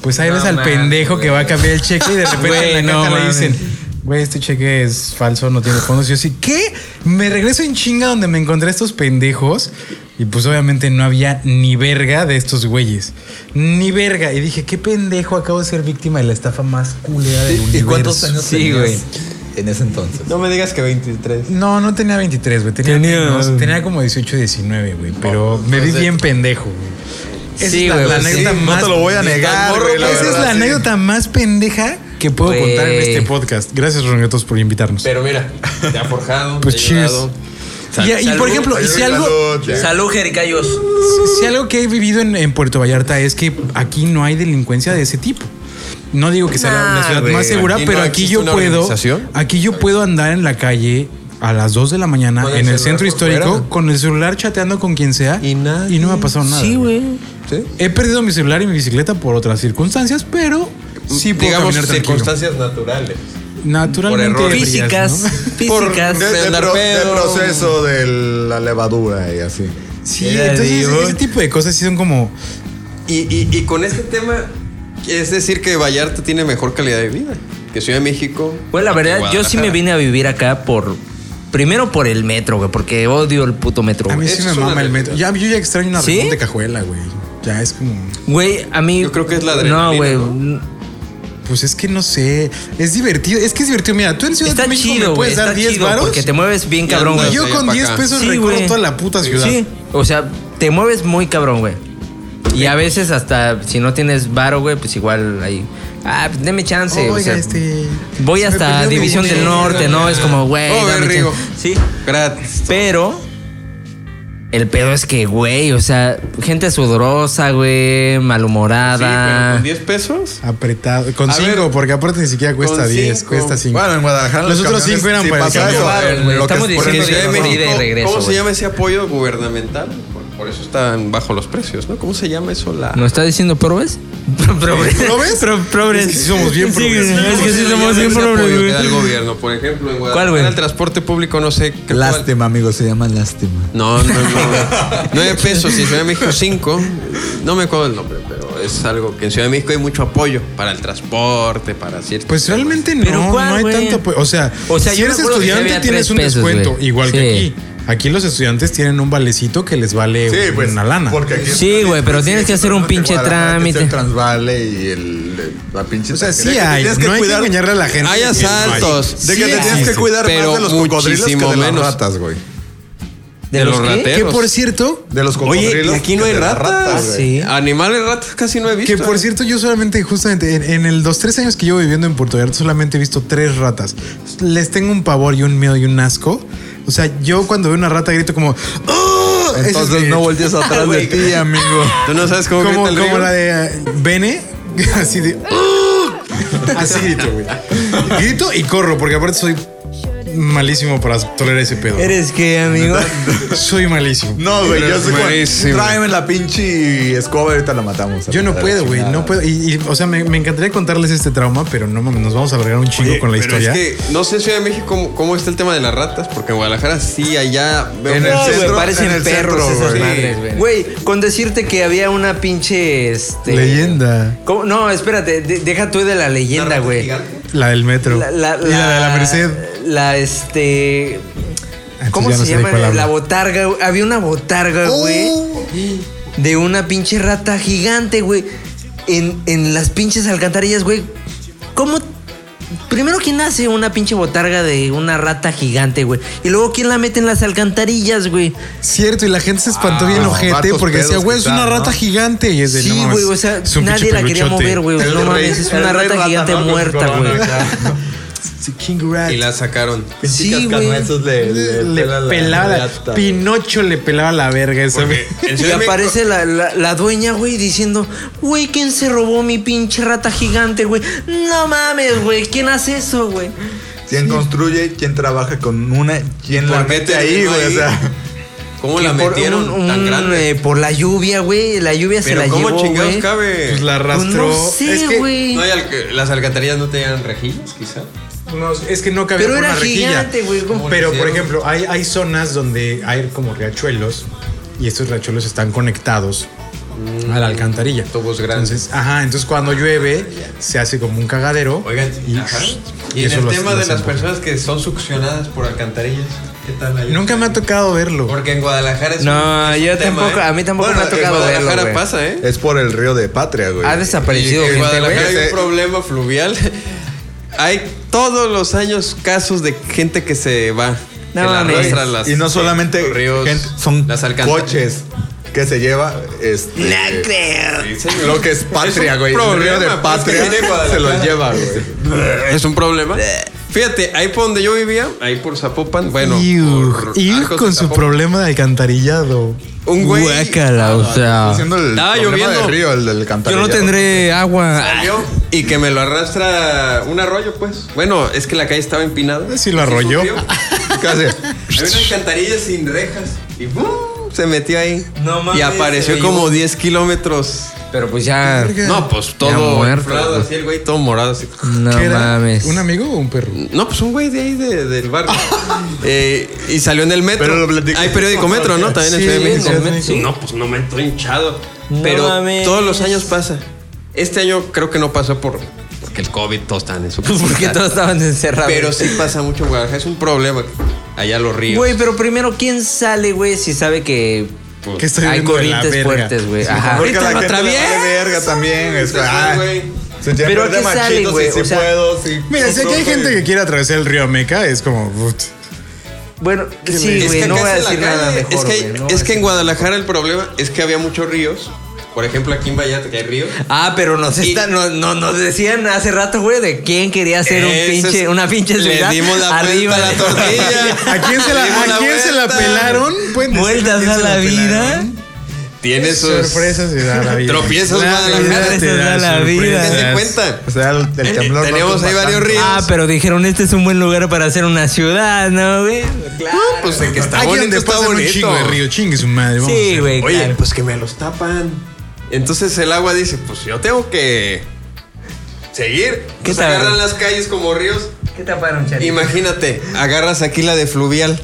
S1: Pues ahí
S3: No
S1: ves al
S3: mames,
S1: pendejo que va a cambiar el cheque y de repente
S2: Güey,
S1: en la
S2: no
S1: caja le
S2: mames.
S1: dicen, güey, este cheque es falso, no tiene fondos. Y yo así, ¿qué? Me regreso en chinga donde me encontré estos pendejos. Y pues obviamente no había ni verga de estos güeyes. Ni verga. Y dije, qué pendejo, acabo de ser víctima de la estafa más culera del universo.
S12: ¿Y cuántos años
S1: Sí,
S12: tenías
S1: güey.
S12: en ese entonces?
S3: No me digas que 23.
S1: No, no tenía 23, güey. Tenía, menos. tenía como 18, 19, güey. Pero me vi bien pendejo, güey. Esa
S2: Sí,
S1: es la,
S2: güey,
S1: la
S2: sí.
S1: anécdota
S2: No
S1: más.
S5: pues te lo voy a
S1: Ni tan
S5: negar,
S1: morro,
S5: güey, la
S1: Esa es
S5: verdad, sí.
S1: la
S5: Pues-
S1: anécdota más pendeja que puedo
S2: Güey.
S1: contar en este podcast. Gracias, Rongatos, por invitarnos.
S3: Pero mira, te ha forjado.
S1: Pues
S3: te ha
S1: cheers.
S3: ayudado.
S1: Y- y, por ejemplo, y si algo,
S2: Salud, Jericayos.
S1: si- si algo que he vivido en, en Puerto Vallarta es que aquí no hay delincuencia de ese tipo. No digo que sea la- la
S2: Nah,
S1: ciudad
S2: güey.
S1: más segura,
S2: Aquí no
S1: pero aquí
S2: existe
S1: yo
S2: una
S1: puedo.
S2: organización.
S1: Aquí yo puedo andar en la calle a las 2 de la mañana
S2: Con el
S1: en el
S2: celular
S1: centro
S2: por
S1: histórico
S2: fuera.
S1: con el celular chateando con quien sea y, no me ha pasado nada.
S2: Sí, güey.
S1: He perdido mi celular y mi bicicleta por otras circunstancias, pero sí puedo
S3: digamos
S1: caminar tranquilo.
S3: circunstancias naturales.
S1: Naturalmente.
S3: por errores.
S1: frías, ¿no?
S5: Por, de,
S2: Físicas.
S5: de
S3: andar
S5: pro- de
S3: pedo.
S5: proceso de la levadura y así.
S1: Sí, entonces ese tipo de cosas sí son como.
S3: Y, y- y con este tema, es decir que Vallarta tiene mejor calidad de vida que Ciudad de México.
S2: Pues la
S3: y
S2: verdad, yo sí me
S3: Guadalajara.
S2: vine a vivir acá por. Primero por el metro, güey, porque odio el puto metro.
S1: A mí
S2: güey.
S1: sí
S3: Eso
S1: me
S3: es una
S1: mama el metro. Ya, yo ya extraño una
S2: ¿Sí?
S1: reunión de cajuela, güey. Ya es como.
S2: Güey, a mí.
S3: Yo creo que es la
S2: No,
S3: adrenalina,
S2: güey.
S1: Pues es que no sé. Es divertido. Es que es divertido. Mira, tú en Ciudad
S2: Está
S1: de México
S2: chido,
S1: me
S2: güey.
S1: puedes
S2: Está
S1: dar 10
S2: chido.
S1: varos.
S2: Porque te mueves bien
S3: Y
S2: cabrón,
S3: andas
S2: güey.
S1: y yo
S3: de
S1: con
S3: pa'
S1: 10
S3: acá.
S1: pesos
S2: Sí,
S1: recorro
S2: güey.
S1: toda la puta ciudad.
S2: Sí. O sea, te mueves muy cabrón, güey. Y a veces hasta si no tienes varo, güey, pues igual ahí. Ah, pues deme chance.
S1: Oiga,
S2: o sea,
S1: este.
S2: Voy
S1: se me
S2: hasta
S1: perdió mi
S2: División del
S1: dinero,
S2: Norte, ¿no? Es como, güey.
S3: Oh,
S2: dame
S3: berrigo.
S2: chance. Sí.
S3: Gratis.
S2: Pero el pedo es que, güey, o sea, gente sudorosa, güey,
S3: Sí, pero
S2: malhumorada.
S3: con 10 pesos.
S1: Apretado. Con
S3: A
S1: 5,
S3: ver,
S1: porque aparte ni siquiera cuesta
S3: con
S1: 10,
S3: cinco.
S1: cuesta 5.
S5: Bueno, en Guadalajara
S1: Los otros
S5: camiones
S1: cinco eran
S5: sí
S1: para el
S5: pasa
S1: camión.
S5: eso,
S2: Claro,
S5: en
S2: güey,
S5: lo que
S2: estamos
S5: es por
S2: diciendo
S5: Ciudad de
S2: que
S5: México.
S2: medida de regreso,
S3: ¿Cómo se
S2: güey.
S3: llama ese apoyo gubernamental? Por, por eso están bajo los precios, ¿no? ¿Cómo se llama eso? La...
S2: ¿No está diciendo probes? Probes.
S1: ¿Probes?
S2: Pro- Probes.
S1: Es que sí somos bien
S2: Sí,
S1: progres.
S2: güey, Es que sí somos bien
S3: probes.
S2: probes,
S3: El
S2: güey.
S3: gobierno, por ejemplo, en
S2: ¿Cuál, güey?
S3: Guadalajara el transporte público no sé qué
S12: Lástima, amigo, se llama lástima.
S3: No, no, no. 9 pesos y en Ciudad de México 5. No me acuerdo el nombre, pero es algo que en Ciudad de México hay mucho apoyo para el transporte, para ciertos.
S1: Pues
S3: temas.
S1: realmente
S2: Pero
S1: no,
S2: ¿cuál,
S1: no hay
S2: güey?
S1: tanto. apoyo. O sea,
S2: O sea,
S1: si
S2: yo me
S1: eres
S2: acuerdo que sí
S1: estudiante
S2: había
S1: tienes
S2: tres
S1: un
S2: pesos,
S1: descuento,
S2: güey.
S1: igual que
S2: Sí.
S1: aquí. Aquí los estudiantes tienen un valecito que les vale
S5: Sí, pues,
S1: una lana.
S5: Porque aquí
S2: Sí,
S5: está
S2: güey,
S5: bien,
S2: pero
S5: sí,
S2: tienes que hacer un
S5: no te
S2: pinche
S5: Guadalajara, que está
S2: trámite.
S5: El Transvale y el, el- la pinche.
S1: o sea, sí
S5: tarjeta.
S1: hay.
S5: Tienes
S1: no hay
S5: cuidar-
S1: que engañarle a la gente.
S3: Hay
S1: que no
S3: asaltos.
S5: De que te
S3: Sí
S5: tienes
S3: existe,
S5: que cuidar
S3: pero
S5: más de los cocodrilos que
S3: muchísimo
S5: de las
S3: menos.
S5: ratas, güey.
S2: ¿De los qué?
S1: Que por cierto,
S5: De los cocodrilos.
S3: Oye, y aquí no
S5: que
S3: hay
S5: de las
S3: ratas.
S5: güey.
S2: Sí.
S3: Animales ratas casi no he visto.
S1: que
S5: eh.
S1: por cierto, yo solamente, justamente, en, en el- los tres años que llevo viviendo en Puerto Vallarta, solamente he visto tres ratas. Les tengo un pavor y un miedo y un asco. O sea, yo cuando veo una rata grito como. "¡Ah!". Ese es
S5: Entonces
S1: mi-
S5: no voltees atrás de ti, amigo.
S3: Tú no sabes cómo
S1: como,
S3: grita el
S1: como
S3: río.
S1: la de eh, Bene, así de. "Ah". Así grito, güey. Grito y corro, porque aparte soy malísimo para tolerar ese pedo.
S2: ¿Eres qué, amigo?
S1: Soy malísimo.
S5: No, güey, yo soy
S3: Buenísimo.
S5: cual- Tráeme la pinche escoba y ahorita la matamos.
S1: Yo no
S5: La
S1: puedo, güey,
S5: chingada.
S1: no puedo. Y, y, o sea, me, me encantaría contarles este trauma, pero no mames, nos vamos a bregar un chingo
S3: Oye,
S1: con la
S3: pero
S1: historia.
S3: Es que no sé en Ciudad de México cómo, cómo está el tema de las ratas, porque en Guadalajara sí, allá veo
S5: En el
S3: mucho.
S2: No, güey,
S5: centro,
S2: parecen
S5: en el
S2: perros
S5: centro,
S2: esas
S5: güey.
S2: madres, güey. Güey, con decirte que había una pinche. Este...
S1: Leyenda.
S2: ¿Cómo? No, espérate, de- deja tú de la leyenda, güey.
S1: La del metro.
S2: La, la,
S1: y la de la Merced.
S2: La este.
S1: Entonces
S2: ¿Cómo
S1: ya no
S2: se
S1: sé de
S2: llama?
S1: cuál Oh. hablo.
S2: La botarga. güey. Había una botarga, güey. De una pinche rata gigante, güey. En, en las pinches alcantarillas, güey. ¿Cómo? Primero, ¿quién hace una pinche botarga de una rata gigante, güey? Y luego, ¿quién la mete en las alcantarillas, güey?
S1: Cierto, y la gente se espantó bien
S5: Ah,
S1: ojete
S5: vatos
S1: porque decía,
S5: pedos
S1: güey,
S5: que
S1: es una
S5: están,
S1: rata
S5: ¿no?
S1: gigante. Y es de,
S2: Sí,
S1: no mames,
S2: güey, o sea,
S1: es un
S2: nadie
S1: pinche
S2: la quería
S1: peluchote.
S2: mover, güey.
S5: El
S2: No
S5: rey-
S2: mames, es
S5: el
S2: una
S5: rey
S2: rata
S5: rata,
S2: gigante
S5: ¿no? Con su
S2: muerta,
S5: corona
S2: güey.
S5: acá.
S13: King
S3: Y la sacaron.
S13: Sí, güey.
S14: le- le pela la
S13: pelaba la-
S14: riata, güey.
S13: Pinocho le pelaba la verga esa
S3: Porque en
S2: Y
S3: Ciudad de México-
S2: aparece la, la- la dueña, güey, diciendo, güey, ¿quién se robó mi pinche rata gigante, güey? No mames, güey, ¿quién hace eso, güey?
S5: ¿Quién construye? ¿Quién trabaja con una? ¿Quién la
S3: ¿Por qué
S5: mete
S3: terminó
S5: ahí, güey? O
S3: ahí?
S5: sea,
S3: ¿Cómo la
S2: Que por
S3: metieron
S2: un-
S3: tan
S2: un,
S3: grande?
S2: eh, por la lluvia, güey, la lluvia se
S3: Pero
S2: la
S3: ¿cómo
S2: llevó,
S3: chingados
S2: güey.
S3: cabe?
S13: Pues la arrastró.
S2: Pues no sé,
S13: es que,
S2: güey.
S3: ¿No hay alca- las alcantarillas no tenían rejillas, quizá.
S13: no, es que no cabía
S2: Pero
S13: por
S2: era
S13: una rejilla.
S2: gigante, güey. ¿cómo?
S13: Pero, por
S3: hicieron?
S13: ejemplo, hay, hay zonas donde hay como riachuelos y estos riachuelos están conectados a la alcantarilla.
S3: Mm, Tubos grandes.
S13: Entonces, ajá, entonces cuando llueve se hace como un cagadero.
S3: Oigan,
S13: y,
S3: ajá.
S13: y
S3: y en
S13: eso
S3: el
S13: los-
S3: tema
S13: los
S3: de las
S13: empuja.
S3: personas que son succionadas por alcantarillas, ¿qué tal ahí?
S13: Nunca me ha tocado verlo.
S3: Porque en Guadalajara es un-
S2: No,
S3: es un
S2: yo
S3: tema,
S2: tampoco,
S3: ¿eh?
S2: a mí tampoco
S3: Bueno,
S2: me ha tocado
S3: en Guadalajara
S2: verlo, güey.
S3: pasa, ¿eh?
S5: es por el río de Patria, güey.
S2: Ha desaparecido,
S3: en
S2: gente, güey.
S3: Guadalajara hay
S5: güey.
S3: un problema fluvial. hay todos los años casos de gente que se va.
S2: No
S3: que la
S2: mames.
S3: arrastra a las,
S5: y no solamente
S3: los ríos,
S5: gente, son
S3: las alcantarillas.
S5: coches que se lleva este,
S2: No creo.
S3: Sí, señor.
S5: lo que es patria,
S3: un
S5: güey. El río
S3: problema,
S5: de
S3: pues,
S5: patria
S3: que viene
S5: se los
S3: Guadalajara.
S5: lleva, güey.
S3: Es un problema. Fíjate, ahí por donde yo vivía, ahí por Zapopan, bueno.
S13: Iur,
S3: por
S13: Iur
S3: Arcos de
S13: con su
S3: Zapopan,
S13: problema de alcantarillado.
S3: Un güey. Ah,
S2: Guácala,
S1: Ah,
S2: o sea.
S5: Haciendo el
S3: Estaba
S5: problema
S3: lloviendo.
S5: del río, el del
S2: Yo no
S5: alcantarillado.
S2: tendré agua.
S3: salió Y que me lo arrastra un arroyo, pues. Bueno, es que la calle estaba empinada.
S13: Sí lo arrolló.
S3: Subió.
S5: ¿Qué hace?
S3: Había una alcantarilla sin rejas. Y ¡bum! se metió ahí.
S2: No mames,
S3: y apareció
S2: se
S3: como
S2: llevó.
S3: 10 kilómetros.
S2: Pero pues ya.
S3: No, pues
S2: Ya
S3: todo
S2: muerto,
S3: inflado
S2: güey.
S3: así el güey, todo morado así.
S2: No
S13: ¿Qué era?
S2: mames.
S13: ¿Un amigo o un perro?
S3: No, pues un güey de ahí de- del barrio. Eh, y salió en el metro.
S5: Pero lo platicó.
S3: Hay periódico metro, ¿no? También en
S13: Sí,
S3: Ciudad de
S13: en
S3: México.
S13: Ciudad de México.
S3: No, pues no me estoy hinchado.
S2: No
S3: pero
S2: mames.
S3: todos los años pasa. Este año creo que no pasó por porque el COVID, todos están en su
S2: Pues porque todos estaban encerrados.
S3: Pero sí pasa mucho en Guadalajara. Es un problema. Allá los ríos.
S2: Güey, pero primero, ¿quién sale, güey, si sabe que
S3: Pues,
S13: Que estoy
S2: hay
S13: viendo de la
S2: corrientes
S13: verga?
S2: fuertes, güey? Ajá.
S5: Porque a la
S3: Ahorita lo
S5: gente le vale
S3: atraviesas.
S5: verga también. es-
S3: Sí,
S5: ah,
S3: güey.
S5: se te
S2: Pero
S5: pierde
S2: ¿qué sale,
S5: machito,
S2: güey?
S5: si- si
S2: O sea,
S5: puedo, si-
S13: Mira, si aquí hay
S5: güey.
S13: gente que quiere atravesar el río Ameca, es como. "Ut".
S2: Bueno,
S3: Es
S2: sí,
S3: que
S2: güey, no
S3: acá
S2: voy a
S3: es en la
S2: decir
S3: calle.
S2: nada mejor.
S3: Es que, hay-
S2: güey, no voy a
S3: es que
S2: decir-
S3: en Guadalajara el problema es que había muchos ríos. Por ejemplo, aquí en Vallarta que hay ríos.
S2: Ah, pero nos,
S3: Y-
S2: está- no, no- nos decían hace rato, güey, de quién quería hacer un
S3: Eso
S2: pinche,
S3: es-
S2: una pinche
S3: Le
S2: ciudad
S3: dimos la
S2: arriba
S3: vuelta a la
S2: de-
S3: tortilla.
S13: ¿A quién se la,
S3: Le dimos
S13: ¿a quién se la
S3: vuelta.
S13: pelaron? Pueden decir
S2: Vueltas
S13: quién
S2: a
S13: se
S2: la vida.
S13: pelaron.
S3: Tiene sus
S13: Sorpresas y da la vida.
S3: Tropiezos,
S13: La
S3: Guadalajara.
S13: vida te Ah, da
S2: Sorpresas da la
S13: sorpresas.
S3: Dense cuenta.
S5: O sea, el, el temblor. no
S3: Tenemos
S5: tumba
S3: ahí varios
S5: tanto.
S3: ríos.
S2: Ah, pero dijeron, este es un buen lugar para hacer una ciudad, ¿no, güey? Claro.
S3: Pues el que está
S13: Aquí
S3: bonito
S13: donde
S3: está
S13: pasan un
S3: bonito.
S13: chingo de río, chingue su madre. vamos a
S2: Sí,
S13: hacer-
S2: güey,
S3: Oye,
S2: claro.
S3: pues que me los tapan. Entonces el agua dice, pues yo tengo que seguir.
S2: ¿Qué
S3: ¿Qué
S2: tal?
S3: agarran las calles como ríos.
S2: ¿Qué taparon, Charlie?
S3: Imagínate, agarras aquí la de fluvial.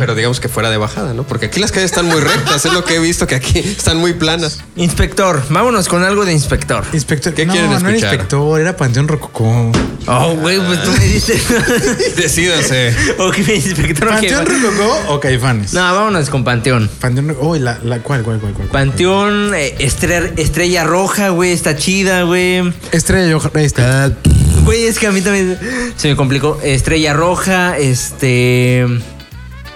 S3: Pero digamos que fuera de bajada, ¿no? Porque aquí las calles están muy rectas, es lo que he visto que aquí están muy planas.
S2: Inspector, vámonos con algo de inspector.
S13: Inspector.
S3: ¿Qué
S13: no,
S3: quieren
S13: no era
S3: escuchar?
S13: inspector, era Panteón Rococó.
S2: Oh, güey, pues tú me diste.
S3: Decídanse.
S2: ok, inspector. ok,
S13: ¿Panteón
S2: va.
S13: Rococó o Caifanes?
S2: No, vámonos con Panteón.
S13: Panteón Rococó. Uy, la, la, ¿cuál, cuál, cuál, cuál? cuál?
S2: Panteón, eh, estre- Estrella Roja, güey, está chida, güey.
S13: Estrella de Hoja- ahí está.
S2: Güey, es que a mí también se me complicó. Estrella Roja, este.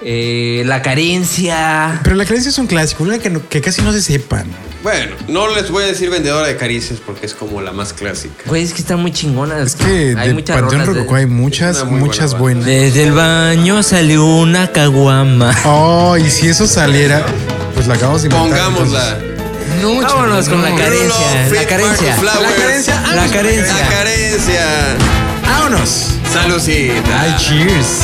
S2: eh, la carencia.
S13: Pero la creencia es un clásico, una que, no- que casi no se sepan.
S3: Bueno, no les voy a decir vendedora de caricias porque es como la más clásica.
S2: Güey, es que está muy chingona.
S13: Es que
S2: hay
S13: de
S2: muchas
S13: Panteón
S2: rolas de-
S13: Rococó hay muchas,
S3: una muy
S13: muchas
S3: buena
S13: buenas.
S2: Desde el baño salió una caguama.
S13: Oh, y si eso saliera, pues la acabamos de inventar.
S3: Pongámosla.
S13: entonces. No,
S2: Vámonos con la
S13: no.
S2: carencia.
S3: Rulo,
S2: La
S3: Fit
S2: carencia.
S3: Market Flowers.
S2: La
S3: La
S2: carencia.
S3: carencia.
S13: ¡Vámonos!
S3: Salucita.
S13: Ay, cheers.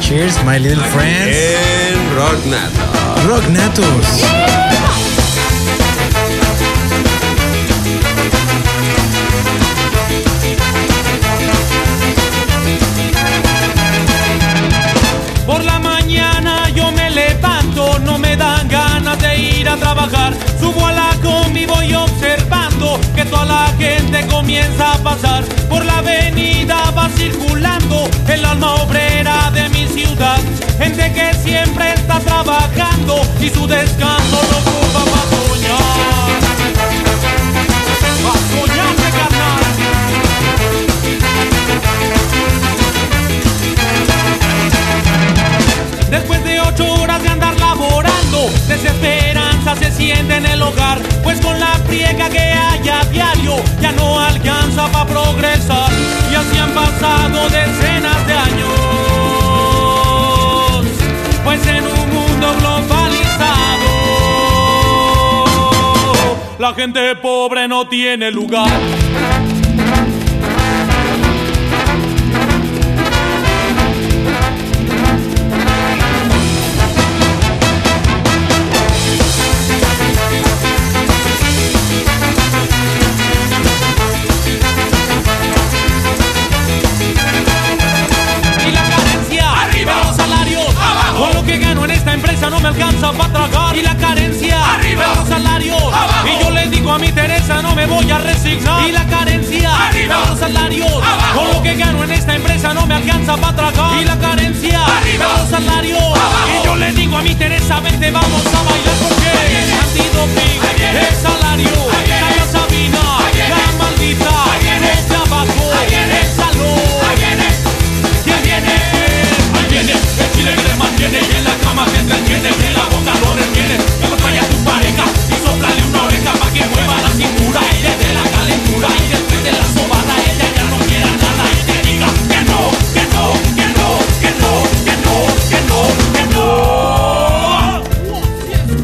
S13: Cheers, my little friends.
S3: En Rocknato.
S13: Rock Natos.
S15: Por la mañana yo me levanto, no me dan ganas de ir a trabajar. Subo a la combi y voy observando que toda la gente comienza a pasar. Por la avenida va circulando el alma obrera de mi ciudad. Gente que siempre está trabajando y su descanso lo ocupa para soñar. Pa' soñarse, carnal. Después de ocho horas de andar laborando, desesperanza se siente en el hogar, pues con la priega que hay a diario ya no alcanza para progresar. Y así han pasado de Pues la gente pobre no tiene lugar. carencia. Arriba los salarios, abajo. Con lo que gano en esta empresa no me alcanza para tragar. Y la carencia. Arriba los salarios, abajo. Y yo le digo a mi Teresa no me voy a resignar. Y la carencia. Arriba los salarios, abajo. Con lo que gano en esta empresa no me alcanza para tragar. Y la carencia. Arriba los salarios, abajo. Y yo le digo a mi Teresa vente vamos a bailar porque antidoping el salario. Calla Sabina, la maldita. El tabaco, el salón. Ya viene, ahí viene, el chile que te mantiene y en la cama te entretiene, y en la boca lo retiene, que lo trae a tu pareja y soplale una oreja pa' que mueva la cintura y le dé la calentura y después de la sobada ella ya no quiera nada y te diga que no, que no, que no, que no, que no, que no, que no.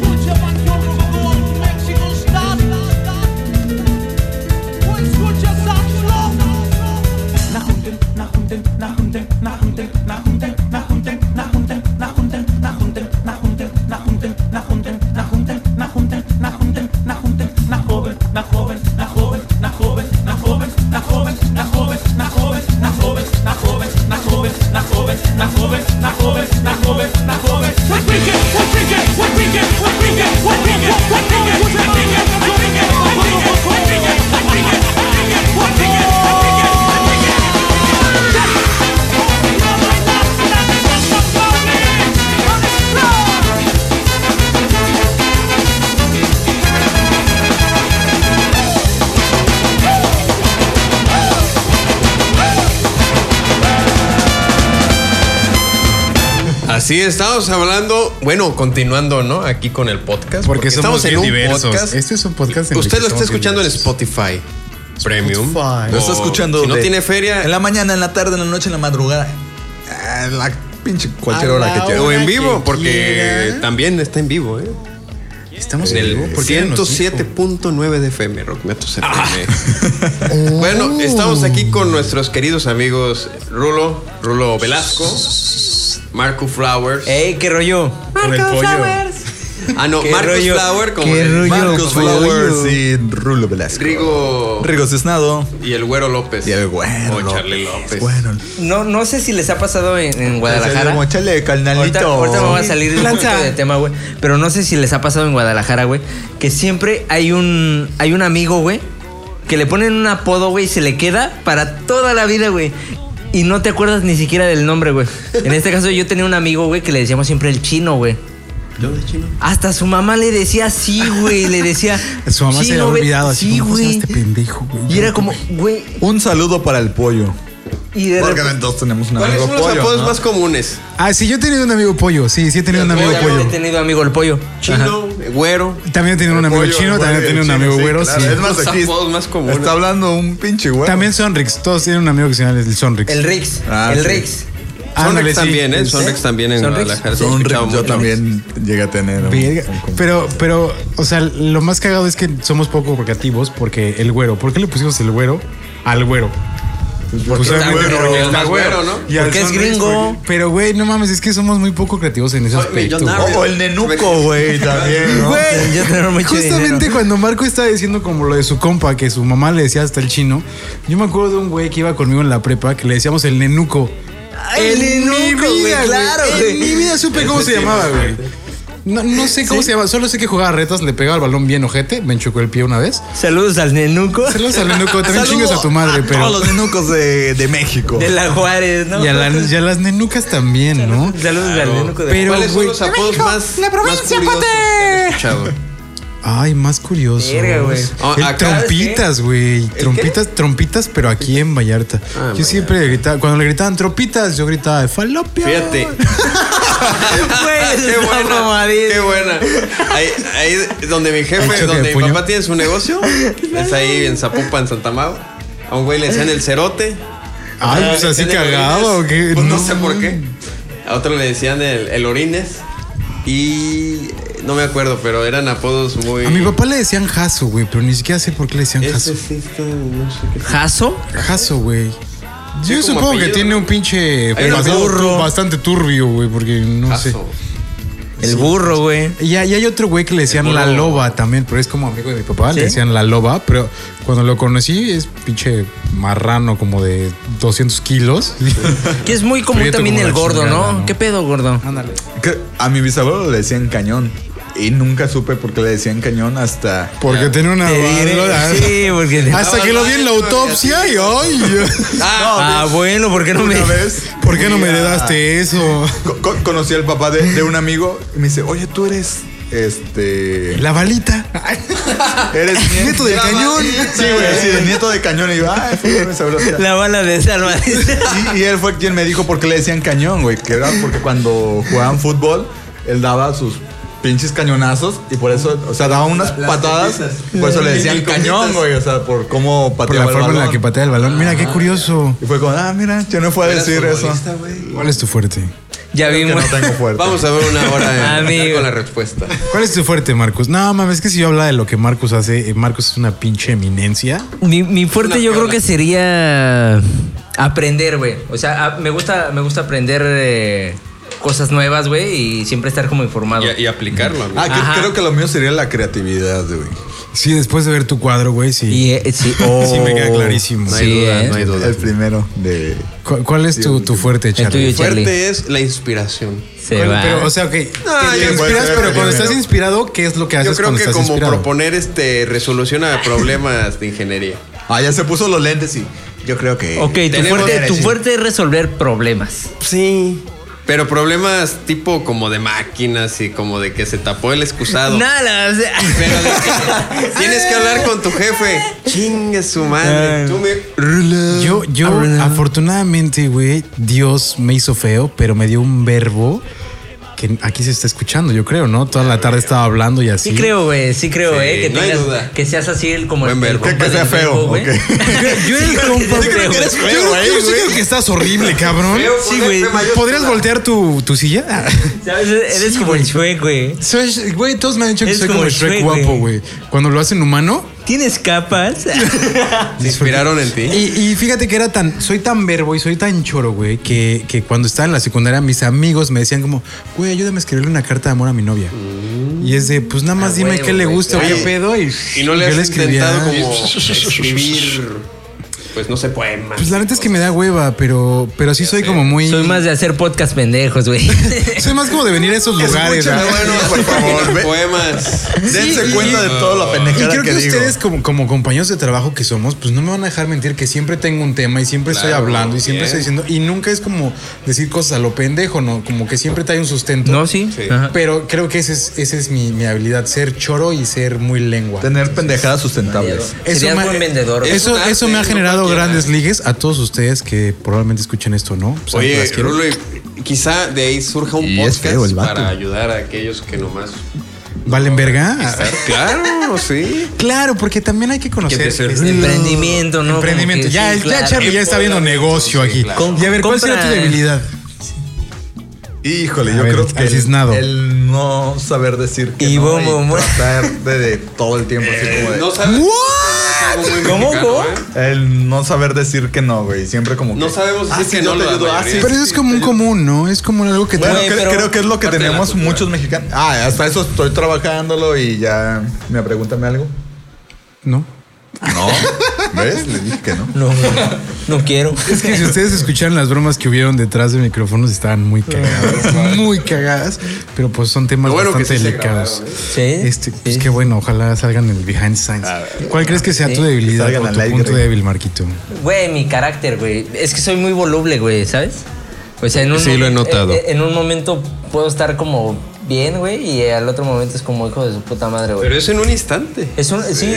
S3: Así estamos hablando, bueno, continuando, ¿no? Aquí con el podcast.
S1: Porque somos
S3: estamos en
S1: bien
S3: un
S1: diversos.
S3: podcast.
S1: Este es un podcast en el
S3: Usted
S1: que
S3: lo está
S1: somos bien
S3: escuchando en Spotify Premium.
S5: Lo está
S3: O,
S5: escuchando.
S3: Si no
S5: de-
S3: tiene feria,
S5: En la mañana, en la tarde, en la noche, en la madrugada. En la pinche cualquier
S3: A
S5: hora
S3: la
S5: que quiera.
S3: O en vivo, porque también está en vivo, ¿eh? Estamos en
S5: en
S3: el
S5: vivo, ¿por qué ya nos
S3: 107.9 de FM, Rocknetos FM. bueno, estamos aquí con nuestros queridos amigos Rulo, Rulo Velasco, Marco Flowers.
S2: ¡Ey, qué rollo!
S3: Marco Flowers. Ah, no,
S2: ¿Qué
S3: Marcos
S2: rollo?
S3: Flower como
S5: ¿Qué
S3: el-
S5: rollo?
S3: Marcos
S5: ¿Qué
S3: Flowers
S5: rollo?
S3: y
S5: Y Rulo Velasco.
S3: Rigo
S5: Rigo Cisnado.
S3: y el Güero López. Y el Güero. O Charlie López.
S2: No, no sé si les ha pasado en, en
S1: Pues,
S2: Guadalajara.
S5: Como chale, carnalito.
S2: Ahorita, ahorita me voy a salir un poquito de tema, güey. Pero no sé si les ha pasado en Guadalajara, güey. Que siempre hay un, hay un amigo, güey. Que le ponen un apodo, güey, y se le queda para toda la vida, güey. Y no te acuerdas ni siquiera del nombre, güey. En este caso yo tenía un amigo, güey, que le decíamos siempre el chino, güey.
S3: Yo de chino.
S2: Hasta su mamá le decía así, güey. Le decía.
S1: Su mamá se le ha
S2: "Chino, ve-".
S1: olvidado. Así
S2: Sí,
S1: como, "¿Cómo se llama
S2: güey.
S1: este pendejo, güey?
S2: Y era como, güey.
S5: Un saludo para el pollo.
S2: Y de
S5: Porque
S2: repente-
S5: entonces tenemos un
S3: ¿Cuáles
S5: amigo
S3: son los
S5: pollo.
S3: apodos
S5: ¿no?
S3: más comunes?
S1: Ah, sí, yo he tenido un amigo pollo. Sí, sí he tenido un amigo
S2: Obviamente
S1: pollo.
S2: He tenido amigo el pollo.
S3: Chino, güero.
S1: También he tenido un amigo
S5: Pollo,
S1: chino,
S5: güey,
S1: también he tenido un
S5: chino,
S1: amigo
S5: sí,
S1: güero.
S5: claro.
S1: sí.
S5: Es más,
S3: Los
S5: aquí
S3: apodos más comunes.
S5: está hablando un pinche güero.
S1: También Sonrix. Todos tienen un amigo que se llama el Sonrix.
S2: El Rix.
S5: Ah,
S2: el
S5: sí.
S2: Rix.
S1: Ándale,
S3: Sonrix
S1: sí.
S3: también, ¿eh? Sonrix también en
S2: Sonrix.
S3: Guadalajara. se
S5: Son
S3: escuchaba
S5: yo
S3: mucho.
S5: también llegué a tener. un-
S1: Verga.
S5: un- un-
S1: Pero, pero, o sea, lo más cagado es que somos poco creativos porque el güero. ¿Por qué le pusimos el güero al güero? Pues
S5: está
S1: obviamente
S5: güero,
S1: porque
S5: está
S1: está
S3: güero, ¿no?
S1: Y al
S2: Porque es
S1: Sonrix,
S2: gringo.
S1: porque- Pero, güey, no mames, es que somos muy poco creativos en ese
S3: Soy
S1: aspecto.
S3: millonario.
S5: O el nenuco, güey, también. ¿no?
S1: Güey,
S2: Ya tener mucho
S1: Justamente
S2: dinero.
S1: cuando Marco estaba diciendo como lo de su compa, que su mamá le decía hasta el chino, yo me acuerdo de un güey que iba conmigo en la prepa que le decíamos el nenuco.
S2: Ay, el nenuco, güey, claro, güey.
S1: En mi vida supe cómo se llamaba, güey. No, no sé cómo se llama, solo sé que jugaba retas, le pegaba el balón bien ojete, me enchucó el pie una vez.
S2: Saludos al nenuco.
S1: Saludos al nenuco, también
S5: Saludo
S1: chingas a tu madre, pero.
S5: Todos los nenucos de, de México.
S2: De la Juárez, ¿no?
S1: Y a, la- y a las nenucas también, ¿no?
S2: Saludos al nenuco de
S1: Pero,
S3: ¿Cuáles son
S1: güey.
S3: los apodos más
S9: la provincia,
S3: más curiosos que han escuchado?
S1: Ay, más curioso.
S2: Verga, güey.
S3: Ah,
S1: El
S3: acá-
S1: trompitas, güey. Trompitas, trompitas, pero aquí en Vallarta. yo
S3: Vallarta.
S1: siempre gritaba, cuando le gritaban trompitas, yo gritaba falopia.
S3: Fíjate.
S2: Güey,
S3: qué
S2: está
S3: buena.
S2: mamadísimo.
S3: Qué buena. Ahí, ahí donde mi
S1: El choque
S3: jefe,
S1: de
S3: donde mi
S1: puño.
S3: papá tiene su negocio, es ahí en Zapopan, en Santa Mau. A un güey le decían el cerote.
S1: Ay, pues
S3: le
S1: así
S3: decían el
S1: cagado,
S3: orines.
S1: ¿o qué?
S3: Pues no,
S1: No.
S3: sé por qué. A otro le decían el, el orines. Y No me acuerdo, pero eran apodos muy.
S1: A mi papá le decían Jaso, güey, pero ni siquiera sé por qué le decían Jaso.
S3: Este sí está, no sé qué.
S2: ¿Jaso?
S1: Jaso, güey.
S3: Sí,
S1: Yo
S3: como
S1: supongo que
S3: apellido.
S1: tiene un pinche
S3: Hay un
S1: pasado
S3: burro.
S1: bastante turbio, güey, porque no sé.
S2: El burro, güey.
S1: Y, hay y hay otro güey que le decían
S2: burro.
S1: la loba también, pero es como amigo de mi papá,
S2: ¿Sí?
S1: le decían la loba, pero cuando lo conocí es pinche marrano como de 200 kilos.
S2: Que es muy común
S1: Prieto
S2: también
S1: como
S2: el
S1: la
S2: gordo,
S1: chingada,
S2: ¿no? ¿Qué pedo, gordo?
S1: Ándale.
S5: Que a mi bisabuelo le decían cañón. Y nunca supe por qué le decían cañón hasta.
S1: Porque tenía una valora.
S2: Sí, porque.
S1: Hasta que lo vi en la autopsia y ay.
S2: Ah, bueno, ¿por qué no me.?
S5: Una vez.
S1: ¿Por qué no me
S5: fui a-
S1: heredaste eso?
S5: co- co- conocí al papá de, de un amigo y me dice, oye, tú eres. Este.
S1: La balita.
S5: Eres
S1: Nieto de cañón.
S5: Sí, güey, sí, el nieto de cañón. Y yo, ay, fue mi bisabuelo.
S2: La bala de salva.
S5: Y, y él fue quien me dijo por qué le decían cañón, güey. Que era porque cuando jugaban fútbol, él daba sus pinches cañonazos y por eso, o sea, daba unas patadas. Por eso le decían cañón, güey. O sea, por cómo
S1: Por la
S5: pateaba el
S1: forma en la
S5: balón. Ah.
S1: que patea el balón. Mira, qué curioso.
S5: Y fue como, ah, mira, yo no fue a decir eso.
S1: ¿Cuál es tu fuerte?
S2: Ya
S5: Que
S2: vimos.
S5: no tengo fuerte.
S3: Vamos a ver una hora en-
S2: Amigo.
S3: con la respuesta.
S1: ¿Cuál es tu fuerte, Marcos? No, mames, es que si yo hablaba de lo que Marcos hace, eh, Marcos es una pinche eminencia.
S2: Mi, mi fuerte
S3: Una
S2: yo creo
S3: piola.
S2: que sería aprender, güey. O sea, a- me gusta, me gusta aprender eh, cosas nuevas, güey, y siempre estar como informado.
S3: Y, y aplicarlo, amigo.
S5: Ah, que-
S2: Ajá.
S5: creo que lo mío sería la creatividad, güey.
S1: Sí, después de ver tu cuadro, güey, sí.
S2: Y, eh, sí, oh.
S1: Sí, me queda clarísimo.
S3: No hay
S2: Sí,
S3: duda,
S2: ¿eh?
S3: no hay duda.
S5: El primero de.
S1: ¿Cu- ¿Cuál es tu, tu fuerte,
S2: tuyo,
S1: Charlie?
S2: Charlie.
S3: Fuerte es la inspiración.
S2: Se
S1: Pero,
S2: va.
S1: pero, o sea, ok. te- te,
S3: yo-
S1: inspiras,
S5: puede
S1: pero
S5: ser,
S1: cuando
S5: yo-
S1: estás inspirado, ¿qué es lo que haces
S3: Yo creo
S1: cuando
S3: que
S1: estás
S3: como
S1: inspirado?
S3: proponer este resolución a problemas de ingeniería.
S5: Ah, ya se puso los lentes y yo creo que.
S2: ok, tu
S3: tenemos-
S2: fuerte, tu fuerte es resolver problemas.
S3: Sí. Pero problemas tipo como de máquinas y como de que se tapó el excusado.
S2: Nada, o sea.
S3: Pero de que tienes que hablar con tu jefe. Chingue su madre. Tú me-
S1: Yo, yo, afortunadamente, güey, Dios me hizo feo, pero me dio un verbo que aquí se está escuchando, yo creo, ¿no? Toda la tarde estaba hablando y así.
S2: Sí creo, güey, sí creo,
S3: Sí,
S2: eh, que,
S3: no hay
S2: tengas-
S3: duda.
S2: que seas así el como el-
S3: Buen
S2: el,
S3: verbo.
S2: compa
S5: Que- que sea
S2: del
S5: feo,
S2: grupo, güey.
S5: ok.
S2: Yo era el compa feo, güey.
S1: Yo creo- yo sí creo que estás horrible, cabrón.
S3: Feo,
S1: Sí,
S3: con
S1: güey.
S3: F mayúscula.
S1: ¿Podrías voltear tu, tu silla?
S2: ¿Sabes? Eres como el chueco, güey.
S1: Soy- Güey, todos me han dicho que
S2: Es
S1: soy
S2: como
S1: como Shrek
S2: Shrek,
S1: guapo,
S2: güey.
S1: güey. Cuando lo hacen humano.
S2: Tienes capas.
S3: ¿Se inspiraron en ti?
S1: Y, y fíjate que era tan, soy tan verbo y soy tan choro, güey, que, que cuando estaba en la secundaria mis amigos me decían como, güey, ayúdame a escribirle una carta de amor a mi novia. Y es de, pues nada más
S2: Ah,
S1: dime
S2: huevo,
S1: qué le
S2: güey.
S1: gusta,
S3: Oye,
S1: qué pedo. Y,
S3: Y no le
S1: yo
S3: has
S1: escribía.
S3: intentado como escribir, pues no sé, poemas.
S1: Pues la neta es que me da hueva, pero, pero sí soy
S3: sé.
S1: como muy...
S2: Soy más de hacer podcast pendejos, güey.
S1: soy más como de venir a esos lugares.
S5: Escúchame,
S1: ¿verdad?
S5: bueno, por favor. ve-
S3: Poemas.
S5: Dense
S1: y-
S5: cuenta de toda
S2: Ah.
S5: la
S1: Y
S5: pendejada
S1: creo que,
S5: que, digo.
S1: ustedes, como, como compañeros de trabajo que somos, pues no me van a dejar mentir que siempre tengo un tema y siempre estoy
S3: Claro,
S1: hablando y siempre
S3: bien.
S1: estoy diciendo. Y nunca es como decir cosas a lo pendejo, ¿no? Como que siempre trae un sustento.
S2: No, sí.
S3: Sí.
S2: Ajá.
S1: Pero creo que esa es, esa es mi, mi habilidad, ser choro y ser muy lengua.
S5: Tener pendejadas sustentables.
S2: Serías
S1: me ha-
S2: buen vendedor.
S3: Es
S1: Eso,
S3: un arte,
S1: eso me ha
S3: no
S1: generado
S3: cualquiera.
S1: grandes ligues a todos ustedes que probablemente escuchen esto, ¿no? Pues,
S3: Oye,
S1: las quiero.
S3: Rulo, y quizá de ahí surja un
S5: Y es
S3: podcast
S5: feo el vato.
S3: para ayudar a aquellos que nomás.
S1: ¿Valen verga?
S3: Claro, sí.
S1: Claro, porque también hay que conocer
S3: empiece el
S1: este,
S2: emprendimiento, ¿no?
S1: Emprendimiento.
S2: Como que
S1: Ya,
S2: sí,
S1: ya,
S2: claro.
S1: Charlie ya está viendo negocio
S3: Sí,
S1: aquí.
S3: claro.
S1: Y a ver, ¿cuál será tu
S2: Compra-
S1: debilidad?
S5: Híjole,
S1: A
S5: yo
S1: ver,
S5: creo que
S1: aliznado.
S5: el, el no saber decir que
S2: Y
S5: no
S2: bom, bom, bom.
S5: tratar de, de todo el tiempo así como de-
S3: No sabes. Algo muy
S2: ¿Cómo,
S3: mexicano,
S2: cómo?
S3: ¿eh?
S5: el no saber decir que no, güey, siempre como que
S3: No sabemos
S5: Ah,
S3: decir
S5: sí,
S3: que
S5: yo
S3: no
S5: te
S3: lo
S5: ayudo, ah, sí.
S1: Pero eso es como un común, ¿no? Es como algo que te...
S5: Bueno,
S2: Güey,
S5: cre-
S2: pero-
S5: creo que es lo que
S3: Parte de la
S5: tenemos
S3: cultura.
S5: muchos mexicanos. Ah, hasta eso estoy trabajándolo y ya me pregúntame algo.
S1: ¿No?
S5: No. ¿Ves? Le dije que no.
S2: No, no, no quiero.
S1: Es que si ustedes escucharan las bromas que hubieron detrás de micrófonos estaban muy
S2: Ah,
S1: cagadas, muy cagadas, pero pues son temas
S3: Lo bueno que
S1: bastante
S3: sí se
S1: delicados.
S3: grabaron, ¿eh?
S2: Sí.
S1: Este, pues
S2: sí.
S1: qué bueno, ojalá salgan en el behind the scenes.
S3: Ah,
S1: ¿Cuál crees que sea
S2: Sí.
S1: tu debilidad
S5: Salgan
S1: o
S5: al
S1: tu
S5: aire.
S1: punto débil, Marquito?
S2: Güey, mi carácter, güey. Es que soy muy voluble, güey, ¿sabes? O sea, en un
S3: Sí, lo he
S2: momen-
S3: notado.
S2: eh, En un momento puedo estar como bien, güey, y al otro momento es como hijo de su puta madre,
S3: Pero
S2: güey.
S3: es en un instante. Eh,
S2: Es un, sí,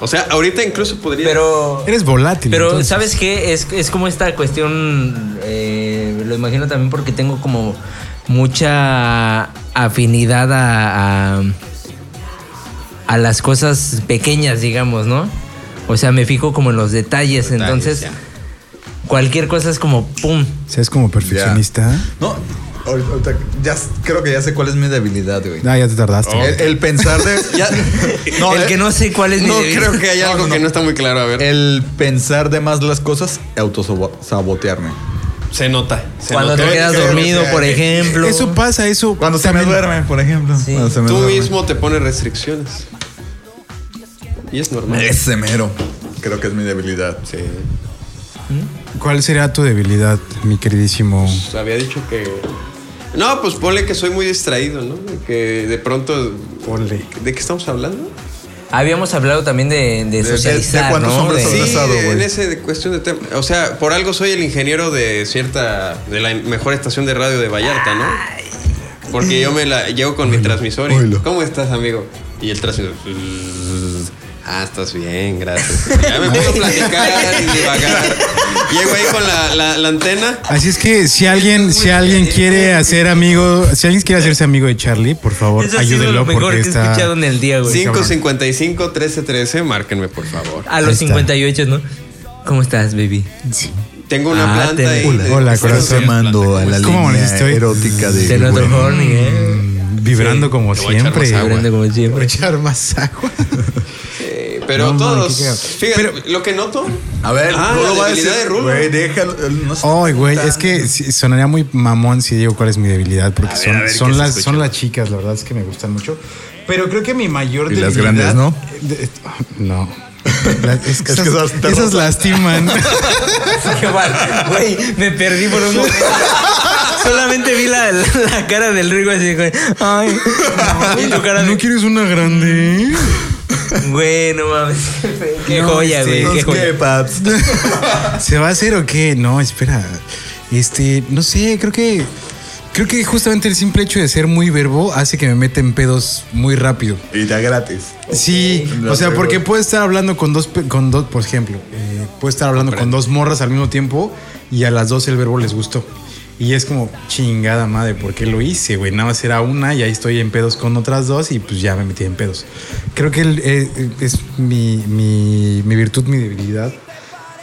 S3: O sea, ahorita incluso podría.
S2: pero
S1: Eres volátil.
S2: Pero,
S1: entonces.
S2: ¿sabes qué? Es, es como esta cuestión, eh, lo imagino también porque tengo como mucha afinidad a, a, a las cosas pequeñas, digamos, ¿no? O sea, me fijo como en los detalles,
S3: Detalles,
S2: entonces
S3: ya.
S2: cualquier cosa es como, ¡pum!
S1: ¿Seas como perfeccionista?
S5: No, ahorita- ahorita ya s- creo que ya sé cuál es mi debilidad, güey.
S1: Ah, ya te tardaste.
S5: El, el pensar de. ya- eh.
S2: El que no sé cuál es mi
S5: No,
S2: debilidad.
S5: creo que hay algo que no
S3: está muy claro. A ver.
S5: El pensar de más las cosas, autosabotearme.
S3: Se nota.
S2: Cuando te quedas dormido, por ejemplo.
S1: Eso pasa, eso.
S5: Cuando se me duerme, por ejemplo. Cuando se me
S3: Tú
S5: duerme.
S3: mismo te pones restricciones. Y es normal.
S5: Ese mero. Creo que es mi debilidad.
S3: Sí.
S1: ¿Cuál sería tu debilidad, mi queridísimo?
S3: Pues había dicho que. No, pues ponle que soy muy distraído, ¿no? De Que de pronto. Ponle. ¿De qué estamos hablando?
S2: Habíamos hablado también de, de socializar, ¿no? De-
S3: Sí, de- en ese de cuestión de tema. O sea, por algo soy el ingeniero de cierta. de la mejor estación de radio de Vallarta, ¿no? Porque yo me la llevo con mi transmisor y. ¿Cómo estás, amigo? Y el transmisor. Ah, estás bien, gracias. Ya me puedo platicar y divagar. Llego ahí con la, la- la antena.
S1: Así es que si alguien, si alguien quiere hacer amigo, si alguien quiere hacerse amigo de Charlie, por favor,
S2: Eso ha sido
S1: ayúdenlo
S2: lo mejor
S1: porque
S2: que he
S1: está.
S2: escuchado en el día, güey.
S3: 555 1313, márquenme, por favor.
S2: A los 58, ¿no? ¿Cómo estás, baby? Ah,
S3: Tengo una planta ahí.
S5: Hola, hola,
S2: este
S5: corazón. Llamando a la
S1: ¿Cómo
S5: línea
S1: amaneciste hoy?
S5: erótica de.
S2: Se notó
S5: Bueno.
S2: horny, ¿eh?
S1: Mm, Vibrando como siempre.
S2: Vibrando como siempre.
S1: Echar más agua.
S3: Pero
S1: No, man,
S3: todos.
S1: qué cagado.
S3: Fíjate, lo que noto.
S5: A ver,
S3: Ah,
S5: no
S3: la
S5: lo va a
S3: debilidad
S5: decir.
S3: de Rulo.
S5: Güey, déjalo. él No se-
S1: Ay, güey, es que sí, sonaría muy mamón si digo cuál es mi debilidad, porque
S5: ver,
S1: son,
S5: a ver,
S1: son
S5: ¿qué se
S1: las,
S5: escucha?
S1: son las chicas, la verdad es que me gustan mucho. Pero creo que mi mayor
S5: Y las
S1: debilidad-
S5: grandes, ¿no?
S1: de- ah, No. La- es que
S5: Es que
S1: esas,
S5: esas te
S1: esas
S5: rozan.
S1: lastiman.
S2: Qué mal. Güey, me perdí por un momento. Solamente vi la, la- la cara del Rigo así, güey. Ay. Y tu cara de.
S1: ¿No quieres una grande?
S2: Güey, no mames. Qué
S1: No,
S2: joya,
S1: este,
S2: güey.
S1: no,
S2: Qué
S1: es
S2: joya.
S1: que,
S5: paps.
S1: ¿Se va a hacer o qué? No, espera. Este, no sé, creo que. Creo que justamente el simple hecho de ser muy verbo hace que me meta en pedos muy rápido.
S5: Y da gratis.
S1: Sí,
S5: No
S1: o sea,
S5: sé,
S1: porque
S5: güey.
S1: puedo estar hablando con dos, pe- con dos por ejemplo, eh, puedo estar hablando con dos morras al mismo tiempo y a las dos el verbo les gustó. Y es como, chingada madre, ¿por qué lo hice, güey? Nada más era una y ahí estoy en pedos con otras dos y pues ya me metí en pedos. Creo que el- eh, eh, es mi, mi, mi virtud, mi debilidad.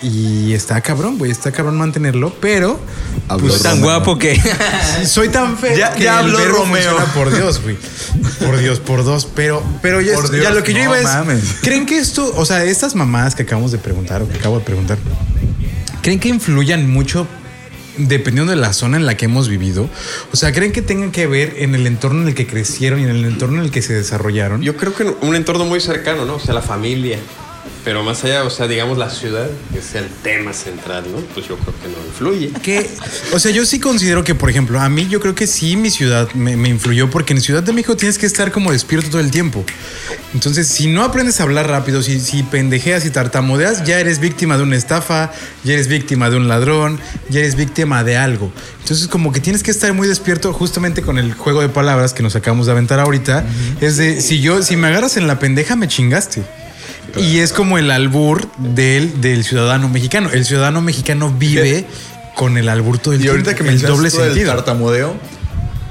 S1: Y está cabrón, güey, está cabrón mantenerlo, pero...
S2: Habló Tan guapo que-
S1: Sí, Soy tan feo
S5: Ya-
S1: que
S5: ya habló
S1: el verbo
S5: Romeo.
S1: funciona por Dios, güey. Por Dios, por dos, pero... Pero ya,
S5: Por
S1: ya
S5: Dios,
S1: lo que yo
S5: no
S1: iba es...
S5: mames.
S1: ¿Creen que esto, o sea, estas mamadas que acabamos de preguntar, o que acabo de preguntar, ¿creen que influyan mucho dependiendo de la zona en la que hemos vivido? O sea, ¿creen que tengan que ver en el entorno en el que crecieron y en el entorno en el que se desarrollaron?
S3: Yo creo que un entorno muy cercano, ¿no? O sea, la familia. Pero más allá, o sea, digamos la ciudad, que sea el tema central, ¿no? Pues yo creo que no influye.
S1: Que, o sea, yo sí considero que, por ejemplo, a mí yo creo que sí mi ciudad me, me influyó porque en Ciudad de México tienes que estar como despierto todo el tiempo. Entonces, si no aprendes a hablar rápido, si, si pendejeas y tartamudeas, ya eres víctima de una estafa, ya eres víctima de un ladrón, ya eres víctima de algo. Entonces, como que tienes que estar muy despierto justamente con el juego de palabras que nos acabamos de aventar ahorita. Es de, si yo, si me agarras en la pendeja, me chingaste. Y es como el albur del, del ciudadano mexicano. El ciudadano mexicano vive con el albur todo el
S5: Y ahorita que
S1: tiempo,
S5: me
S1: el doble
S5: el
S1: sentido.
S5: tartamudeo,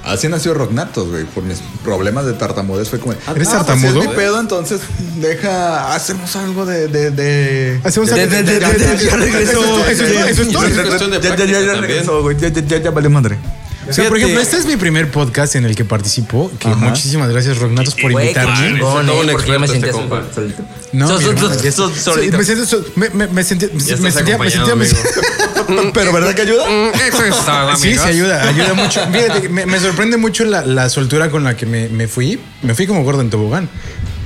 S5: así nació Rocknatos, güey, por mis problemas de tartamudez. Fue como,
S1: ¿Eres
S5: pues,
S1: tartamudo?
S5: si es mi pedo, entonces deja, hacemos algo de. de, de...
S1: Hacemos
S5: Ya-
S1: algo
S5: ya-
S1: de-
S5: ya-
S1: de-
S5: ya-
S1: de-
S5: ya
S1: ya regresó.
S5: regresó,
S1: Eso
S5: ya-
S1: es todo,
S5: ya-
S1: eso es todo.
S5: ya-
S1: Es
S5: ya-
S1: cuestión de
S5: ya- ya-
S1: práctica
S5: ya
S1: también.
S5: regresó, güey, ya- ya- ya- ya valió madre.
S1: O sea, por ejemplo, este es mi primer podcast en el que participo. Que
S5: Ajá.
S1: muchísimas gracias, Rognatos, por
S2: Güey, qué
S1: invitarme.
S2: chingón,
S3: Todo
S2: eh,
S3: un
S2: porque yo me
S3: experto
S2: sentía
S3: este compa.
S2: sol- solito.
S1: No,
S2: Sos-
S1: mi
S2: sos-
S1: hermano, ya-
S2: sos
S1: sí,
S2: solito.
S1: me siento sol- me- me- me sentí-
S3: Ya
S1: me
S3: estás
S1: sentía, me
S3: acompañado,
S1: sentía, me
S3: amigo.
S5: Pero ¿verdad que ayuda?
S1: Mm,
S3: Eso es todo,
S1: Sí,
S3: amigos.
S1: sí, ayuda, ayuda mucho. Fíjate, que me, me sorprende mucho la, la soltura con la que me, me fui. Me fui como gordo en tobogán.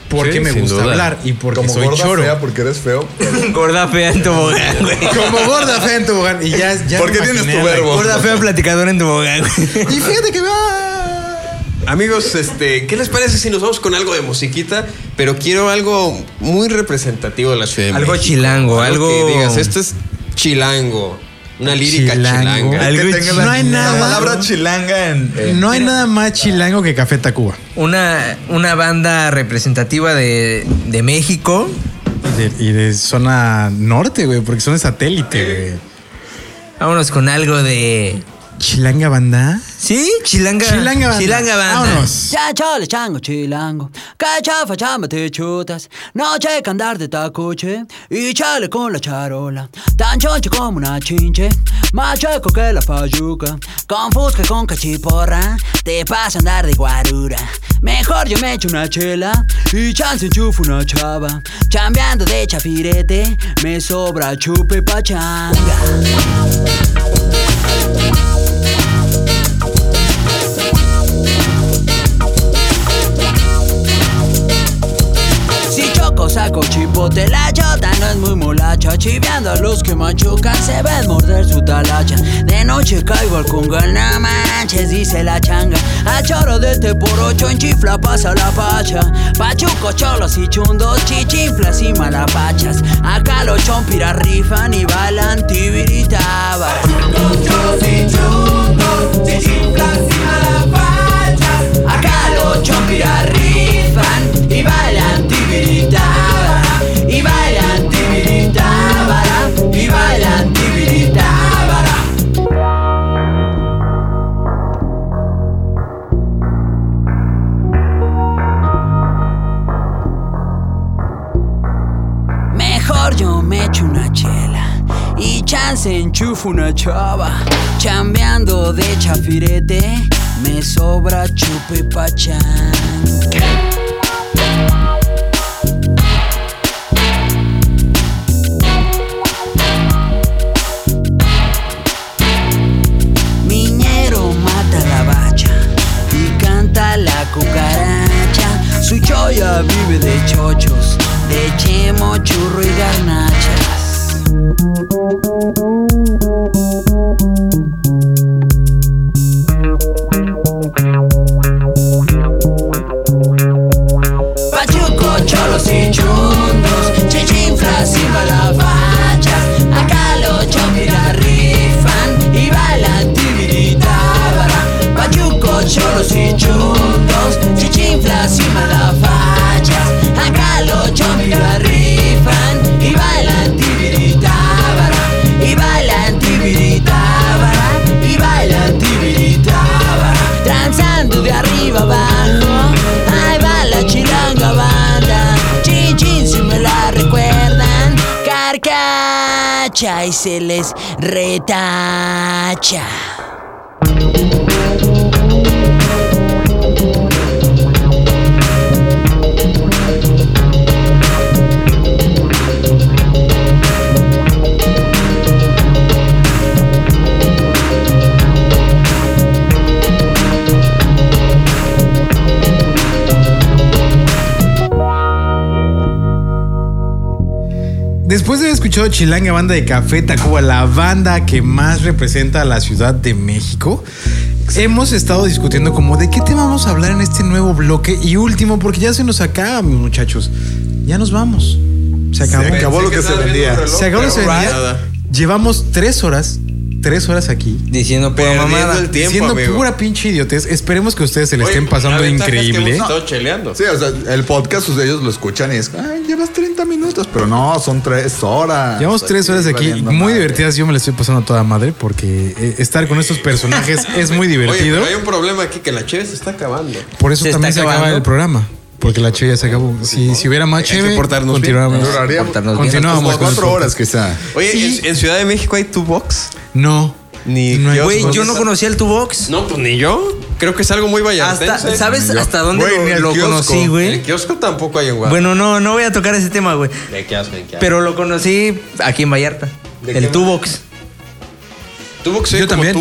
S1: Porque
S5: Sí,
S1: me
S5: sin
S1: gusta
S5: duda.
S1: hablar y porque
S5: Como
S1: soy
S5: gorda
S1: choro.
S5: fea porque eres feo.
S2: Gorda fea en tobogán, güey.
S1: Como gorda fea en tobogán. Y ya, ya
S5: ¿Por
S1: me
S5: qué tienes
S1: imaginé
S5: tu
S1: a la
S5: verbo?
S1: Gorda fea
S2: platicadora en tobogán, güey.
S1: Y fíjate que va.
S3: Amigos, este, ¿qué les parece si nos vamos con algo de musiquita? Pero quiero algo muy representativo de la ciudad. de
S2: Algo
S3: México.
S2: chilango, algo-
S3: que digas, esto es chilango, una lírica
S1: Chilango.
S3: chilanga.
S1: Algo
S5: Que tenga la-
S1: No hay nada.
S5: La palabra chilanga en.
S1: No hay nada más chilango que Café Tacuba.
S2: Una, una banda representativa de, de México.
S1: Y de, y de zona norte, güey, porque son de satélite, güey.
S2: Vámonos con algo de
S1: Chilanga banda.
S2: Sí, chilanga.
S1: Chilanga banda.
S2: Chilanga banda.
S1: Vámonos.
S16: Ya, chole, chango, chilango. Que chafa, chamba, te chutas. No checa andar de tacoche. Y chale con la charola. Tan choncho como una chinche. Más chueco que la fayuca. Con fusca y con cachiporra. Te pasa a andar de guarura. Mejor yo me echo una chela. Y chance enchufo una chava. Chambeando de chafirete. Me sobra chupe pa' changa. Si choco saco chipote la chota no es muy molacha Chiveando a los que machucan se ven morder su talacha De noche caigo al conga, no manches dice la changa Al choro de este por ocho en chifla pasa la pacha Pachuco, cholos y chundos, chichinflas y malapachas Acá los chompiras rifan y balan tibiritaba Pachuco, y chundos, chichinflas y malapachas Acá los chompiras rifan y bailan tibiritábara y bailan tibiritábara y bailan tibiritábara Mejor yo me echo una chela y chance enchufo una chava. Chambeando de chafirete, me sobra chupe pachán. Miñero mata la bacha y canta la cucaracha. Su choya vive de chochos, de chemo, churro y garnachas. Pachuco, cholos y chundos, chichinflas y balabachas. Acá los chompis la rifan y bailan tibiritábara. Pachuco, cholos y chundos, chichinflas y malafachas. Acá los chompis la rifan y bailan tibiritábara. Y bailan tibiritábara, y bailan tibiritábara. Danzando de arriba abajo, ahí va la chilanga banda. Chin chin si me la recuerdan, carcacha y se les retacha.
S1: Después de haber escuchado Chilanga Banda de Café Tacuba, la banda que más representa a la Ciudad de México, hemos estado discutiendo como de qué tema vamos a hablar en este nuevo bloque y último, porque ya se nos acaba, mis muchachos. Ya nos vamos. Se acabó.
S5: Se acabó lo que se vendía.
S1: Se acabó lo que se
S5: Pero
S1: vendía.
S5: nada.
S1: Llevamos tres horas, tres horas aquí.
S2: Diciendo pura
S1: Perdiendo
S2: mamada.
S1: el tiempo, Diciendo
S2: amigo.
S1: pura pinche idiotez. Esperemos que ustedes se le
S5: Oye,
S1: estén pasando
S5: la ventaja es que
S1: increíble.
S5: hemos estado
S3: cheleando.
S5: Sí, o sea, el podcast, ustedes ellos lo escuchan y es, ay, llevas 30 minutos, pero no, son 3
S3: Ah,
S5: horas. Pues,
S1: Llevamos tres horas aquí
S5: valiendo
S1: muy
S5: madre.
S1: divertidas. Yo me la estoy pasando a toda madre porque eh, estar con estos personajes es muy divertido.
S3: Oye, pero hay un problema aquí que la cheve se está acabando.
S1: Por eso también se acaba el programa. Porque la cheve ya se acabó. Si, si hubiera más cheve,
S3: portarnos bien.
S1: continuamos.
S3: Duraría- Portarnos bien.
S1: Continuamos.
S3: Como cuatro horas
S5: quizá.
S3: Oye, ¿en, en Ciudad de México hay tu box?
S1: No.
S3: Ni
S1: No hay
S2: Güey,
S3: Xbox.
S2: yo no conocía el Tubox.
S3: No, pues ni yo. Creo que es algo muy vallartense.
S2: Hasta- ¿sabes Yo- hasta dónde
S3: Güey,
S2: lo-
S3: ni el
S2: lo
S3: kiosco.
S2: conocí, güey?
S3: El kiosco tampoco hay en Guadalajara.
S2: Bueno, no, no voy a tocar ese tema, güey.
S3: De qué asco, de qué asco.
S2: Pero lo conocí aquí en Vallarta. El Tubox.
S3: Tubox
S1: Yo también.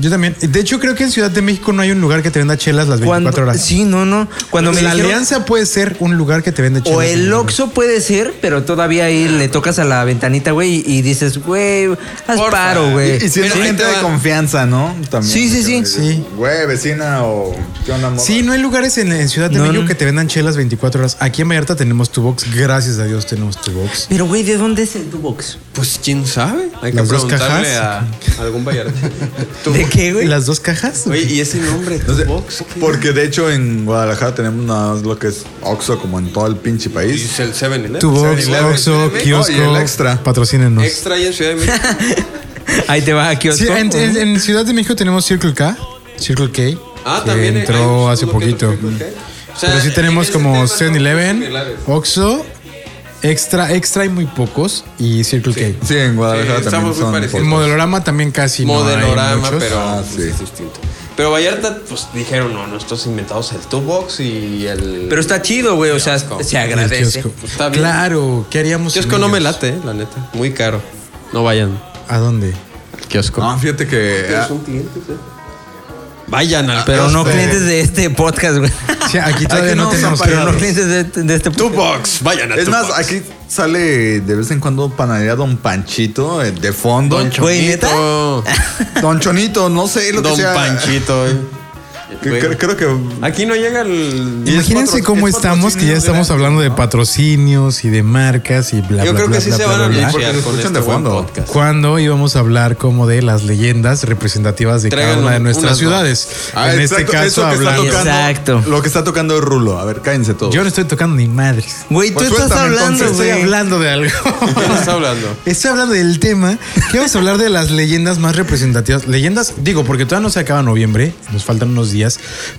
S1: Yo también. De hecho, creo que en Ciudad de México no hay un lugar que te venda chelas las 24
S2: Cuando-
S1: horas.
S2: Sí, no, no. Cuando me
S1: la
S2: dijeron-
S1: alianza puede ser un lugar que te vende chelas.
S2: O el Oxxo puede ser, pero todavía ahí le tocas a la ventanita, güey, y dices, güey, haz paro,
S5: Y,
S2: güey.
S5: y si es
S2: Mira,
S5: gente
S2: ahí
S5: de
S2: te va.
S5: confianza, ¿no? También.
S2: Sí, sí, sí.
S5: sí. Güey, vecina o qué onda, morra?
S1: Sí, no hay lugares en, en Ciudad de
S2: No,
S1: México
S2: no.
S1: que te vendan chelas 24 horas. Aquí en Vallarta tenemos Tubox. Gracias a Dios tenemos Tubox.
S2: Pero, güey, ¿de dónde es el Tubox?
S3: Pues quién sabe. Hay que
S1: Las dos
S3: preguntarle a
S1: cajas.
S3: algún
S2: ¿De
S3: vallartense.
S2: qué, güey?
S1: ¿Las dos cajas?
S3: Oye, ¿y ese nombre?
S5: No sé,
S3: ¿Tubox?
S5: Porque de hecho en Guadalajara tenemos nada más lo que es Oxxo como en todo el pinche país.
S3: Es el 7-Eleven.
S1: Tubox,
S3: 7-Eleven.
S1: Oxxo,
S3: No, y el
S1: kiosco.
S3: extra.
S1: Patrocínenos.
S3: Extra ahí en Ciudad de México.
S2: Ahí te vas a kiosco.
S1: Sí, en, en- en Ciudad de México tenemos Circle K. Circle K.
S3: Ah,
S1: que
S3: también hay- hay
S1: Entró
S3: un
S1: hace
S3: solo que
S1: poquito.
S3: otro Circle K. O sea,
S1: Pero sí
S3: en
S1: tenemos
S3: ese
S1: como
S3: tema somos
S1: 7-Eleven,
S3: similares.
S1: Oxxo, Extra, Extra hay muy pocos y Circle K.
S5: Sí, en Guadalajara
S3: Sí,
S5: también
S3: estamos muy
S5: son
S3: parecidos.
S1: En Modelorama también casi no hay
S3: Modelorama,
S1: muchos.
S3: pero
S5: Ah,
S3: pues, es distinto. Pero Vallarta, pues dijeron, no, nosotros inventamos el Tubox y el.
S2: Pero está chido, güey. O sea,
S3: Kiosco.
S2: se agradece.
S1: kiosco.
S3: Pues, está bien.
S1: Claro, ¿qué haríamos? sin
S3: Kiosco no me
S1: ellos?
S3: late, eh, la neta. Muy caro. No vayan
S1: ¿A dónde?
S3: al kiosco.
S5: No, fíjate que. ah,
S3: Vayan
S1: ah,
S3: al
S2: Pero no
S3: kiosco.
S2: clientes de este podcast, güey.
S1: Sí, aquí todavía
S5: que
S1: no,
S5: no,
S1: tenemos.
S5: son
S2: Pero no
S5: Pagados.
S2: clientes de, de este
S3: Tubox, vayan al
S5: Es más,
S3: Tubox.
S5: aquí sale de vez en cuando panadería Don Panchito eh, de fondo.
S3: Don
S5: Don,
S2: Güey,
S3: Chonito.
S2: ¿neta?
S5: Chonito, no sé lo que
S3: Don
S5: sea.
S3: Panchito. eh.
S5: Que-
S3: Güey.
S5: cre- creo que
S3: Aquí no llega el.
S1: Imagínense
S3: es
S1: cómo
S3: patro- es
S1: estamos, que ya
S3: patrocinio
S1: estamos
S3: gratis,
S1: hablando de
S3: ¿no?
S1: patrocinios y de marcas y bla,
S3: Yo
S1: bla,
S3: creo
S1: bla,
S3: que sí
S1: bla,
S3: se
S1: bla,
S3: van a
S1: bla, bla.
S5: porque
S3: anunciar
S5: lo
S3: con
S5: escuchan
S3: este
S5: de
S3: buen
S5: fondo.
S3: podcast.
S1: cuando íbamos a hablar como de las leyendas representativas de
S3: Traigan
S1: cada una de
S3: un-
S1: nuestras
S3: unas
S1: ciudades.
S5: Ah,
S1: en
S5: exacto,
S1: este caso
S5: eso que está
S1: hablando.
S5: tocando-
S2: Exacto.
S5: Lo que está tocando es Rulo. A ver, cállense todos.
S1: Yo no estoy tocando ni madres.
S2: Güey,
S5: Pues
S2: tú estás
S5: suéltame,
S2: hablando,
S5: entonces,
S1: Estoy
S2: güey.
S1: hablando de algo.
S3: ¿Qué estás hablando?
S1: Estoy hablando del tema que vamos a hablar de las leyendas más representativas. Leyendas, digo, porque todavía no se acaba noviembre, nos faltan unos días,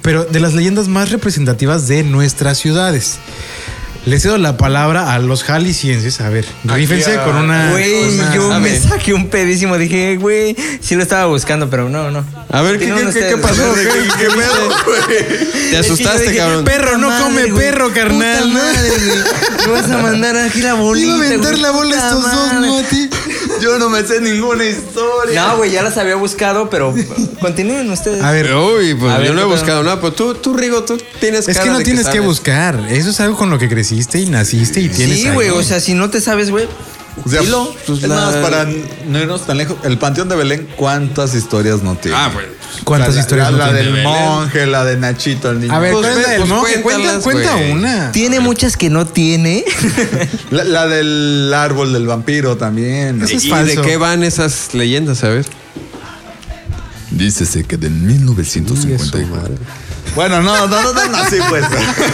S1: pero de las leyendas más representativas de nuestras ciudades. Les cedo la palabra a los jaliscienses. A ver, rífense
S3: a-
S1: con una.
S2: Güey,
S1: con una-
S2: yo
S3: sabe.
S2: me saqué un pedísimo. Dije, güey, sí lo estaba buscando, pero no, no.
S3: A ver, ¿qué,
S2: Tienen
S3: qué,
S2: ustedes.
S3: qué, qué pasó? ¿Qué, qué pedo, güey? Te
S2: Es que yo
S3: asustaste,
S2: dije,
S3: cabrón.
S2: Perro, no
S1: Madre,
S2: come
S1: güey.
S2: perro,
S1: Puta
S2: carnal. ¿no?
S1: madre,
S2: Me vas a mandar aquí la bolita.
S1: Iba a aventar
S2: güey.
S1: la bola
S2: Puta
S1: estos dos,
S2: madre.
S1: ¿no? A ti.
S5: Yo no me sé ninguna historia.
S2: No, güey, ya las había buscado, pero continúen ustedes.
S1: A ver,
S3: Uy, pues
S2: A
S3: yo
S2: ver,
S3: no he
S2: ¿qué
S3: buscado nada, pero tú, tú, Rigo, tú tienes
S1: es que
S3: cara
S1: no
S3: de
S1: tienes que,
S3: sabes.
S1: buscar. Eso es algo con lo que creciste y naciste y tienes.
S2: Sí,
S1: ahí.
S2: güey, o sea, si no te sabes, güey.
S5: O sea,
S2: dilo. pues,
S5: es más, para no irnos tan lejos, el Panteón de Belén, ¿cuántas historias no tiene?
S3: Ah, pues.
S1: ¿Cuántas
S5: O sea,
S1: historias
S5: La, la
S1: no tiene?
S5: del
S3: De Belén.
S5: monje, la de Nachito, el niño.
S1: A ver,
S3: Pues
S1: cuenta,
S3: ve,
S1: el
S3: pues
S1: monje, cuenta,
S3: cuéntalas,
S1: cuenta
S3: güey.
S1: una.
S2: Tiene muchas que no tiene.
S5: la, la del árbol del vampiro también.
S1: Eso es
S3: ¿Y
S1: falso.
S3: de qué van esas leyendas? A ver.
S5: Dícese que de 1954. Bueno, no, no, no, no, así pues.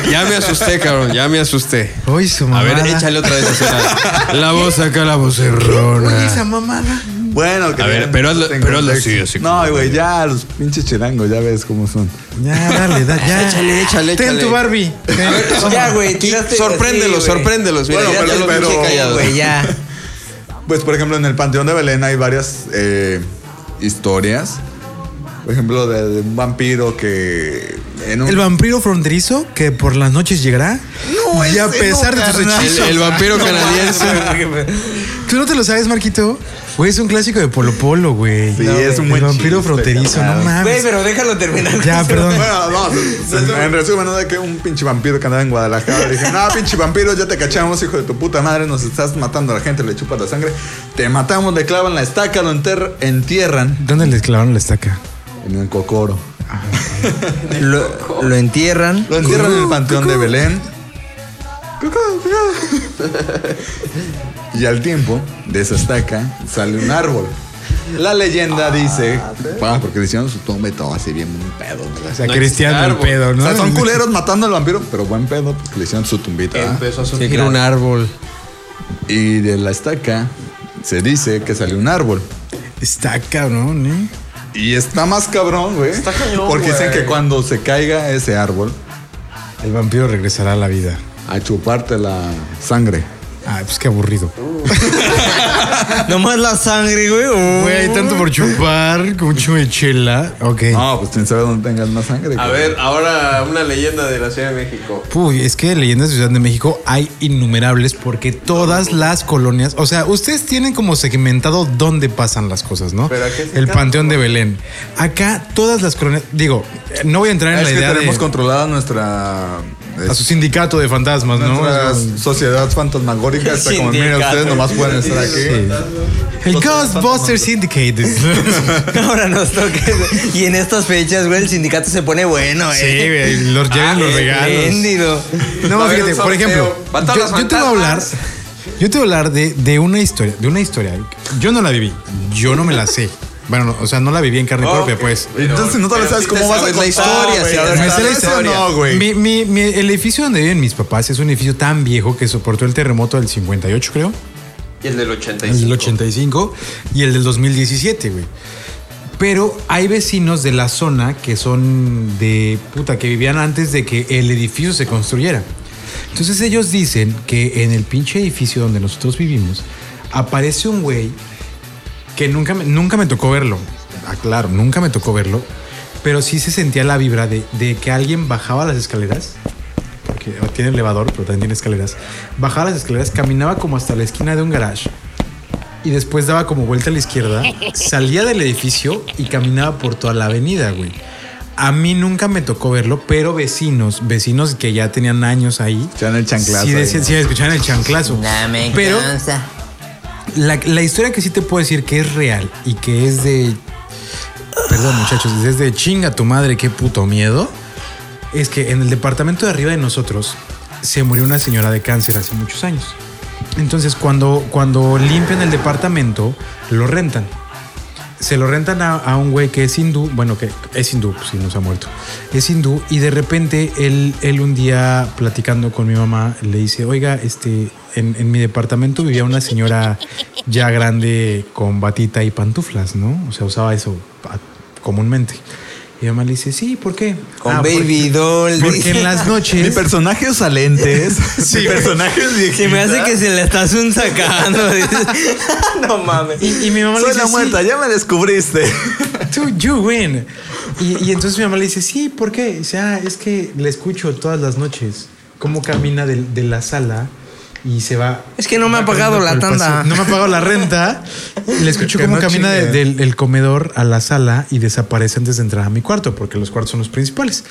S3: Ya me asusté, cabrón, ya me asusté.
S1: Oye, su mamá.
S3: A ver, eh, échale otra vez. así, la- La voz acá, la voz
S1: Oye, esa
S3: errona.
S1: mamada.
S5: Bueno, que
S3: A ver,
S5: vean,
S3: pero hazlo-
S5: en
S3: pero hazlo
S5: contexto.
S3: así, así
S5: No,
S3: como-
S5: güey, ya los pinches chilangos, ya ves cómo son.
S1: Ya, Ah, dale, da, ya.
S3: Échale, échale,
S1: Ten
S3: échale.
S1: tu Barbie. Ten.
S2: ya, güey, tiraste.
S3: Sorpréndelos,
S2: sí, güey.
S3: sorpréndelos. Mira,
S5: Bueno,
S3: ya,
S5: pero-
S3: ya
S5: pero-
S3: lo pinche callado.
S2: Güey, ya.
S5: Pues, por ejemplo, en el Panteón de Belén hay varias eh, historias. Por ejemplo, de, de un vampiro que. En un,
S1: El vampiro fronterizo que por las noches llegará. No, Y a pesar de tus
S3: El,
S1: hechizos.
S3: el vampiro canadiense.
S1: ¿Tú no te lo sabes, Marquito? Güey, es un clásico de Polo Polo, güey.
S5: Sí,
S1: No,
S5: es
S1: güey.
S5: un buen
S1: El vampiro
S5: chiste,
S1: fronterizo,
S5: cabrón.
S1: no
S2: Güey,
S1: mames.
S2: pero déjalo terminar.
S1: Ya, perdón.
S5: Bueno, no, en, en resumen, ¿no? De que un pinche vampiro que andaba en Guadalajara. Le dije, no, pinche vampiro, ya te cachamos, hijo de tu puta madre. Nos estás matando a la gente, le chupas la sangre. Te matamos, le clavan la estaca, lo enter- entierran
S1: ¿Dónde les clavaron la estaca?
S5: en el cocoro.
S2: Lo, lo entierran.
S5: Lo entierran en el panteón de Belén. Y al tiempo de esa estaca sale un árbol. La leyenda dice. Ah, porque le hicieron su tumba y todo así bien un pedo. ¿no?
S1: O sea,
S3: No
S1: Cristiano el
S3: existe
S1: pedo,
S5: O
S1: ¿no?
S5: sea, son culeros matando al vampiro, pero buen pedo, porque le hicieron su tumbita. ¿ah?
S3: Empezó a surgir
S2: claro.
S3: un árbol.
S5: Y de la estaca se dice que salió un árbol.
S1: Está cabrón, ¿eh?
S5: Y está más cabrón, güey. Está
S3: cañón,
S5: Porque dicen
S3: güey.
S5: que cuando se caiga ese árbol,
S1: El vampiro regresará a la vida.
S5: a chuparte la sangre.
S1: Ay, pues qué aburrido.
S2: Nomás la sangre, güey. Oh.
S1: Güey, tanto por chupar, con mucho de chela. Ok.
S5: No, pues quién sabe dónde tengas más sangre.
S3: A
S5: güey.
S3: ver, ahora una leyenda de la Ciudad de México.
S1: Uy, es que de leyendas de Ciudad de México hay innumerables porque todas las colonias, o sea, ustedes tienen como segmentado dónde pasan las cosas, ¿no?
S3: Pero ¿a qué se
S1: El
S3: trata?
S1: Panteón de Belén. Acá todas las colonias, digo, eh, no voy a entrar en
S5: Ah, Es
S1: la
S5: que
S1: idea
S5: tenemos
S1: de
S5: controlada nuestra.
S1: a su sindicato de fantasmas, ¿no?
S5: nuestra
S1: Es un-
S5: sociedad fantasmagórica. Está como, mira, ustedes nomás pueden estar aquí.
S1: El Ghostbusters Syndicate.
S2: Ahora nos toca. Y en estas fechas, güey, el sindicato se pone bueno,
S1: Sí,
S2: eh.
S1: güey, los llevan los regalos.
S2: Espléndido.
S1: No,
S3: Va a haber
S1: fíjate,
S3: un
S1: por ejemplo,
S3: sorteo. Va a estar
S1: yo,
S3: las
S1: yo te voy a hablar.
S3: fantasmas.
S1: Yo te voy a hablar de, de una historia, de una historia. Yo no la viví, yo no me la sé. Bueno, no, o sea, no la viví en carne propia,
S3: Ok.
S1: pues.
S3: Pero-
S5: Entonces no te
S3: pero
S5: sabes
S3: sí
S5: cómo
S3: te
S5: vas a
S3: sabes la
S5: contar,
S3: historia.
S5: güey.
S3: sí,
S5: A ver,
S3: te
S1: Me sé la
S3: sabes
S5: ¿Sabes o
S1: historia.
S5: no, güey?
S1: Mi- mi- mi- el edificio donde viven mis papás es un edificio tan viejo que soportó el terremoto del 58, creo.
S3: Y el del
S1: El
S3: 85.
S1: del 85 y el del 2017, güey. Pero hay vecinos de la zona que son de puta, que vivían antes de que el edificio se construyera. Entonces ellos dicen que en el pinche edificio donde nosotros vivimos aparece un güey que nunca me, nunca me tocó verlo. Aclaro, nunca me tocó verlo. Pero sí se sentía la vibra de, de que alguien bajaba las escaleras que tiene elevador, pero también tiene escaleras. Bajaba las escaleras, caminaba como hasta la esquina de un garage y después daba como vuelta a la izquierda, salía del edificio y caminaba por toda la avenida, güey. A mí nunca me tocó verlo, pero vecinos, vecinos que ya tenían años ahí. Escuchaban el
S5: chanclazo
S1: Sí,
S5: ahí,
S1: decían-
S5: ¿no?
S1: sí, escuchaban el chanclazo. pero la, la historia que sí te puedo decir que es real y que es de. Perdón, muchachos, es de chinga tu madre, qué puto miedo. Es que en el departamento de arriba de nosotros se murió una señora de cáncer hace muchos años. Entonces, cuando, cuando limpian el departamento, lo rentan. Se lo rentan a, a un güey que es hindú, bueno, que es hindú, pues, si no se ha muerto. Es hindú y de repente él, él un día platicando con mi mamá le dice, oiga, este, en, en mi departamento vivía una señora ya grande con batita y pantuflas, ¿no? O sea, usaba eso ah, comúnmente. Y mi mamá le dice, sí, ¿por qué?
S5: Con
S1: Ah, porque-
S5: Baby
S1: porque,
S5: Doll, dice.
S1: en las noches...
S5: Mi personaje usa lentes.
S1: Sí,
S5: mi
S1: güey.
S5: personaje es viejita.
S1: Se me hace que se
S2: la estás un sacando. no mames.
S1: Y, y mi mamá
S5: Soy
S1: le dice,
S5: la muerta,
S1: "Sí". Ah,
S5: ya me descubriste.
S1: Tú, you win. Y, y entonces mi mamá le dice, sí, ¿por qué? Y dice, "Ah, es que le escucho todas las noches cómo camina del- de, la sala y se va.
S2: Es que no me
S1: va
S2: ha pagado
S1: caminando
S2: la
S1: por el
S2: tanda.
S1: pasillo. No me ha pagado la renta. Y le escucho
S2: Que
S1: cómo
S2: no
S1: camina de-
S2: chingue.
S1: del el comedor a la sala y desaparece antes de entrar a mi cuarto, porque los cuartos son los principales.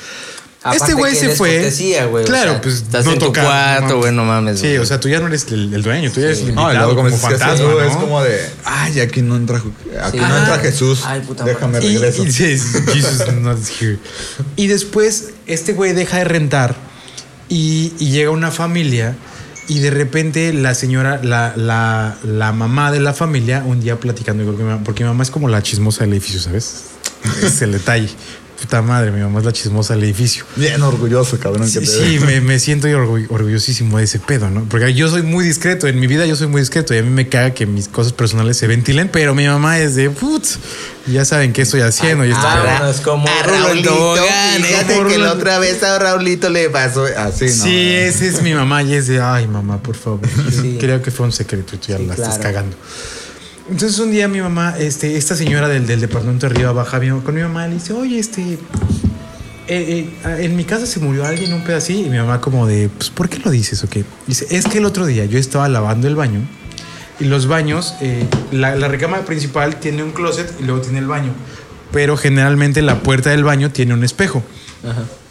S2: Aparte
S1: este güey
S2: que
S1: se
S2: eres
S1: fue.
S2: cortesía, güey, o
S1: claro,
S2: sea,
S1: pues
S2: estás
S1: no
S2: en tu
S1: tocar,
S2: cuarto,
S1: mames.
S2: güey, no mames,
S1: Sí,
S2: güey.
S1: o sea, tú ya no eres el, el dueño, tú ya eres el
S5: No, y
S1: invitado
S5: luego
S1: como
S5: como
S1: fantasma, ¿no?
S5: Es como de, ay, aquí no entra, aquí no
S1: Ah,
S5: entra Jesús. Déjame
S1: Y-
S5: regreso.
S1: y dices, "Jesus is not here". Y después este güey deja de rentar y, y llega una familia y de repente la señora, la, la- la mamá de la familia, un día platicando, digo, porque mi, mamá, porque mi mamá es como la chismosa del edificio, ¿sabes? Es el detalle. Puta madre, mi mamá es la chismosa del edificio.
S5: Bien orgulloso, cabrón. que
S1: Sí,
S5: te-
S1: sí, me, me siento orgu- orgullosísimo de ese pedo, ¿no? Porque yo soy muy discreto, en mi vida yo soy muy discreto y a mí me caga que mis cosas personales se ventilen, pero mi mamá es de, put, ya saben qué estoy haciendo y este pedo".
S8: Vámonos como
S2: a
S8: Ah, Raulito.
S2: Tobogán, ¿eh?
S8: Fíjate
S2: Como
S8: que la
S2: Rulo-
S8: otra vez a Raulito le pasó así, ¿no?
S1: Sí, esa es mi mamá y es de, ay mamá, por favor. Creo que fue un secreto y tú ya la estás
S8: claro.
S1: cagando. Entonces un día mi mamá, este, esta señora del, del departamento de arriba baja mi- con mi mamá y le dice, oye, este, eh, eh, ah, en mi casa se murió alguien, un pedo así. Y mi mamá como de, pues, ¿por qué lo dices o qué? Dice, es que el otro día yo estaba lavando el baño y los baños, eh, la, la recámara principal tiene un closet y luego tiene el baño. Pero generalmente la puerta del baño tiene un espejo.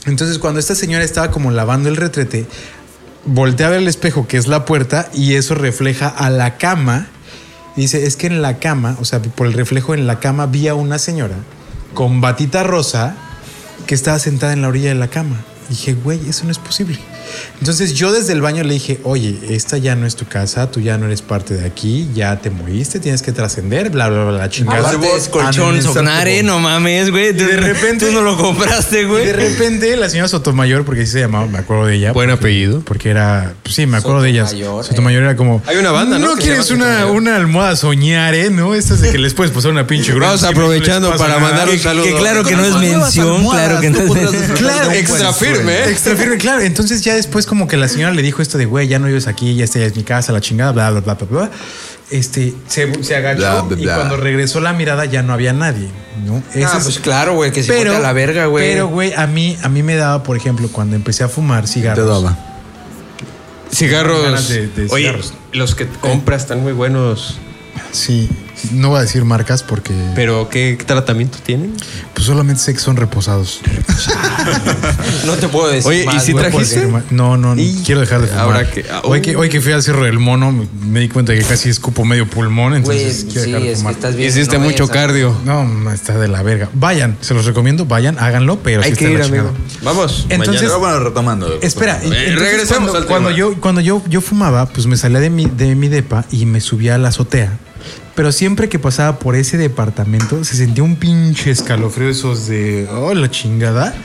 S1: Entonces, cuando esta señora estaba como lavando el retrete, voltea a ver el espejo, que es la puerta, y eso refleja a la cama. Dice, es que en la cama, o sea, por el reflejo en la cama, vi a una señora con batita rosa que estaba sentada en la orilla de la cama. Dije, güey, eso no es posible. Entonces yo desde el baño le dije, oye, esta ya no es tu casa, tú ya no eres parte de aquí, ya te moriste, tienes que trascender, bla, bla, bla, la chingada.
S2: Aparte es colchón Sofnare, no mames, güey. Tú-
S1: Ah, De repente.
S2: tú no lo compraste, güey.
S1: Y De repente, la señora Sotomayor, porque así se llamaba, me acuerdo de ella. Buen apellido. Porque era. pues sí, me acuerdo de ellas.
S2: Sotomayor,
S1: Sotomayor era como.
S2: Hay una banda, ¿no?
S1: No
S2: que se
S1: quieres
S2: llama
S1: una,
S2: Sotomayor?"
S1: una almohada soñar, ¿eh? ¿No? Estas de que les puedes pasar una pinche gruesa.
S3: Vamos aprovechando para mandar un saludo. Que claro que no es mención, claro que no es mención.
S1: Claro,
S3: Extra
S1: pues,
S3: firme,
S1: güey.
S3: ¿eh?
S1: Extra firme, claro. Entonces, ya después, como que la señora le dijo esto de, güey, ya no vives aquí, ya esta ya es mi casa, la chingada, bla, bla, bla, bla, bla. Este, se, se agachó
S2: Bla, bla,
S1: y
S2: bla.
S1: cuando regresó la mirada ya no había nadie, ¿no? Ese
S2: Ah,
S1: es-
S2: pues claro, güey, que se
S1: pero,
S2: pero, a la verga, güey.
S1: Pero, güey, a mí, a mí me daba, por ejemplo, cuando empecé a fumar cigarros. Te daba.
S3: Cigarros.
S1: De- de
S3: Oye,
S1: cigarros.
S3: los que compras están muy buenos.
S1: Sí. No voy a decir marcas porque.
S3: Pero, ¿qué tratamiento tienen?
S1: Pues solamente sé que son reposados.
S2: No te puedo decir.
S3: Oye, ¿y
S2: más,
S3: si
S2: güey,
S3: trajiste?
S2: porque-
S1: No, no, no. quiero dejar de fumar.
S3: ahora
S2: ah,
S3: que-
S1: hoy, que, hoy que fui al Cerro del Mono, me di cuenta que casi escupo medio pulmón, entonces
S2: Güey,
S1: quiero
S2: sí,
S1: dejar de
S2: es que
S1: fumar.
S2: estás bien, Hiciste no mucho vayas a- cardio.
S1: No, ma, está de la verga. Vayan, se los recomiendo, vayan, háganlo, pero sí está de la chingada.
S3: Vamos.
S1: Entonces-
S5: Mañana. bueno, retomando. Eh,
S1: Espera,
S5: retomando.
S1: entonces,
S3: pues, regresemos
S1: cuando,
S3: al tema.
S1: cuando yo cuando yo yo fumaba, pues me salía de mi de mi depa y me subía a la azotea. Pero siempre que pasaba por ese departamento se sentía un pinche escalofrío esos de oh la chingada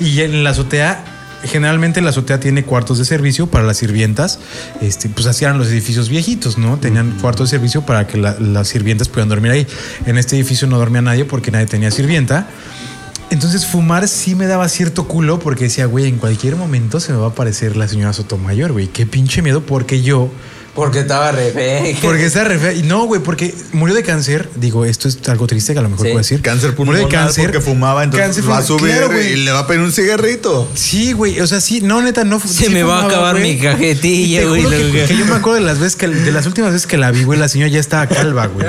S1: y en la azotea generalmente la azotea tiene cuartos de servicio para las sirvientas. Este, pues así eran los edificios viejitos, ¿no? Tenían cuartos de servicio para que la- las sirvientas pudieran dormir ahí. En este edificio no dormía nadie porque nadie tenía sirvienta. Entonces fumar sí me daba cierto culo porque decía, güey, en cualquier momento se me va a aparecer la señora Sotomayor, güey. Qué pinche miedo porque yo...
S2: Porque estaba Ah, re fe.
S1: Porque está re fea. Y No, güey, porque murió de cáncer. Digo, esto es algo triste que a lo mejor puedo decir. Cáncer
S5: Pulmonar porque fumaba, entonces va a subir y le va a pedir un cigarrito.
S1: Sí, güey. O sea, sí, no, neta, no.
S2: Se me va a acabar mi cajetilla,
S1: Y te
S2: güey,
S1: juro
S2: lo
S1: Que,
S2: que-
S1: que yo me acuerdo de las veces que, de las últimas veces que la vi, güey, la señora ya estaba calva, güey.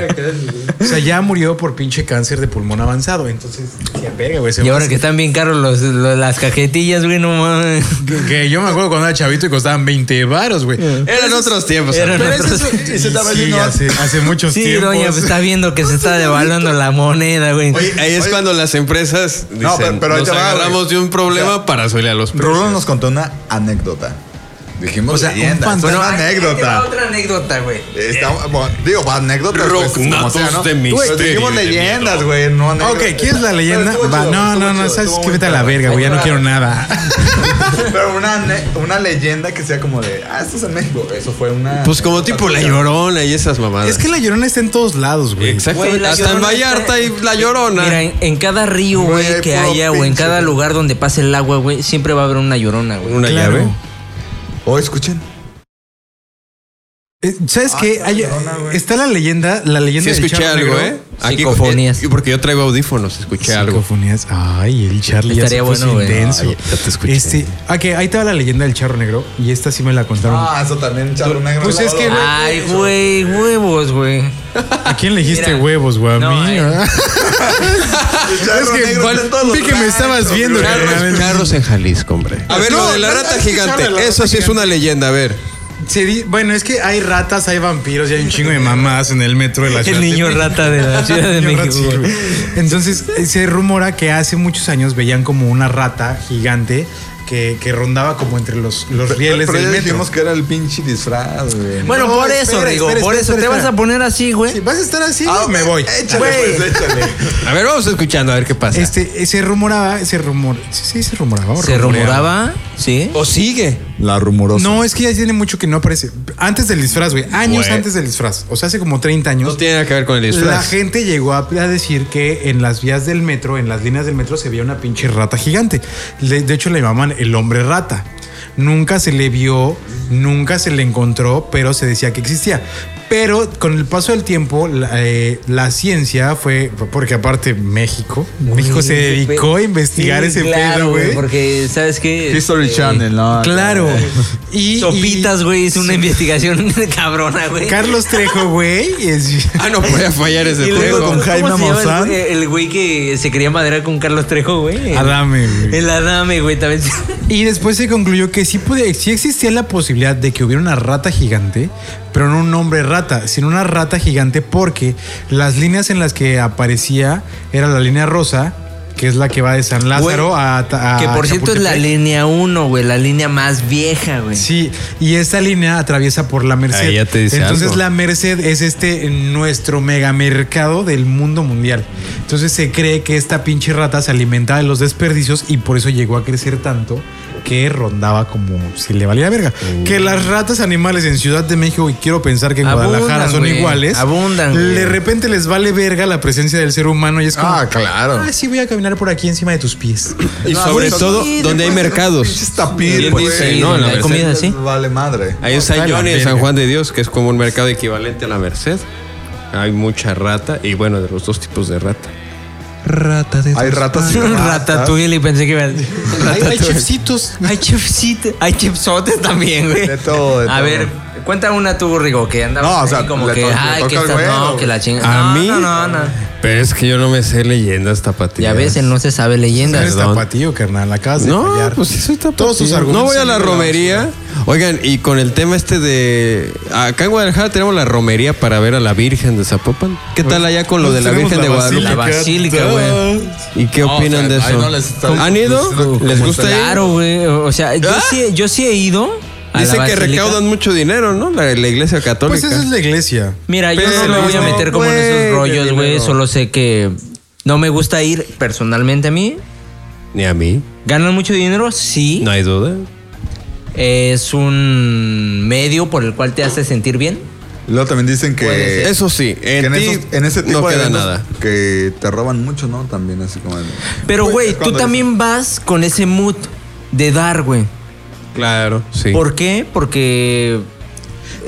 S1: O sea, ya murió por pinche cáncer de pulmón avanzado. Entonces, se apega, güey. se
S2: Y
S1: va a
S2: ahora que están bien caros los- los- las cajetillas, güey, no mames.
S1: Que, que yo me acuerdo cuando era chavito y costaban 20 varos, güey.
S2: Eran otros tiempos. Eran
S1: Pero
S2: otros
S1: eso-
S2: tiempos.
S1: eso estaba Sí, haciendo- hace- hace muchos
S2: sí,
S1: tiempos.
S2: doña, pues, está viendo que se está devaluando la moneda, güey.
S3: Oye, ahí es cuando las empresas dicen,
S5: No, pero- pero ahí
S3: nos
S5: te va,
S3: agarramos de un problema para subirle a los precios.
S5: Rulo nos contó una anécdota. Dijimos,
S3: O sea, un
S5: leyenda, es
S3: fantasma.
S5: una
S3: Ahí- ahí te va
S5: anécdota.
S2: Otra anécdota, güey.
S5: Está, bueno, digo, anécdotas. pues, como sea, ¿no?
S1: de
S5: Güey,
S1: misterio,
S5: Pues Dijimos
S1: de
S5: leyendas, güey, no
S1: Ok,
S5: anécdotas.
S1: ¿quién es la leyenda?
S5: Pero estuvo
S1: Va,
S5: chido,
S1: no,
S5: estuvo
S1: no, no,
S5: chido,
S1: sabes
S5: estuvo
S1: que vete a
S5: muy
S1: la
S5: padre.
S1: verga, güey, ya no quiero nada.
S5: Pero una, ane- una leyenda que sea como de, ah, esto es en México. Eso fue una.
S3: Pues como tipo La Llorona y esas mamadas.
S1: Es que la llorona está en todos lados, güey.
S3: Exactamente.
S2: Güey, la
S3: Hasta en
S2: Llorona
S3: Vallarta y
S2: está-
S3: La Llorona.
S2: Mira, en, en cada río,
S3: Güey,
S2: güey, que
S3: puro
S2: haya o en
S3: pinche,
S2: cada
S3: güey.
S2: lugar donde pase el agua, güey, siempre va a haber una llorona, güey.
S3: ¿Una Claro. llave? Oh,
S5: O escuchen.
S1: Eh, ¿Sabes
S2: Ah,
S1: qué?
S2: está
S1: Hay- está la leyenda, la
S3: Sí
S1: leyenda del
S3: escuché
S1: charro
S3: algo,
S1: negro.
S3: ¿eh? Aquí, eh, porque yo traigo audífonos, escuché algo.
S1: Psicofonías. Ay, el Charlie ya
S3: Estaría
S1: se puso
S3: bueno, güey.
S1: intenso.
S3: Ay, ya te escuché.
S1: Este, ah, que ahí estaba la leyenda del charro negro y esta sí me la contaron.
S5: Ah, eso también, charro negro.
S1: Pues es que-
S2: Ay, güey, huevos, güey. eh.
S1: ¿A quién le dijiste huevos, güey? A mí. ah? ¿verdad?
S5: es
S1: que vi que me estabas viendo. carnal.
S3: Carros en Jalisco, hombre. A ver, lo de la rata gigante. Eso sí es una leyenda, a ver.
S1: Se di- bueno, es que hay ratas, hay vampiros y hay un chingo de mamás en el metro de la
S2: El
S1: ciudad. de
S2: niño
S1: México.
S2: rata de la Ciudad de
S1: El niño
S2: México,
S1: rata, sí,
S2: güey.
S1: güey. Entonces, eh, se rumora que hace muchos años veían como una rata gigante que, que rondaba como entre los, los rieles
S5: Pero
S1: del
S5: ya
S1: metro.
S5: dijimos que era el pinche disfraz, güey.
S2: Bueno,
S1: No,
S2: por eso,
S1: espera,
S2: Rigo,
S1: espera,
S2: por
S1: espera,
S2: eso.
S1: espera,
S2: ¿Te vas
S1: espera.
S2: a poner así, güey? Ah,
S1: ¿Vas a estar así? me voy.
S5: Échale,
S1: Güey. eh.
S5: pues, échale.
S3: A ver, vamos escuchando, a ver qué pasa.
S1: Este, eh, se rumoraba, se rumor, sí, sí, se rumoraba. o
S2: ¿Se rumoraba? Sí.
S3: ¿O sigue?
S5: La rumorosa.
S1: No, es que ya tiene mucho que no aparece. Antes del disfraz, güey. Años
S3: Güey.
S1: antes del disfraz. O sea, hace como 30 años.
S3: No tiene nada que ver con el
S1: La
S3: disfraz.
S1: gente llegó a, a decir que en las vías del metro, en las líneas del metro, se veía una pinche rata gigante. Le- de hecho, le llamaban el hombre rata. Nunca se le vio, nunca se le encontró, pero se decía que existía. Pero con el paso del tiempo, la, eh, la ciencia fue, porque aparte México, México se dedicó a investigar
S2: pues, Sí,
S1: ese
S2: claro,
S1: pedo, güey.
S2: Porque, ¿sabes qué?
S5: History
S2: Este,
S5: Channel, ¿no?
S1: Claro. Y,
S2: Sopitas, güey, hizo una investigación cabrona, güey.
S1: Carlos Trejo, güey. es-
S3: Ah, no podía fallar ese
S2: Y luego,
S3: juego.
S2: ¿cómo se llama el güey- El güey que se quería madera con Carlos Trejo, güey.
S1: Adame, güey.
S2: El Adame, güey, también.
S1: Y después se concluyó que sí, puede, sí existía la posibilidad de que hubiera una rata gigante, pero no un hombre rata, sino una rata gigante porque las líneas en las que aparecía era la línea rosa, que es la que va de San Lázaro
S2: Güey,
S1: a, Ta- a
S2: que por cierto es la
S1: Chapultepec.
S2: línea 1, güey, la línea más vieja, güey.
S1: Sí, y esta línea atraviesa por la Merced.
S3: Ahí ya te dice
S1: Entonces
S3: algo.
S1: la Merced es este nuestro megamercado del mundo mundial. Entonces se cree que esta pinche rata se alimenta de los desperdicios y por eso llegó a crecer tanto que rondaba como si le valía verga.
S3: Uh.
S1: Que las ratas animales en Ciudad de México y quiero pensar que en
S2: Abundan,
S1: Guadalajara son
S2: güey,
S1: iguales.
S2: abundan, güey.
S1: De repente les vale verga la presencia del ser humano y es como
S5: Ah, claro.
S1: Ah, sí voy a caminar por aquí encima de tus pies.
S3: Y
S5: No,
S3: sobre
S5: pues,
S3: todo,
S5: sí,
S3: donde hay
S5: después de
S3: mercados.
S5: esos pinches tapir,
S3: Bien
S5: güey.
S3: dice, ¿no? En la
S5: Merced
S3: Merced.
S5: les Vale madre.
S3: Ahí en San
S5: Está
S3: John y
S5: la
S3: en San
S5: verga.
S3: Juan de Dios, que es como un mercado equivalente a la Merced. Hay mucha rata y bueno, de los dos tipos de rata.
S1: Rata de
S5: Hay ratas y
S2: Ratatouille, pensé que iba a decir.
S1: Hay chefcitos.
S2: Hay chefcitos. Hay chefsotes también, güey.
S5: De todo, de
S2: A
S5: todo.
S2: ver, cuenta una tú, Rigo, que andaba
S5: No, o sea,
S2: como
S5: le
S2: que,
S5: to- le
S2: ay,
S5: toca
S2: que
S5: al
S2: esta,
S5: güero,
S2: no,
S5: güey.
S2: que la chinga.
S3: ¿A
S2: no,
S3: mí?
S2: No, no, no.
S3: Pero es que yo no me sé leyendas
S2: Ya
S3: tapatías.
S2: ves, él no se sabe leyendas.
S1: Eres
S3: Perdón.
S1: tapatío, carnal, acabas de
S3: No,
S1: fallar.
S3: pues sí soy tapatío.
S1: Todos tus argumentos
S3: No voy a
S1: son
S3: la
S1: de la
S3: romería. Oigan, y con el tema este de... Acá en Guadalajara tenemos la romería para ver a la Virgen de Zapopan. ¿Qué tal allá con lo de la
S1: Pues Tenemos
S3: Virgen de Guadalupe?
S2: La basílica, güey.
S3: ¿Y qué
S5: No,
S3: opinan
S5: o sea,
S3: de
S5: ahí
S3: eso?
S5: no les está-
S3: ¿Han ido?
S5: ¿Cómo
S3: ¿Les gusta ir?
S2: Claro, güey. O sea, yo,
S3: ¿Ah?
S2: sí, yo sí he ido. a la
S3: Dice que
S2: basílica.
S3: recaudan mucho dinero, ¿no? La, la iglesia católica.
S1: Pues esa es la iglesia.
S2: Mira, yo no
S3: Pero
S2: me voy a
S3: no,
S2: meter como en
S3: güey,
S2: esos rollos,
S3: de
S2: güey.
S3: dinero.
S2: Solo sé que no me gusta ir personalmente a mí.
S3: Ni a mí.
S2: ¿Ganan mucho dinero? Sí.
S3: No hay duda.
S2: Es un medio por el cual te hace sentir bien.
S5: Luego también dicen
S3: Puede
S5: que.
S3: ser. Eso sí, en
S5: que en,
S3: ti
S5: esos- en ese
S3: no
S5: tipo de
S3: queda
S5: eventos
S3: nada.
S5: Que te roban mucho, ¿no? También así como. el-
S2: Pero, güey, tú
S5: cuando-
S2: también vas con ese mood de dar, güey.
S3: Claro, sí.
S2: ¿Por qué? Porque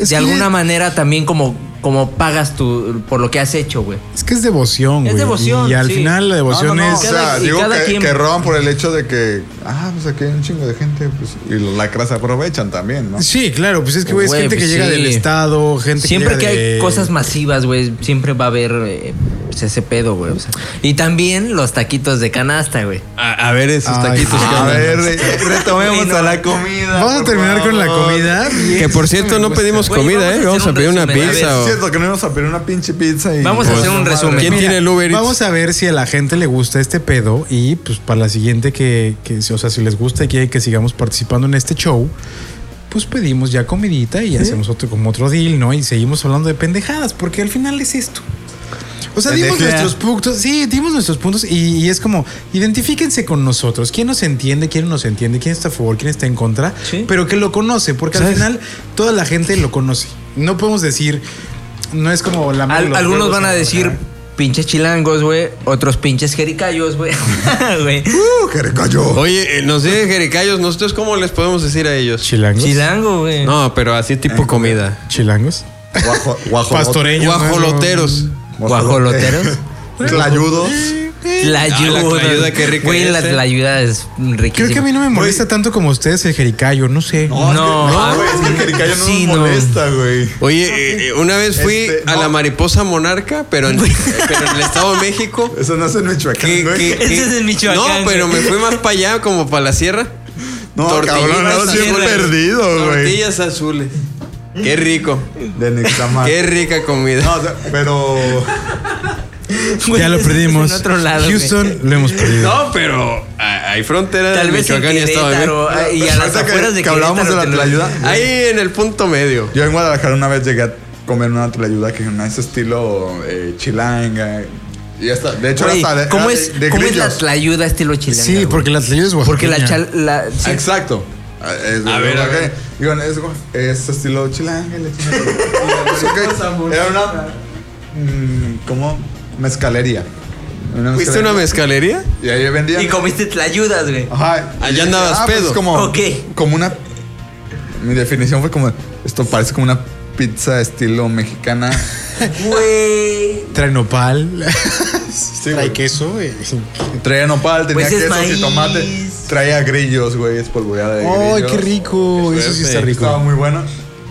S2: de alguna manera también como, como pagas tu, por lo que has hecho, güey.
S1: Es que es devoción, güey.
S2: Es devoción,
S1: Y al
S2: sí.
S1: final la devoción
S5: No, no, no,
S1: es.
S5: O sea,
S2: Cada- y
S5: digo
S2: cada
S5: que,
S2: quien-
S5: que roban por el hecho de que. Ah, pues aquí hay un chingo de gente. Pues, y los lacras aprovechan también, ¿no?
S1: Sí, claro, pues es que, güey, es
S2: Güey,
S1: gente que
S2: pues
S1: llega
S2: sí.
S1: del Estado, gente
S2: Siempre
S1: que,
S2: que
S1: llega
S2: hay
S1: de-
S2: cosas masivas, güey, siempre va a haber eh, pues, ese pedo, güey. o sea. Y también los taquitos de canasta, güey.
S3: A, a ver esos
S2: Ay,
S3: taquitos.
S2: a
S3: que andan.
S2: ver,
S5: eh, retomemos a la comida.
S1: Vamos a terminar con la comida.
S3: Que por cierto no pedimos
S2: Güey,
S3: comida,
S2: Pues vamos a
S3: ¿eh? Vamos
S2: hacer
S3: a
S2: un
S3: pedir una
S2: resumen, a ver.
S3: pizza.
S5: Es
S3: o-
S5: cierto que no íbamos a pedir una pinche pizza y. pues,
S2: Vamos a hacer un resumen.
S3: Pues, ¿Quién tiene el Uber Eats?
S1: Vamos a ver si a la gente le gusta este pedo y pues para la siguiente que, que o sea, si les gusta y quieren que sigamos participando en este show, pues pedimos ya comidita y hacemos otro como otro deal, ¿no? Y seguimos hablando de pendejadas, porque al final es esto. O sea, dimos
S5: Pendejear.
S1: nuestros puntos, sí, dimos nuestros puntos y, y es como, identifíquense con nosotros, quién nos entiende, quién no nos entiende, quién está a favor, quién está en contra, pero que lo conoce, porque al
S2: ¿Sabes?
S1: final toda la gente lo conoce. No podemos decir, no es como la...
S2: Al-
S1: los
S2: algunos
S1: huevos
S2: van a
S1: en la
S2: decir
S1: banana.
S2: pinches chilangos, güey. Otros pinches jericayos, güey. Güey.
S1: Uh,
S3: Oye, eh, nos dicen jericayos, ¿nosotros cómo les podemos decir a ellos?
S1: Chilangos.
S2: Chilango, güey.
S3: No, pero así tipo comida.
S1: Chilangos.
S5: Guajo, guajolot-
S1: Pastoreños.
S3: Guajoloteros.
S2: Guajoloteros.
S5: Tlayudos.
S2: La
S3: Ah, la
S2: ayuda.
S3: tlayuda, qué rica
S2: Güey, la,
S3: es, eh.
S2: la ayuda es riquísima.
S1: Creo que a mí no me molesta tanto como a ustedes el jericayo, no sé.
S2: No,
S5: No, güey, es que el
S2: güey.
S5: jericayo no
S2: Sí,
S5: nos molesta, güey.
S3: Oye, eh, eh, una vez fui
S5: Este,
S3: a
S5: no.
S3: la mariposa monarca, pero en, pero en el Estado de México.
S5: Eso no es en Michoacán,
S3: Que- que-
S5: güey.
S3: que-
S2: Ese es en Michoacán,
S3: No, pero
S2: güey.
S3: me fui más para allá, como para la sierra.
S5: No, cabrón, no,
S3: azules.
S5: siempre perdido, güey.
S3: Tortillas azules. Qué rico.
S5: De Nixtamal.
S3: Qué rica comida.
S5: No, o sea, pero.
S2: Güey,
S1: ya lo
S2: ese es
S1: perdimos.
S2: en otro lado,
S1: Houston lo hemos perdido.
S3: No, pero a- hay frontera
S2: Tal
S3: de
S2: vez en
S3: Michoacán y Estado de México.
S2: Querétaro ah, y a las
S5: Ahorita que-
S2: afueras de
S5: que hablábamos de la
S2: Querétaro tenemos-
S5: tlayuda.
S3: Ahí en el punto medio.
S5: Yo en Guadalajara una vez llegué a comer una tlayuda que no es estilo eh, chilanga. Y hasta, de hecho,
S2: Güey,
S5: era hasta de,
S2: ¿Cómo
S5: era
S2: es,
S5: de, de
S2: cómo es
S5: grillos.
S2: la tlayuda estilo chilanga?
S1: Sí,
S2: güey?
S1: porque las leyes oaxaqueña.
S2: Porque la chal... la- sí.
S5: Ah, Exacto. Ah, es-
S3: A
S5: es-
S3: ver, a
S5: ok.
S3: ver.
S5: Digo, es, es estilo chilanga. le chingan. Ok. Era una. mm, ¿Cómo? Mezcalería. Una
S3: ¿Fuiste a una mezcalería?
S5: Y ahí vendían.
S2: Y comiste tlayudas, güey.
S5: Ajá.
S3: Allá
S5: Y dije,
S3: andabas
S5: pues,
S3: pedo.
S5: es como,
S2: Ok.
S5: como una. Mi definición fue como: esto parece como una pizza estilo mexicana.
S2: Güey.
S1: Trae nopal.
S5: Sí,
S1: Trae
S5: güey.
S1: queso. güey.
S5: Traía nopal, tenía
S2: Pues es
S5: quesos
S2: maíz.
S5: y tomate. Traía grillos, güey, espolvoreada de
S1: ¡Ay,
S5: grillos.
S1: qué rico! Eso sí está
S5: Estaba
S1: rico.
S5: muy bueno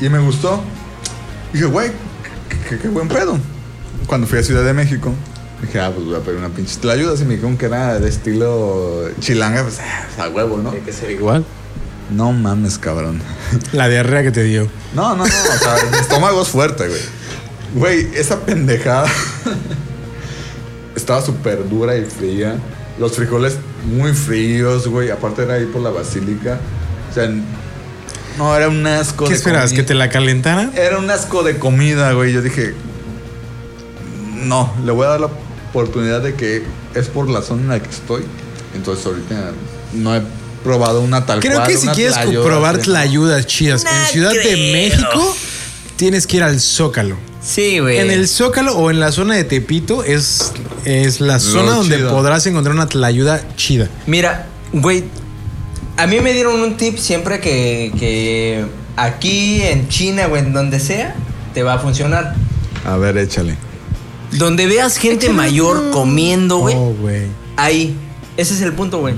S5: y me gustó. Dije, güey, qué, qué- qué buen pedo. Cuando fui a Ciudad de México, dije, ah, pues voy a pedir una pinche te la ayudas y me dijeron que era de estilo chilanga, pues ah, a huevo, ¿no?
S3: que ser igual.
S5: No mames, cabrón.
S1: La diarrea que te dio.
S5: No, no, no, o sea, mi estómago es fuerte, güey. Güey, esa pendejada estaba súper dura y fría. Los frijoles muy fríos, güey. Aparte era ahí por la basílica. O sea, no, era un asco.
S1: ¿Qué
S5: de
S1: esperabas?
S5: comida.
S1: ¿Que te la calentara?
S5: Era un asco de comida, güey. Yo dije, no, le voy a dar la oportunidad de que es por la zona en la que estoy. Entonces ahorita no he probado una tal
S1: Creo
S5: cual,
S1: que si
S5: una
S1: quieres
S5: tlayuda,
S1: probar
S5: así, ¿no?
S1: tlayudas chidas en
S2: No
S1: Ciudad de
S2: creo.
S1: México, tienes que ir al Zócalo.
S2: Sí, güey.
S1: En el Zócalo o en la zona de Tepito es, es la zona donde
S5: chido.
S1: podrás encontrar una tlayuda chida.
S2: Mira, güey, a mí me dieron un tip siempre que, que aquí en China o en donde sea, te va a funcionar.
S5: A ver, échale.
S2: Donde veas gente mayor comiendo, güey,
S1: Oh, güey.
S2: ahí. Ese es el punto, güey.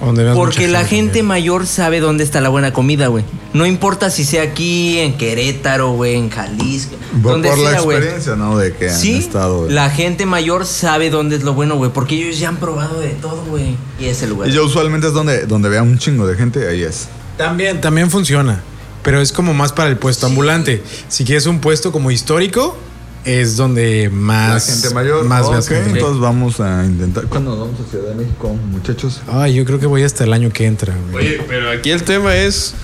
S1: Donde veas
S2: Porque
S1: mucha
S2: la gente
S1: güey.
S2: mayor sabe dónde está la buena comida, güey. No importa si sea aquí, en Querétaro, güey, en Jalisco.
S5: Por,
S2: donde
S5: por la
S2: sea, güey.
S5: experiencia, ¿no? De que han
S2: Sí,
S5: estado. güey.
S2: la gente mayor sabe dónde es lo bueno, güey. Porque ellos ya han probado de todo, güey. Y ese lugar.
S5: Y yo usualmente es donde, donde vea un chingo de gente, ahí es.
S1: También, también funciona. Pero es como más para el puesto ambulante. Si quieres un puesto como histórico, es donde más.
S5: la gente mayor.
S1: Más veas
S5: ok,
S1: gente mayor.
S5: entonces vamos a intentar. ¿Cuándo nos vamos a Ciudad de México, muchachos?
S1: Ay, yo creo que voy hasta el año que entra, güey.
S3: Oye, pero aquí el tema es.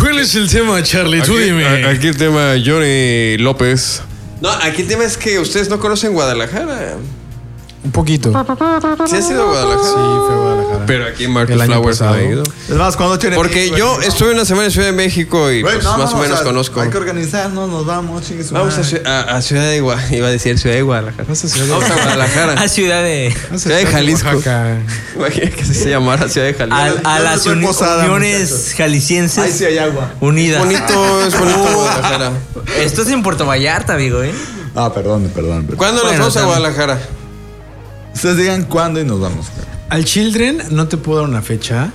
S1: ¿Cuál es el tema, Charlie?
S6: Aquí, a- aquí el tema Johnny López.
S3: No, aquí el tema es que ustedes no conocen Guadalajara.
S1: Un poquito.
S3: ¿Sí has ido a Guadalajara? Sí,
S1: fue a Guadalajara.
S3: Pero aquí en Market Flowers no he ido.
S5: Es más, cuando echen
S3: Porque yo estuve una semana en Ciudad de México y
S5: Güey,
S3: pues,
S5: no,
S3: más
S5: no,
S3: o menos
S5: sea,
S3: conozco.
S5: Hay que organizarnos, nos vamos, chingue su
S3: Vamos a,
S5: madre.
S3: Ciu- a- a Ciudad de Guadalajara. Iba a decir Ciudad de Guadalajara. Vamos a Ciudad de Guadalajara.
S2: A ciudad de.
S3: Ciudad de Jalisco. Imagina que se llamara Ciudad de Jalisco.
S2: A, a las uni- uniones jaliscienses.
S5: Ahí sí hay agua.
S2: Unidas. Uh,
S3: Es bonito, es bonito Guadalajara.
S2: Esto es en Puerto Vallarta, amigo, ¿eh?
S5: Ah, perdón, perdón. perdón.
S3: ¿Cuándo
S2: Bueno,
S3: nos vamos a
S2: también.
S3: Guadalajara?
S5: Ustedes digan cuándo y nos vamos.
S1: Al Children no te puedo dar una fecha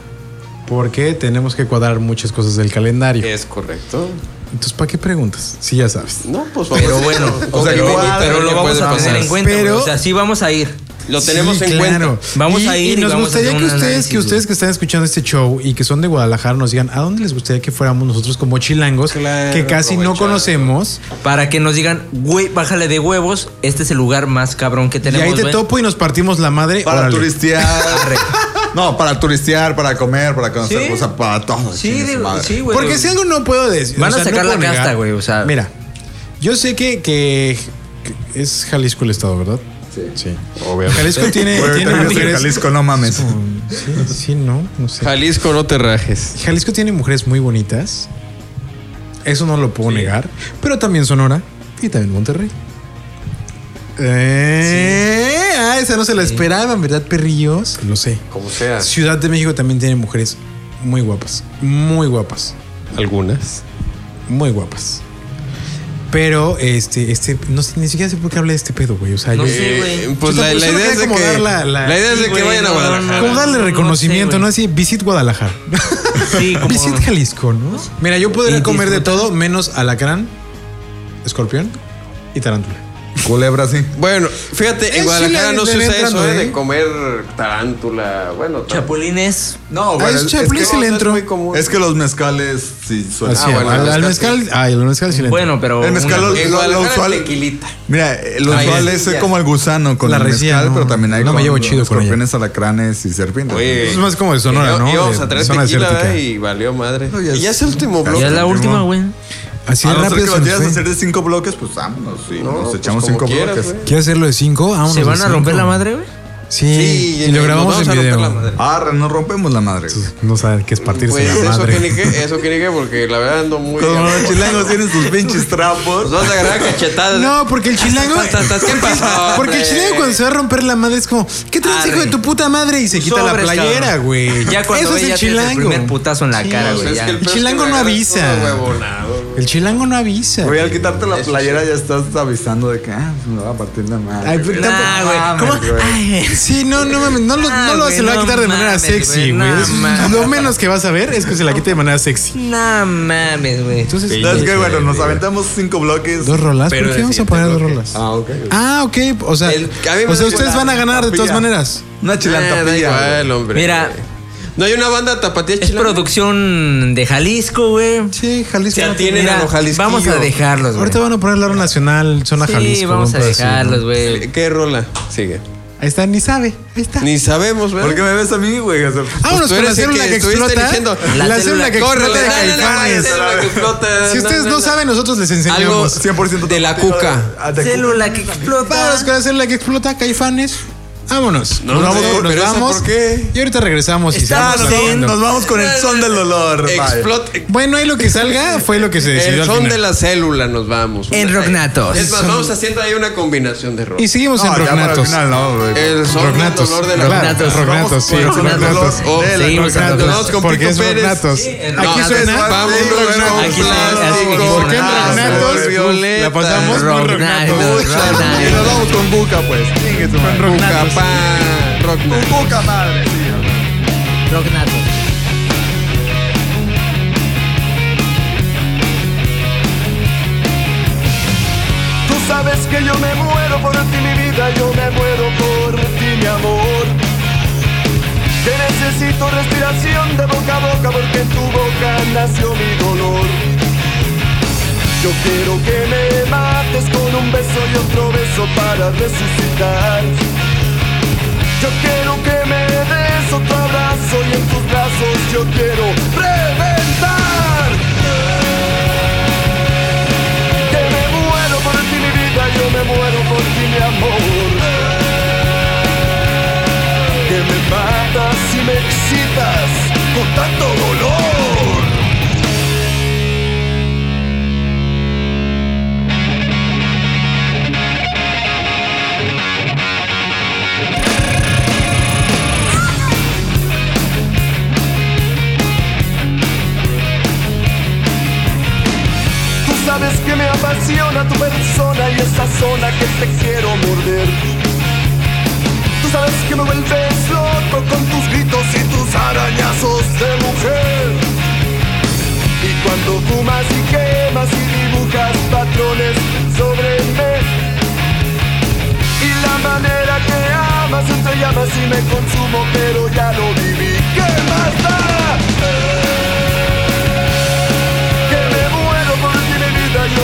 S1: porque tenemos que cuadrar muchas cosas del calendario.
S3: Es correcto.
S1: Entonces, ¿para qué preguntas? Si ya sabes.
S3: No, pues vamos
S2: Pero
S3: a-
S2: bueno,
S3: o sea,
S2: pero,
S3: igual,
S2: pero lo
S3: ¿qué
S2: vamos
S3: puede
S2: a tener
S3: pasar?
S2: en cuenta.
S1: Pero-
S2: güey. o sea, sí vamos a ir.
S3: Lo tenemos
S1: Sí,
S3: en
S1: claro.
S3: cuenta.
S2: Vamos
S1: Y-
S2: a ir
S1: Y
S2: y
S1: nos
S2: vamos a
S1: gustaría
S2: hacer
S1: que
S2: un
S1: ustedes,
S2: análisis,
S1: que ustedes que están escuchando este show y que son de Guadalajara nos digan a dónde les gustaría que fuéramos nosotros como chilangos que casi no conocemos.
S2: Para que nos digan, güey, bájale de huevos. Este es el lugar más cabrón que tenemos.
S1: y ahí te
S2: güey.
S1: topo y nos partimos la madre.
S5: Para
S1: órale.
S5: turistear. no, para turistear, para comer, para conocer,
S2: Sí.
S5: o sea, para todo.
S2: Sí,
S5: chingue su
S2: digo,
S5: madre.
S2: sí, güey.
S1: Porque si algo no puedo decir.
S2: Van a
S1: o sea, no
S2: sacar
S1: puedo
S2: la casta,
S1: negar.
S2: güey, o sea.
S1: Mira, yo sé que, que- que es Jalisco el estado, ¿verdad? Sí.
S3: Obviamente.
S1: Jalisco tiene,
S5: Oh, Güey, ahorita
S1: tiene
S5: vives en
S1: mujeres.
S5: Jalisco, no mames.
S1: Sí, sí, no, no sé.
S3: Jalisco, no te rajes.
S1: Jalisco tiene mujeres muy bonitas. Eso no lo puedo negar. Pero también Sonora y también Monterrey. Eh, ah, esa no se la esperaban, ¿verdad, perrillos? Lo sé.
S3: Como sea.
S1: Ciudad de México también tiene mujeres muy guapas. Muy guapas.
S3: Algunas.
S1: Muy guapas. Pero, este, este, no sé, ni siquiera sé por qué hablé de este pedo, güey. O sea,
S2: No
S1: yo-
S2: sé, güey.
S3: Pues
S1: Yo
S3: la,
S1: tampoco-
S3: la
S1: solo
S3: idea
S1: quería
S3: es de
S1: como
S3: que,
S1: dar la- la-
S3: la idea es de
S2: Sí,
S3: que
S2: güey,
S3: vayan a
S2: no, no,
S3: Guadalajara.
S1: Como darle
S2: No sé,
S1: reconocimiento,
S2: güey.
S1: ¿no? Así, visit Guadalajara.
S2: Sí, como- pues,
S1: Visit Jalisco, ¿no? Mira, yo podría
S2: Y
S1: comer de
S2: disfrutar.
S1: todo menos alacrán, escorpión y tarántula.
S5: Culebra, sí.
S3: Bueno, fíjate,
S1: Eh,
S3: en Guadalajara
S1: sí,
S3: no
S1: le-
S3: se
S1: le
S3: usa
S1: entrando,
S3: eso, ¿eh?
S1: ¿eh?
S3: De comer tarántula. Bueno, tal-
S2: Chapulines.
S5: No,
S1: Ah,
S5: güey.
S1: es Chaplin
S5: que,
S1: sí le entro.
S3: muy común.
S5: es que los mezcales sí suelen.
S1: Así,
S3: Ah, bueno,
S1: al,
S3: el
S1: al
S3: mezcal
S1: mezcal, ay, al mezcal sí le entro.
S2: Bueno, pero.
S5: El mezcal
S2: una-
S5: lo-
S3: En
S5: lo- lo
S3: Guadalajara,
S5: usual-
S3: tequilita.
S5: Mira, eh, lo
S3: Ay,
S5: usual
S3: es-
S5: es como el gusano con
S1: La
S5: el
S1: resina,
S5: mezcal,
S1: no.
S5: pero también hay
S1: No me
S5: con
S1: llevo chido con
S5: escorpiones, alacranes y serpientes.
S3: Oye.
S1: Es más como de Sonora,
S3: Y-
S1: ¿no?
S3: Íbamos
S1: De
S3: a traer
S1: zona
S3: tequila
S1: desértica.
S3: ¿verdad? y valió madre.
S5: No, ya
S3: y ya
S5: es-
S3: es el último
S5: ya
S3: bloque.
S2: Ya es la
S5: Último.
S2: última, güey.
S1: así
S5: a no ser que
S1: rápido
S5: lo
S1: se nos
S5: quieras
S1: fue.
S5: hacer de cinco bloques, pues vámonos. Sí,
S3: No,
S5: nos
S3: pues
S5: echamos
S3: como
S5: cinco
S3: quieras,
S5: bloques.
S3: güey.
S1: ¿Quieres hacerlo de cinco? Vámonos
S2: ¿Se
S1: de
S2: van a
S1: cinco.
S2: romper la madre, güey?
S1: Sí, y lo
S3: nos
S1: grabamos
S3: vamos
S1: en
S3: a romper
S1: video.
S3: la madre.
S5: Arre, nos rompemos la madre. güey.
S1: No saben qué es partirse
S3: Pues
S1: la
S3: eso que
S1: madre.
S3: ni qué, eso que ni qué, porque la verdad ando muy.
S5: Como los
S3: Nos
S5: chilangos tienen sus pinches trapos.
S3: vas a agarrar cachetadas.
S1: No, porque el chilango.
S3: Tas, tas, tas, ¿Qué pasó?
S1: Porque el
S3: hombre?
S1: chilango cuando se va a romper la madre es como, ¿qué traes,
S2: Arre.
S1: hijo de tu puta madre? Y se quita la
S2: Sobres,
S1: playera,
S2: cabrón.
S1: güey.
S2: Ya cuando
S1: Eso
S2: ve,
S1: es
S2: ya
S1: el
S2: tienes el
S1: chilango.
S2: primer putazo en la cara,
S1: no,
S2: güey.
S3: Es
S2: ya.
S3: que el
S1: El
S3: peor es que
S1: chilango
S3: me
S1: no
S3: agarras
S1: avisa.
S3: todo huevonado, güey.
S1: El chilango no avisa.
S5: Güey, al quitarte la playera ya estás avisando de que ah, pues me va a partir la madre.
S1: Ay, ah, pero
S2: Nah,
S1: tampoco-
S2: güey. ¿Cómo?
S5: mames, güey.
S2: Ay,
S1: Sí, no, no mames, no lo,
S2: Ah,
S1: no lo
S2: güey,
S1: se lo va a
S2: no
S1: quitar de manera
S2: mames,
S1: sexy,
S2: güey,
S1: güey.
S2: no
S1: Es
S2: mames.
S1: Lo menos que vas a ver es que se la quite de manera sexy.
S2: No mames, güey.
S1: Entonces,
S5: Entonces, que bueno, nos aventamos cinco bloques.
S1: dos rolas. ¿Por qué vamos a poner dos rolas?
S5: Ah, ok.
S1: Ah, ok. O sea,
S3: El- a mí me
S1: o sea
S3: da
S1: Pues ustedes
S3: igual.
S1: van a ganar de todas
S5: Tapilla.
S1: maneras.
S5: Una
S3: Ah, da
S5: chilantapilla. güey.
S3: igual, hombre.
S2: Mira.
S3: No hay una banda tapatía
S2: Es
S3: chilanga.
S2: producción de Jalisco, güey.
S1: Sí, Jalisco.
S3: Ya
S1: no
S3: tienen
S1: tiene-
S3: a los jalisquillos.
S2: Vamos a dejarlos, güey.
S1: Ahorita van a poner la hora nacional, zona
S2: sí,
S1: Jalisco.
S2: vamos a
S1: ¿no? Así, ¿no?
S2: dejarlos, güey.
S3: ¿Qué rola? Sigue.
S1: Ahí está, ni sabe. Ahí está.
S3: Ni sabemos, ¿verdad?
S5: ¿Por qué me ves a mí, güey? O sea,
S3: Pues tú
S1: Vámonos con la
S3: eres el
S1: célula
S3: que
S1: que,
S3: estuviste
S1: explota.
S3: eligiendo.
S1: La,
S2: La
S1: célula que
S3: Corre,
S1: explota de
S3: dale, dale,
S1: Caifanes.
S3: dale, dale, que explota.
S1: Si ustedes no saben, nosotros les
S3: algo
S1: enseñamos.
S5: 100%
S3: de la
S5: tapatía,
S3: cuca.
S5: ah, de
S2: Célula que explota.
S1: Vámonos con la célula que explota, Caifanes. Vámonos.
S3: No,
S1: nos
S3: no,
S1: vamos,
S3: no,
S1: nos
S3: pero ¿eso
S1: vamos.
S3: por qué?
S1: Y ahorita regresamos y
S2: Estamos
S1: seguimos
S5: cuca.
S1: hablando.
S5: Nos vamos con el son del dolor. bye.
S3: Explota.
S1: Bueno, ahí lo que salga fue lo que se decidió.
S3: El
S1: al
S3: son
S1: final.
S3: de la célula nos vamos.
S2: En
S3: Hombre.
S2: Rognatos.
S3: Es más, vamos haciendo ahí una combinación de rock.
S1: Y seguimos
S5: No,
S1: en
S5: ya para el
S1: Rognatos.
S5: final, no, güey.
S3: El son del
S1: Rognatos.
S3: dolor de la Oh,
S1: Claro,
S2: Rognatos.
S1: Rognatos, sí.
S5: Vamos con el
S1: Rognatos.
S5: dolor de la
S2: Seguimos
S5: cuca.
S2: con
S1: Rognatos,
S3: Vamos con
S1: Porque
S3: Pito
S1: es
S3: Pérez.
S1: Rognatos.
S2: Sí, en
S1: Aquí
S3: No,
S1: suena.
S3: vamos
S5: Sí,
S3: con
S5: aquí suena-
S3: plástico,
S2: aquí-
S1: ¿Por qué en
S2: Ah,
S1: Rognatos?
S3: azul,
S1: La
S3: violeta,
S1: pasamos por
S2: Rognatos,
S1: Rognatos.
S5: Pucha,
S2: Rognatos.
S5: Y nos vamos con buca, pues. Chingue su madre.
S3: roca, pa, rock.
S5: Con buca, madre. sí.
S2: Rognatos.
S11: Tú sabes que yo me muero por ti, mi vida, yo me muero por ti, mi amor. Que necesito respiración de boca a boca porque en tu boca nació mi dolor. Yo quiero que me mates con un beso y otro beso para resucitar. Yo quiero que me des otro abrazo y en tus brazos yo quiero reventar. Que me muero por ti mi vida, yo me muero por ti mi amor.
S17: que me matas y me excitas con tanto dolor. Tú sabes que me apasiona tu persona y esa zona que te quiero morder. Tú sabes que me vuelves loco con tus gritos y tus arañazos de mujer. Y cuando fumas y quemas y dibujas patrones sobre mí. Y la manera que amas entre llamas y me consumo, pero ya lo viví. ¿Qué más da? Que me muero por ti, mi vida, yo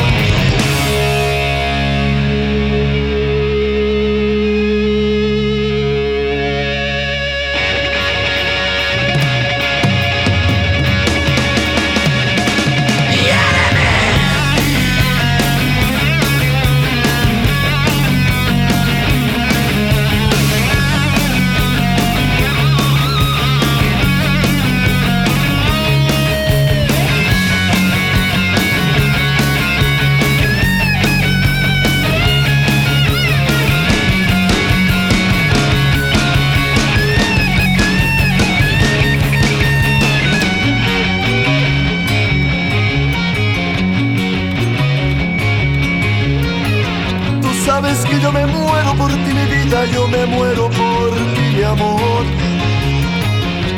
S17: Tú sabes que yo me muero por ti, mi vida, yo me muero por ti, mi amor.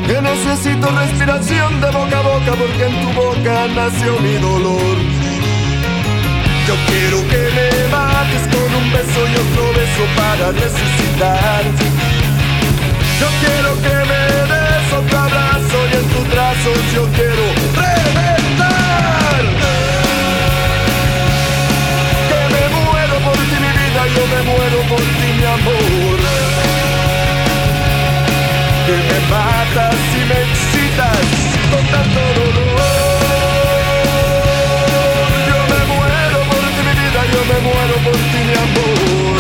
S17: Que necesito respiración de boca a boca porque en tu boca nació mi dolor. Yo quiero que me mates con un beso y otro beso para resucitar. Yo quiero que me des otro abrazo y en tus brazos yo quiero reventar. Que me muero por ti mi vida, yo me muero por ti mi amor Que me matas y me excitas con tanto dolor Yo me muero por ti mi vida, yo me muero por ti mi amor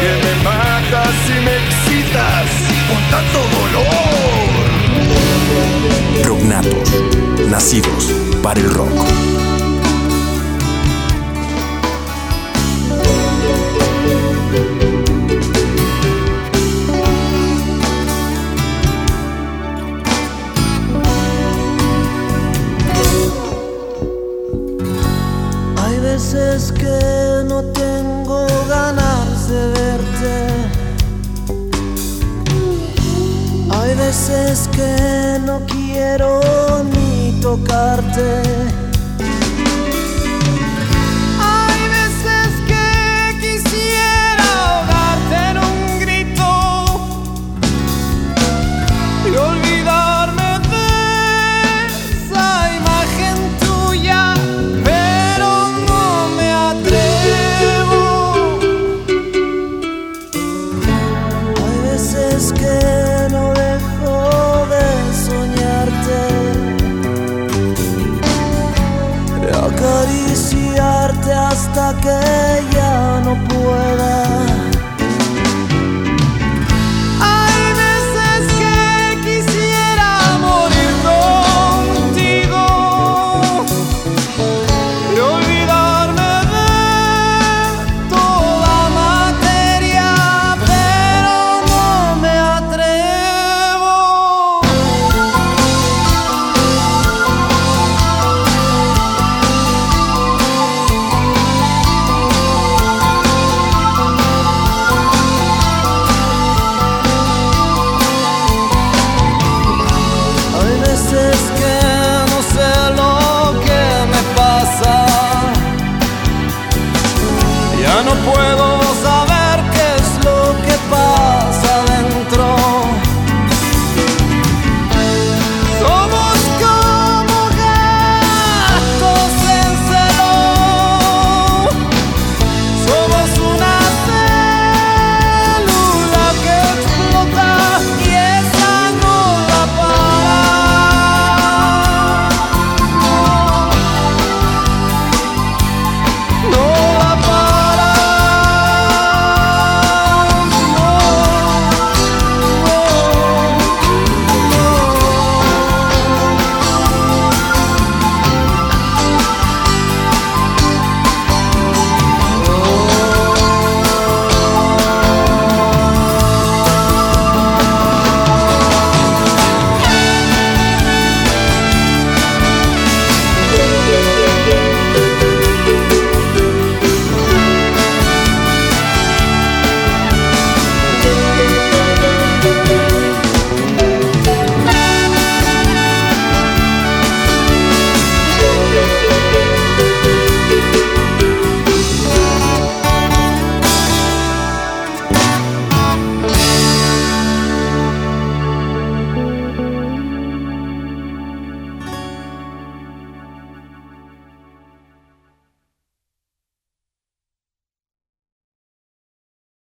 S17: Que me matas y me excitas con tanto dolor
S4: Rocknatos, nacidos para el rock.
S18: Hay veces que no tengo ganas de verte. Hay veces que no quiero ni tocarte.